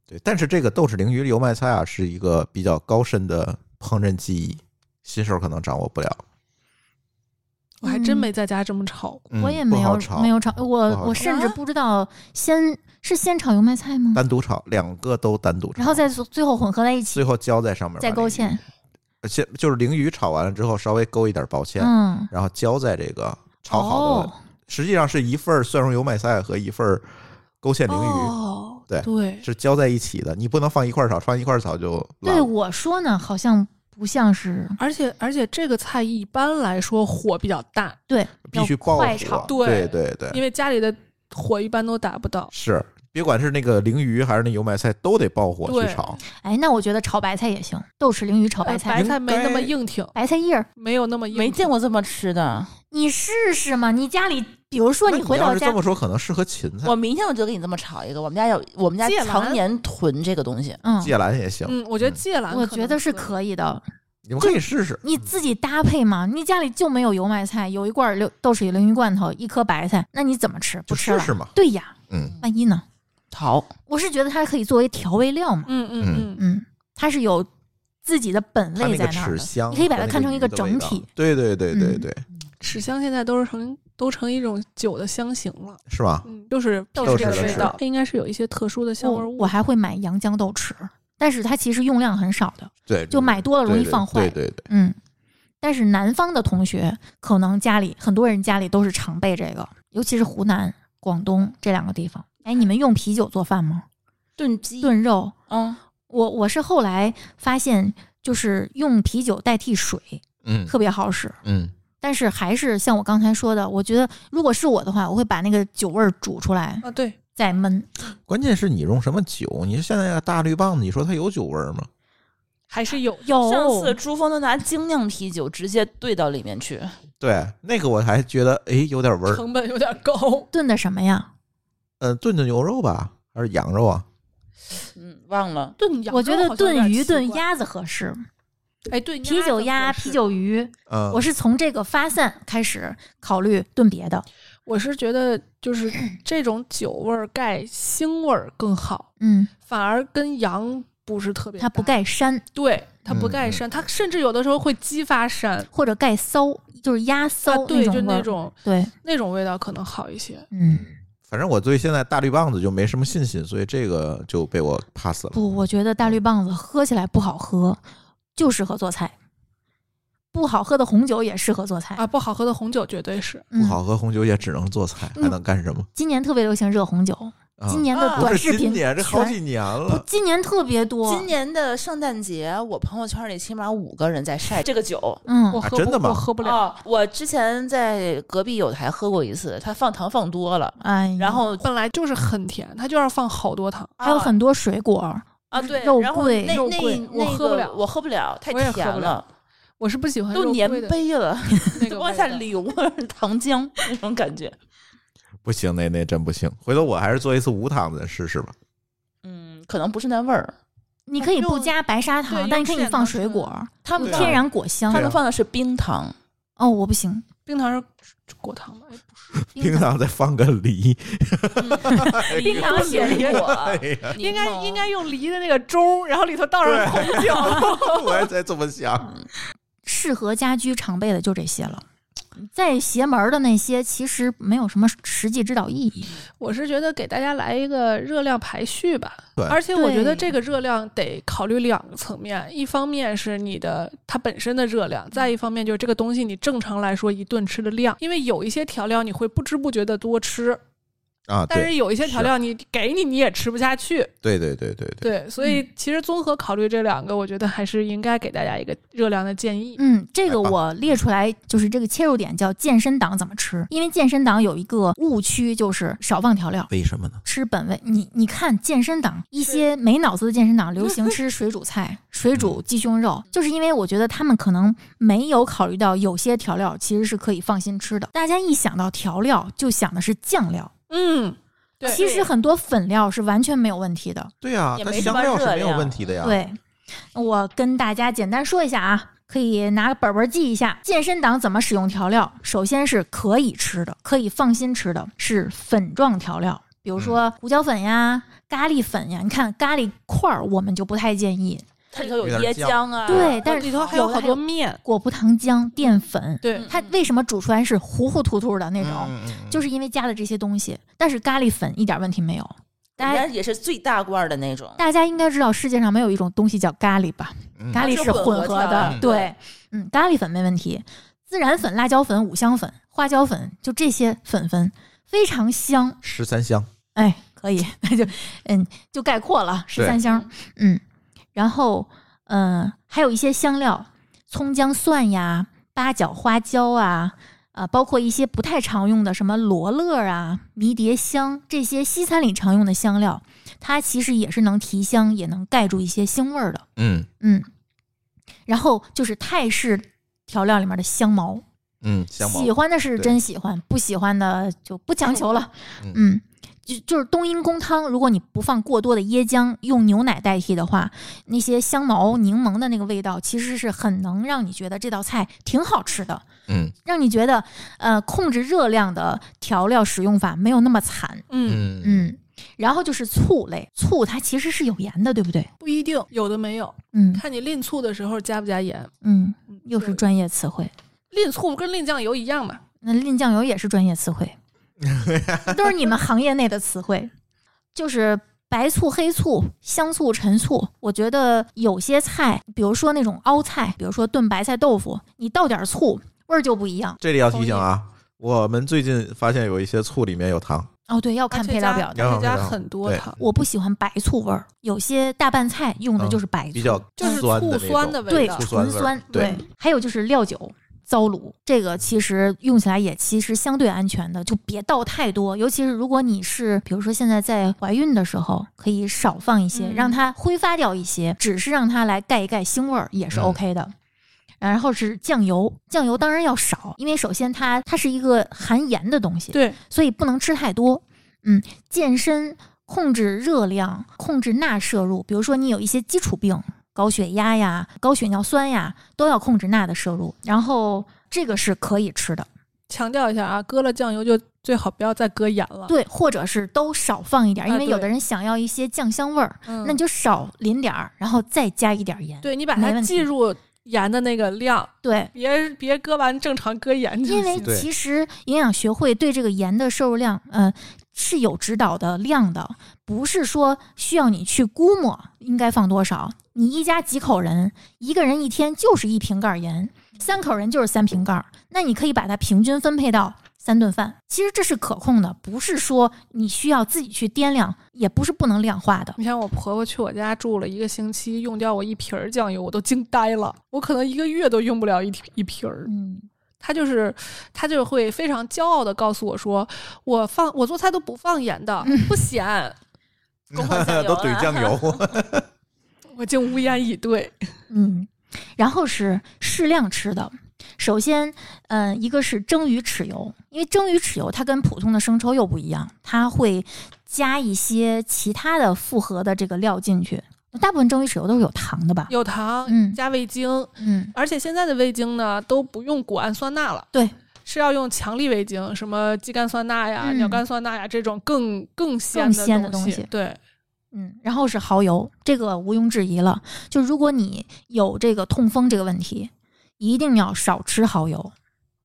S3: 对，但是这个豆豉鲮鱼油麦菜啊，是一个比较高深的烹饪技艺，新手可能掌握不了。
S4: 我还
S2: 嗯
S4: 真没在家这么炒过。
S3: 嗯
S2: 我也没
S3: 不好
S2: 有
S3: 炒，
S2: 没有炒，我
S3: 不好
S2: 我
S3: 炒
S2: 甚至
S4: 啊
S2: 不知道先、是先炒油麦菜吗？
S3: 单独炒，两个都单独炒，
S2: 然后再做最后混合在一起
S3: 最，后浇在上面，
S2: 再勾芡。。
S3: 先就是鲮鱼炒完了之后，稍微勾一点薄芡，
S2: 嗯，
S3: 然后浇在这个炒好的，
S2: 哦、
S3: 实际上是一份儿蒜蓉油麦菜和一份儿勾芡鲮鱼。
S4: 哦，
S3: 对
S4: 对，
S3: 是浇在一起的，你不能放一块儿炒，放一块儿炒就烂
S2: 对
S3: 了
S2: 我说呢，好像不像是
S4: 而且而且这个菜一般来说火比较大，
S2: 对，
S3: 必
S2: 要
S3: 须啊爆火
S2: 快炒。。
S3: 对
S4: 对
S3: 对对
S4: 因为家里的火一般都打不到。
S3: 是，别管是那个鲮鱼还是那油麦菜，都得爆火去
S4: 对
S3: 炒。
S2: 哎，那我觉得炒白菜也行，豆豉鲮鱼炒
S4: 呃
S2: 白菜，
S3: 嗯
S4: 白菜没那
S3: 应
S4: 么
S3: 该
S4: 硬挺，
S2: 白菜叶儿，
S4: 没有那么硬挺，
S5: 没见过这么吃的，
S3: 哎
S2: 你试试嘛。你家里，比如说
S3: 那
S2: 你回到
S3: 要是
S2: 家
S3: 这，么说，可能适合芹菜
S5: 我，明天我就给你这么炒一个。我们家有，我们家
S4: 芥蓝
S5: 常年囤这个东西。
S2: 嗯，
S3: 芥蓝也行，
S4: 嗯，我觉得芥蓝，
S2: 我觉得是。可以的。
S3: 你们可以试试。
S2: 你自己搭配嘛，你家里就没有油麦菜，有一罐儿溜豆豉鲮鱼罐头，一颗白菜，那你怎么吃？
S3: 就
S2: 不吃了？
S3: 试试嘛
S2: 对呀，
S3: 嗯
S2: 万一呢？
S5: 好，
S2: 我是觉得它可以作为调味料嘛，
S4: 嗯嗯嗯，
S2: 嗯，它是有自己的本
S3: 它那
S2: 类
S3: 个
S2: 在那儿
S3: 齿
S2: 的。
S3: 香和那个鱼的味道，
S2: 你可以把它看成一个整体
S3: 对对对对
S2: 嗯
S3: 对，
S4: 豉香现在都是成都成一种酒的香型了，
S3: 是吧？
S4: 嗯，就是
S2: 豆
S4: 偏
S2: 豉
S4: 这个
S2: 的
S4: 味
S2: 吃
S4: 道，它应该是有一些特殊的香味
S2: 我
S4: 物。
S5: 嗯
S2: 我还会买阳江豆豉，但是它其实用量很少的，
S3: 对，
S2: 就买多了容易放坏。
S3: 对对对对，
S2: 嗯，但是南方的同学可能家里很多人家里都是常备这个，尤其是湖南、广东这两个地方。哎，你们用啤酒做饭吗？
S5: 炖鸡，
S2: 炖肉？
S5: 嗯，
S2: 我我是后来发现，就是用啤酒代替水
S3: 嗯
S2: 特别好使。
S3: 嗯，
S2: 但是还是像我刚才说的，我觉得如果是我的话，我会把那个酒味儿煮出来
S4: 啊，对，
S2: 再焖。
S3: 关键是你用什么酒？你现在大绿棒子，你说它有酒味儿吗？
S4: 还是有
S2: 有
S5: 上次珠峰都拿精酿啤酒直接兑到里面去，
S3: 对，那个我还觉得哎有点味儿。
S4: 成本有点高，
S2: 炖的什么呀？
S3: 呃，炖的牛肉吧，还是羊肉啊？
S5: 嗯，忘了。
S4: 炖羊
S2: 我觉得 炖鱼、炖
S4: 鸭，
S2: 鸭子合适，
S4: 哎，炖
S2: 啤酒
S4: 子
S2: 鸭、
S4: 合适
S2: 啤。酒鱼。
S3: 嗯，
S2: 我是从这个发散开始考虑炖别的。
S4: 我是觉得 就是这种酒味儿盖腥味儿更好，
S2: 嗯，
S4: 反而跟羊不是特别搭，
S2: 它不盖膻
S4: 对，它不
S3: 嗯
S4: 盖
S3: 嗯
S4: 膻，它甚至有的时候会激发膻。
S2: 或者盖骚，就是鸭骚
S4: 啊，对，就
S2: 种味
S4: 那
S2: 儿。
S4: 种
S2: 对，
S4: 那种味道可能好一些。
S2: 嗯，
S3: 反正我对现在大绿棒子就没什么信心，所以这个就被我 pass 了。
S2: 不，我觉得大绿棒子喝起来不好喝，就适合做菜。不好喝的红酒也适合做菜。
S4: 啊，不好喝的红酒绝对是
S2: 嗯
S3: 不好喝红酒也只能做菜，
S2: 嗯
S3: 还能干什么？
S2: 今年特别流行热红酒，
S3: 啊
S2: 今年的
S5: 啊
S3: 不
S2: 短
S3: 是
S2: 视频
S3: 今
S2: 全、
S3: 年，这好几年
S2: 不
S3: 了，。
S2: 今年特别多。
S5: 今年的圣诞节，我朋友圈里起码五个人在晒这个酒。
S2: 嗯
S4: 我，喝不、
S3: 啊真的吗
S4: 我喝不了。
S5: 哦，我之前在隔壁有台喝过一次，他放糖放多了，
S2: 哎，
S5: 然后
S4: 本来就是很甜，它就要放好多糖。
S2: 还有很多水果，
S5: 啊对，
S2: 肉
S5: 然后
S2: 桂
S5: 那那
S4: 肉桂
S5: 那
S4: 我喝
S5: 个
S4: 不了
S5: 我喝不了，太
S4: 我也喝
S5: 甜
S4: 不了，我是不喜欢
S5: 都
S4: 肉
S5: 粘
S4: 桂的
S5: 杯了，
S4: 那
S5: 都
S4: 个
S5: 往
S4: 味
S5: 下
S4: 道
S5: 流糖浆那种感觉。
S3: 不行，那那真不行。回头我还是做一次无糖的试试吧。
S5: 嗯，可能不是那味儿，
S2: 你可以不
S4: 用
S2: 加白砂糖，
S4: 对
S2: 但
S4: 用
S2: 可以
S4: 现
S2: 放
S4: 成
S2: 水
S4: 的
S2: 果，
S5: 他
S2: 有
S5: 们
S3: 对啊
S2: 天然果
S5: 放
S2: 香
S5: 他。
S3: 对啊
S5: 们放的是冰糖，
S2: 哦，我不行，
S4: 冰糖是果糖吧？哎不是
S3: 平常再放个梨，
S2: 冰糖雪梨
S5: 果，
S4: 哎应
S5: 柠
S4: 该
S5: 檬
S4: 应该用梨的那个盅，然后里头倒上红酒。
S3: 我也在这么想。
S2: 适合家居常备的就这些了。在邪门儿的那些其实没有什么实际指导意义。
S4: 我是觉得给大家来一个热量排序吧，
S3: 对
S4: 而且我觉得
S2: 对
S4: 这个热量得考虑两个层面，一方面是你的它本身的热量，再一方面就是这个东西你正常来说一顿吃的量，因为有一些调料你会不知不觉的多吃，
S3: 啊，
S4: 但是
S3: 对
S4: 有一些调料你给你你也吃不下去，
S3: 对对对对对，
S4: 对，所以其实综合考虑这两个，我觉得还是应该给大家一个热量的建议。
S2: 嗯，这个
S3: 太棒
S2: 我列出来，就是这个切入点叫健身党怎么吃，因为健身党有一个误区就是少放调料。
S3: 为什么呢？
S2: 吃本味，你你看健身党一些没脑子的健身党流行吃水煮菜、水煮鸡胸肉，就是因为我觉得他们可能没有考虑到有些调料其实是可以放心吃的。大家一想到调料就想的是酱料，
S4: 嗯，对
S2: 其实
S5: 对
S2: 很多粉料是完全没有问题的。
S3: 对啊，
S5: 也
S3: 它
S5: 没什
S3: 香
S5: 么
S3: 料是
S5: 热
S3: 没有
S5: 量
S3: 问题的呀。，
S2: 对，我跟大家简单说一下啊，可以拿个本本记一下。健身党怎么使用调料？首先是可以吃的，可以放心吃的是粉状调料，比如说胡椒粉呀、咖喱粉呀。你看咖喱块儿，我们就不太建议。
S5: 它里头有
S3: 有
S5: 椰
S3: 点
S5: 浆啊，
S2: 对，但是
S4: 里头还有
S2: 的
S4: 好多面，
S2: 果葡糖浆、淀粉，
S4: 对
S5: 嗯
S2: 它为什么煮出来是糊糊涂涂的那
S3: 嗯
S2: 种？
S3: 嗯嗯
S2: 就是因为加了这些东西。但是咖喱粉一点问题没有。大
S5: 人
S2: 家
S5: 家也是最大罐儿的那种，
S2: 大家应该知道，世界上没有一种东西叫咖喱吧？
S3: 嗯
S2: 咖喱是混合的，
S5: 嗯
S2: 对，嗯，咖喱粉没问题，孜然粉、辣椒粉、五香粉、花椒粉，就这些粉粉非常香，
S3: 十三香，
S2: 哎，可以， 那就嗯就概括了十三香，嗯，然后嗯、呃还有一些香料，葱姜蒜呀、八角花椒啊。啊，包括一些不太常用的，什么罗勒啊、迷迭香这些西餐里常用的香料，它其实也是能提香，也能盖住一些腥味儿的。
S3: 嗯
S2: 嗯，然后就是泰式调料里面的香茅，
S3: 嗯，香茅
S2: 喜欢的是
S3: 对
S2: 真喜欢，不喜欢的就不强求了。
S3: 嗯
S2: 嗯，就就是冬阴功汤，如果你不放过多的椰浆，用牛奶代替的话，那些香茅、柠檬的那个味道，其实是很能让你觉得这道菜挺好吃的，
S3: 嗯
S2: 让你觉得呃控制热量的调料使用法没有那么惨。
S3: 嗯
S4: 嗯，
S2: 嗯，然后就是醋类，醋它其实是有盐的，对不对？
S4: 不一定有的没有，
S2: 嗯
S4: 看你吝醋的时候加不加盐。
S2: 嗯，
S4: 嗯
S2: 又是
S4: 就
S2: 专业词汇。
S4: 吝醋跟吝酱油一样嘛，
S2: 那淋酱油也是专业词 汇，都是你们行业内的词汇，就是。白醋、黑醋、香醋、陈醋，我觉得有些菜，比如说那种凹菜，比如说炖白菜豆腐，你倒点醋，味儿就不一样。
S3: 这里要提醒啊，我们最近发现有一些醋里面有糖，
S2: 哦，对，要看配料表的。
S3: 要
S4: 而
S3: 看
S4: 且
S3: 配
S4: 加
S3: 料表
S4: 很多
S3: 对
S4: 糖，
S2: 我不喜欢白醋味儿，有些大拌菜用的就是白醋，
S3: 嗯比较
S4: 就是
S3: 酸的那
S4: 醋酸
S3: 种
S4: 的味
S2: 对
S4: 道
S3: 醋。
S2: 纯
S3: 酸味儿
S2: 酸
S3: 对
S2: 还有就是料酒，糟卤，这个其实用起来也其实相对安全的，就别倒太多。尤其是如果你是，比如说现在在怀孕的时候，可以少放一些，
S4: 嗯
S2: 让它挥发掉一些，只是让它来盖一盖腥味儿也是
S3: 嗯
S2: OK 的。然后是酱油，酱油当然要少，因为首先它它是一个含盐的东西，
S4: 对，
S2: 所以不能吃太多。嗯，健身控制热量，控制钠摄入，比如说你有一些基础病，高血压呀、高血尿酸呀，都要控制钠的摄入。然后这个是可以吃的，
S4: 强调一下啊，搁了酱油就最好不要再搁盐了。
S2: 对，或者是都少放一点儿，
S4: 哦啊
S2: 因为有
S4: 对
S2: 的人想要一些酱香味儿，
S4: 嗯
S2: 那你就少淋点儿，然后再加一点儿盐。
S4: 对你把
S2: 没
S4: 它
S2: 问题
S4: 记入盐的那个量，
S2: 对，
S4: 别别搁完正常搁盐就
S2: 因为
S4: 行。
S3: 对
S2: 其实营养学会对这个盐的摄入量，呃，是有指导的量的，不是说需要你去估摸应该放多少。你一家几口人，一个人一天就是一瓶盖儿盐，三口人就是三瓶盖儿，那你可以把它平均分配到三顿饭。其实这是可控的，不是说你需要自己去掂量，也不是不能量化的。
S4: 你像我婆婆去我家住了一个星期，用掉我一瓶儿酱油，我都惊呆了。我可能一个月都用不了一一瓶儿。
S2: 嗯，
S4: 她就是她就会非常骄傲的告诉我说，我放我做菜都不放盐的，不咸。
S5: 公会酱油
S3: 啊都怼酱油，
S4: 我竟无言以对。
S2: 嗯，然后是适量吃的。首先，嗯、一个是蒸鱼豉油，因为蒸鱼豉油它跟普通的生抽又不一样，它会加一些其他的复合的这个料进去。大部分蒸鱼豉油都是有糖的吧？
S4: 有糖
S2: 嗯
S4: 加味精，
S2: 嗯，
S4: 而且现在的味精呢都不用谷氨酸钠了，
S2: 对，
S4: 是要用强力味精，什么肌苷酸钠呀、
S2: 嗯
S4: 鸟苷酸钠呀这种更更鲜
S2: 更鲜的
S4: 东
S2: 东西
S4: 对，
S2: 嗯，然后是蚝油，这个毋庸置疑了。就如果你有这个痛风这个问题，一定要少吃蚝油，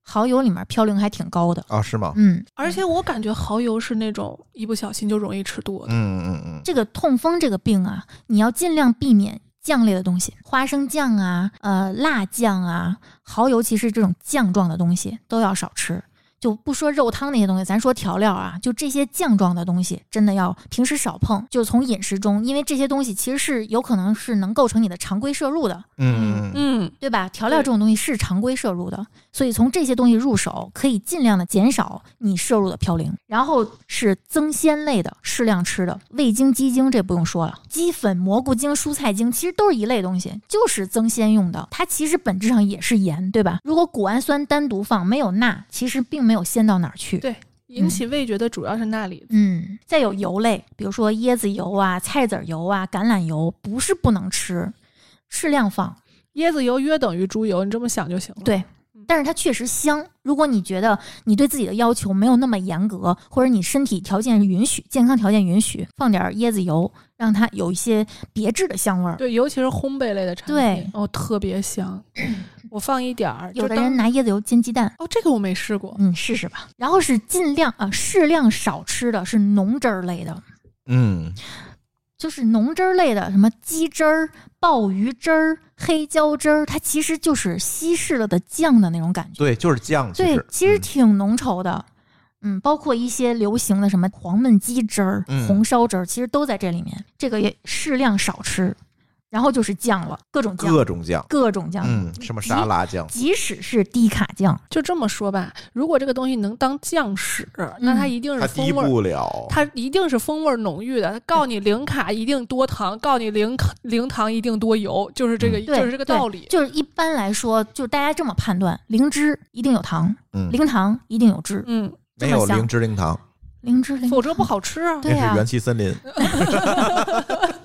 S2: 蚝油里面嘌呤还挺高的。
S3: 啊，是吗？
S2: 嗯，
S4: 而且我感觉蚝油是那种一不小心就容易吃多的。
S3: 嗯嗯嗯，
S2: 这个痛风这个病啊，你要尽量避免酱类的东西，花生酱啊、呃辣酱啊、蚝油，其实这种酱状的东西都要少吃。就不说肉汤那些东西，咱说调料啊，就这些酱状的东西，真的要平时少碰。就从饮食中，因为这些东西其实是有可能是能构成你的常规摄入的，
S3: 嗯嗯嗯，
S4: 嗯，
S2: 对吧？调料
S4: 对
S2: 这种东西是常规摄入的，所以从这些东西入手，可以尽量的减少你摄入的嘌呤。然后是增鲜类的，适量吃的，味精、鸡精这不用说了，鸡粉、蘑菇精、蔬菜精其实都是一类东西，就是增鲜用的。它其实本质上也是盐，对吧？如果谷氨酸单独放，没有钠，其实并没有鲜到哪儿去。
S4: 对引起味觉的主要是钠离子。
S2: 嗯，再有油类，比如说椰子油啊、菜籽油啊、橄榄油，不是不能吃，适量放。
S4: 椰子油约等于猪油，你这么想就行了。
S2: 对但是它确实香。如果你觉得你对自己的要求没有那么严格，或者你身体条件允许、健康条件允许，放点儿椰子油，让它有一些别致的香味儿。
S4: 对，尤其是烘焙类的产
S2: 对嗯
S4: 品，哦，特别香。我放一点儿，
S2: 有
S4: 就
S2: 的
S4: 当
S2: 人拿椰子油煎鸡蛋，
S4: 哦，这个我没试过。
S2: 嗯，试试吧。然后是尽量啊、适量少吃的是浓汁儿类的，
S3: 嗯，
S2: 就是浓汁儿类的，什么鸡汁儿、鲍鱼汁儿、黑椒汁儿，它其实就是稀释了的酱的那种感觉。
S3: 对，就是酱，
S2: 对，其实
S3: 嗯
S2: 挺浓稠的。嗯，包括一些流行的什么黄焖鸡汁儿、
S3: 嗯
S2: 红烧汁儿，其实都在这里面。这个也适量少吃，然后就是酱了，各种酱，各
S3: 各种酱，
S2: 种酱，
S3: 嗯，什么沙拉酱，
S2: 即使是低卡酱，
S4: 就这么说吧，如果这个东西能当酱使，那
S2: 嗯
S4: 它一定
S3: 它
S4: 是风
S3: 低
S4: 味儿
S3: 不了，
S4: 它一定是风味儿浓郁的。它告你零卡一定多糖，告你零卡零糖一定多油，就是这个，
S3: 嗯
S2: 对
S4: 就是这个
S2: 对
S4: 道理。
S2: 就是一般来说，就是大家这么判断：灵芝一定有糖，
S3: 嗯，
S2: 零糖一定有脂，
S4: 嗯，
S3: 没有
S2: 这么香
S3: 零芝零糖，
S2: 灵芝灵
S4: 否则不好吃啊。
S2: 对
S3: 那
S2: 呀
S3: 是元气森林，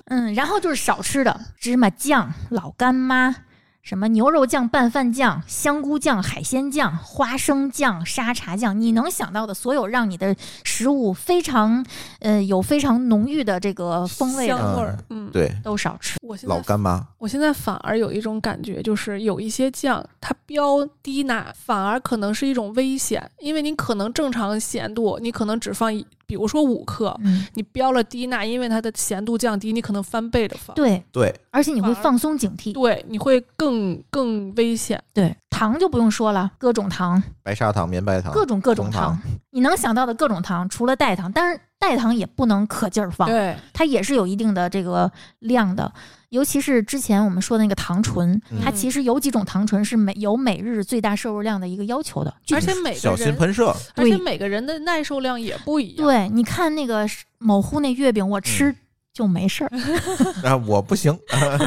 S2: 嗯，然后就是少吃的芝麻酱、老干妈，什么牛肉酱、拌饭酱、香菇酱、海鲜酱、花生酱、沙茶酱，你能想到的所有让你的食物非常呃有非常浓郁的这个风味的
S4: 香味儿
S3: 嗯，
S4: 嗯，
S3: 对，
S2: 都少吃。
S4: 我现
S3: 老
S4: 在
S3: 干妈，
S4: 我现在反而有一种感觉，就是有一些酱它标低钠，反而可能是一种危险，因为你可能正常咸度，你可能只放一，比如说五克，
S2: 嗯，
S4: 你标了低钠，因为它的咸度降低，你可能翻倍的放。
S2: 对，
S3: 对，
S2: 而且你会
S4: 反而
S2: 放松警惕。
S4: 对，你会更更危险。
S2: 对，糖就不用说了，各种糖，
S3: 白砂糖、绵白糖，
S2: 各种各种
S3: 红
S2: 糖，
S3: 糖
S2: 你能想到的各种糖，除了代糖，但是代糖也不能可劲儿放，
S4: 对，
S2: 它也是有一定的这个量的。尤其是之前我们说的那个糖醇，
S3: 嗯
S2: 它其实有几种糖醇是每有每日最大摄入量的一个要求的。
S4: 而且每个
S3: 小心
S4: 人，
S3: 喷射。
S4: 而且
S2: 对
S4: 每个人的耐受量也不一样。
S2: 对，你看那个是某乎那月饼，我吃就没事儿，
S3: 啊，我不行，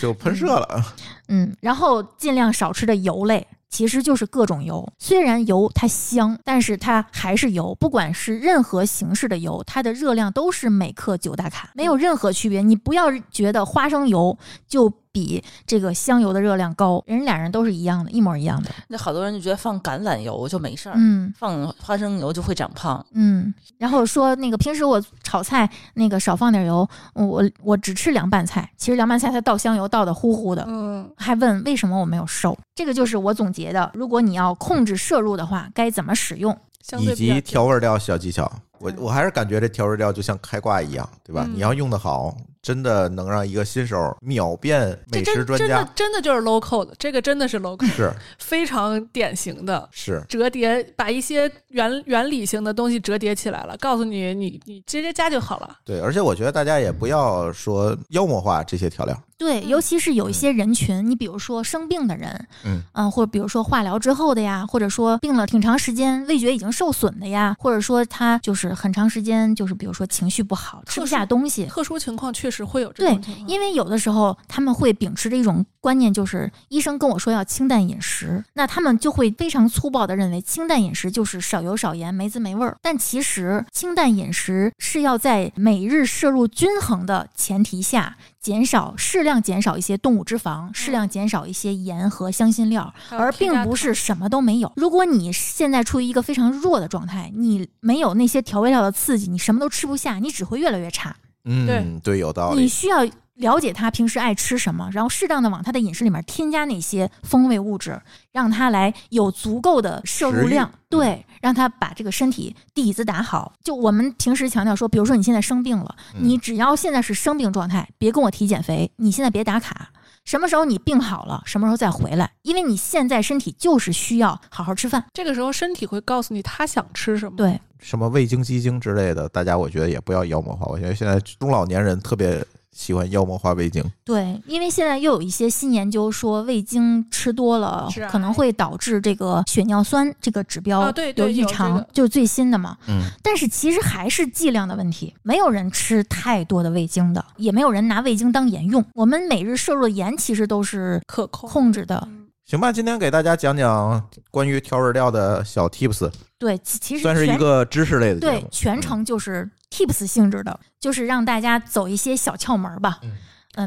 S3: 就喷射了。
S2: 嗯，然后尽量少吃的油类。其实就是各种油，虽然油它香，但是它还是油。不管是任何形式的油，它的热量都是每克九大卡，没有任何区别。你不要觉得花生油就比这个香油的热量高，人俩人都是一样的，一模一样的。
S5: 那好多人就觉得放橄榄油就没事儿，
S2: 嗯，
S5: 放花生油就会长胖。
S2: 嗯，然后说那个平时我炒菜那个少放点油，我我只吃凉拌菜，其实凉拌菜它倒香油倒的呼呼的，
S4: 嗯，
S2: 还问为什么我没有瘦，这个就是我总结的。如果你要控制摄入的话，该怎么使用？
S4: 嗯相
S3: 以
S4: 对比较
S3: 及调味料小技巧，我我还是感觉这调味料就像开挂一样，对吧？
S4: 嗯
S3: 你要用的好，真的能让一个新手秒变
S4: 这
S3: 美食
S4: 真
S3: 专
S4: 真的
S3: 家。
S4: 真的就是 local 的，这个真的是 local，
S3: 是
S4: 非常典型的。
S3: 是，
S4: 折叠，把一些原原理性的东西折叠起来了，告诉你，你你直接加就好了。
S3: 对，而且我觉得大家也不要说妖魔化这些调料。
S2: 对，尤其是有一些人群，你比如说生病的人，
S3: 嗯
S2: 呃或者比如说化疗之后的呀，或者说病了挺长时间，味觉已经受损的呀，或者说他就是很长时间就是比如说情绪不好，吃不
S4: 特殊
S2: 下东西，
S4: 特殊情况确实会有这
S2: 对
S4: 种情况，
S2: 因为有的时候他们会秉持着一种观念，就是医生跟我说要清淡饮食，那他们就会非常粗暴的认为清淡饮食就是少油少盐没滋没味儿。但其实清淡饮食是要在每日摄入均衡的前提下，减少适量减少一些动物脂肪，适量减少一些盐和香辛料，
S4: 嗯还有
S2: 而
S4: 添
S2: 并
S4: 加
S2: 不
S4: 糖
S2: 是什么都没有。如果你现在处于一个非常弱的状态，你没有那些调味料的刺激，你什么都吃不下，你只会越来越差。
S3: 嗯，对，有道
S2: 你
S3: 理。
S2: 需要了解他平时爱吃什么，然后适当的往他的饮食里面添加那些风味物质，让他来有足够的摄入量
S3: 食欲，嗯
S2: 对，让他把这个身体底子打好。就我们平时强调说，比如说你现在生病了，
S3: 嗯
S2: 你只要现在是生病状态，别跟我提减肥，你现在别打卡。什么时候你病好了，什么时候再回来，因为你现在身体就是需要好好吃饭。
S4: 这个时候身体会告诉你他想吃什么。
S2: 对，
S3: 什么味精、鸡精之类的，大家我觉得也不要妖魔化。我觉得现在中老年人特别喜欢妖魔化味精。
S2: 对，因为现在又有一些新研究说，味精吃多了
S4: 致癌
S2: 可能会导致这个血尿酸这个指标
S4: 哎啊对对
S2: 有异
S4: 有这
S2: 常，
S4: 个
S2: 就是最新的嘛。
S3: 嗯，
S2: 但是其实还是剂量的问题，没有人吃太多的味精的，也没有人拿味精当盐用。我们每日摄入的盐其实都是
S4: 可控
S2: 控制的，
S4: 嗯
S3: 行吧，今天给大家讲讲关于调味料的小 tips，
S2: 对，其其实
S3: 算是一
S2: 全
S3: 个嗯知识类的节
S2: 对
S3: 目。
S2: 全程就是 tips 性质的，就是让大家走一些小窍门儿吧。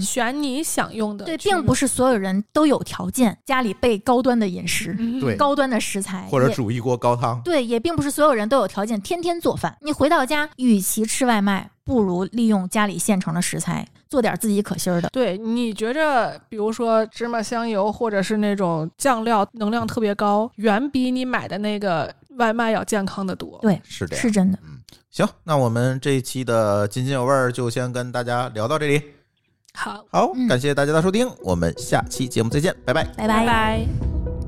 S4: 选你想用的去
S2: 对，
S4: 用，
S2: 并不是所有人都有条件家里备高端的饮食、
S4: 嗯
S3: 对
S2: 高端的食材，
S3: 或者
S2: 也
S3: 煮一锅高汤。
S2: 对，也并不是所有人都有条件天天做饭。你回到家，与其吃外卖，不如利用家里现成的食材，做点自己可心儿的。
S4: 对，你觉着，比如说芝麻香油，或者是那种酱料，能量特别高，远比你买的那个外卖要健康的多。
S2: 对，
S3: 是这样
S2: 是真的。
S3: 行，那我们这一期的津津有味儿就先跟大家聊到这里。
S4: 好，
S3: 好，
S2: 嗯
S3: 感谢大家的收听，我们下期节目再见，拜拜。
S2: 拜拜。
S4: 拜。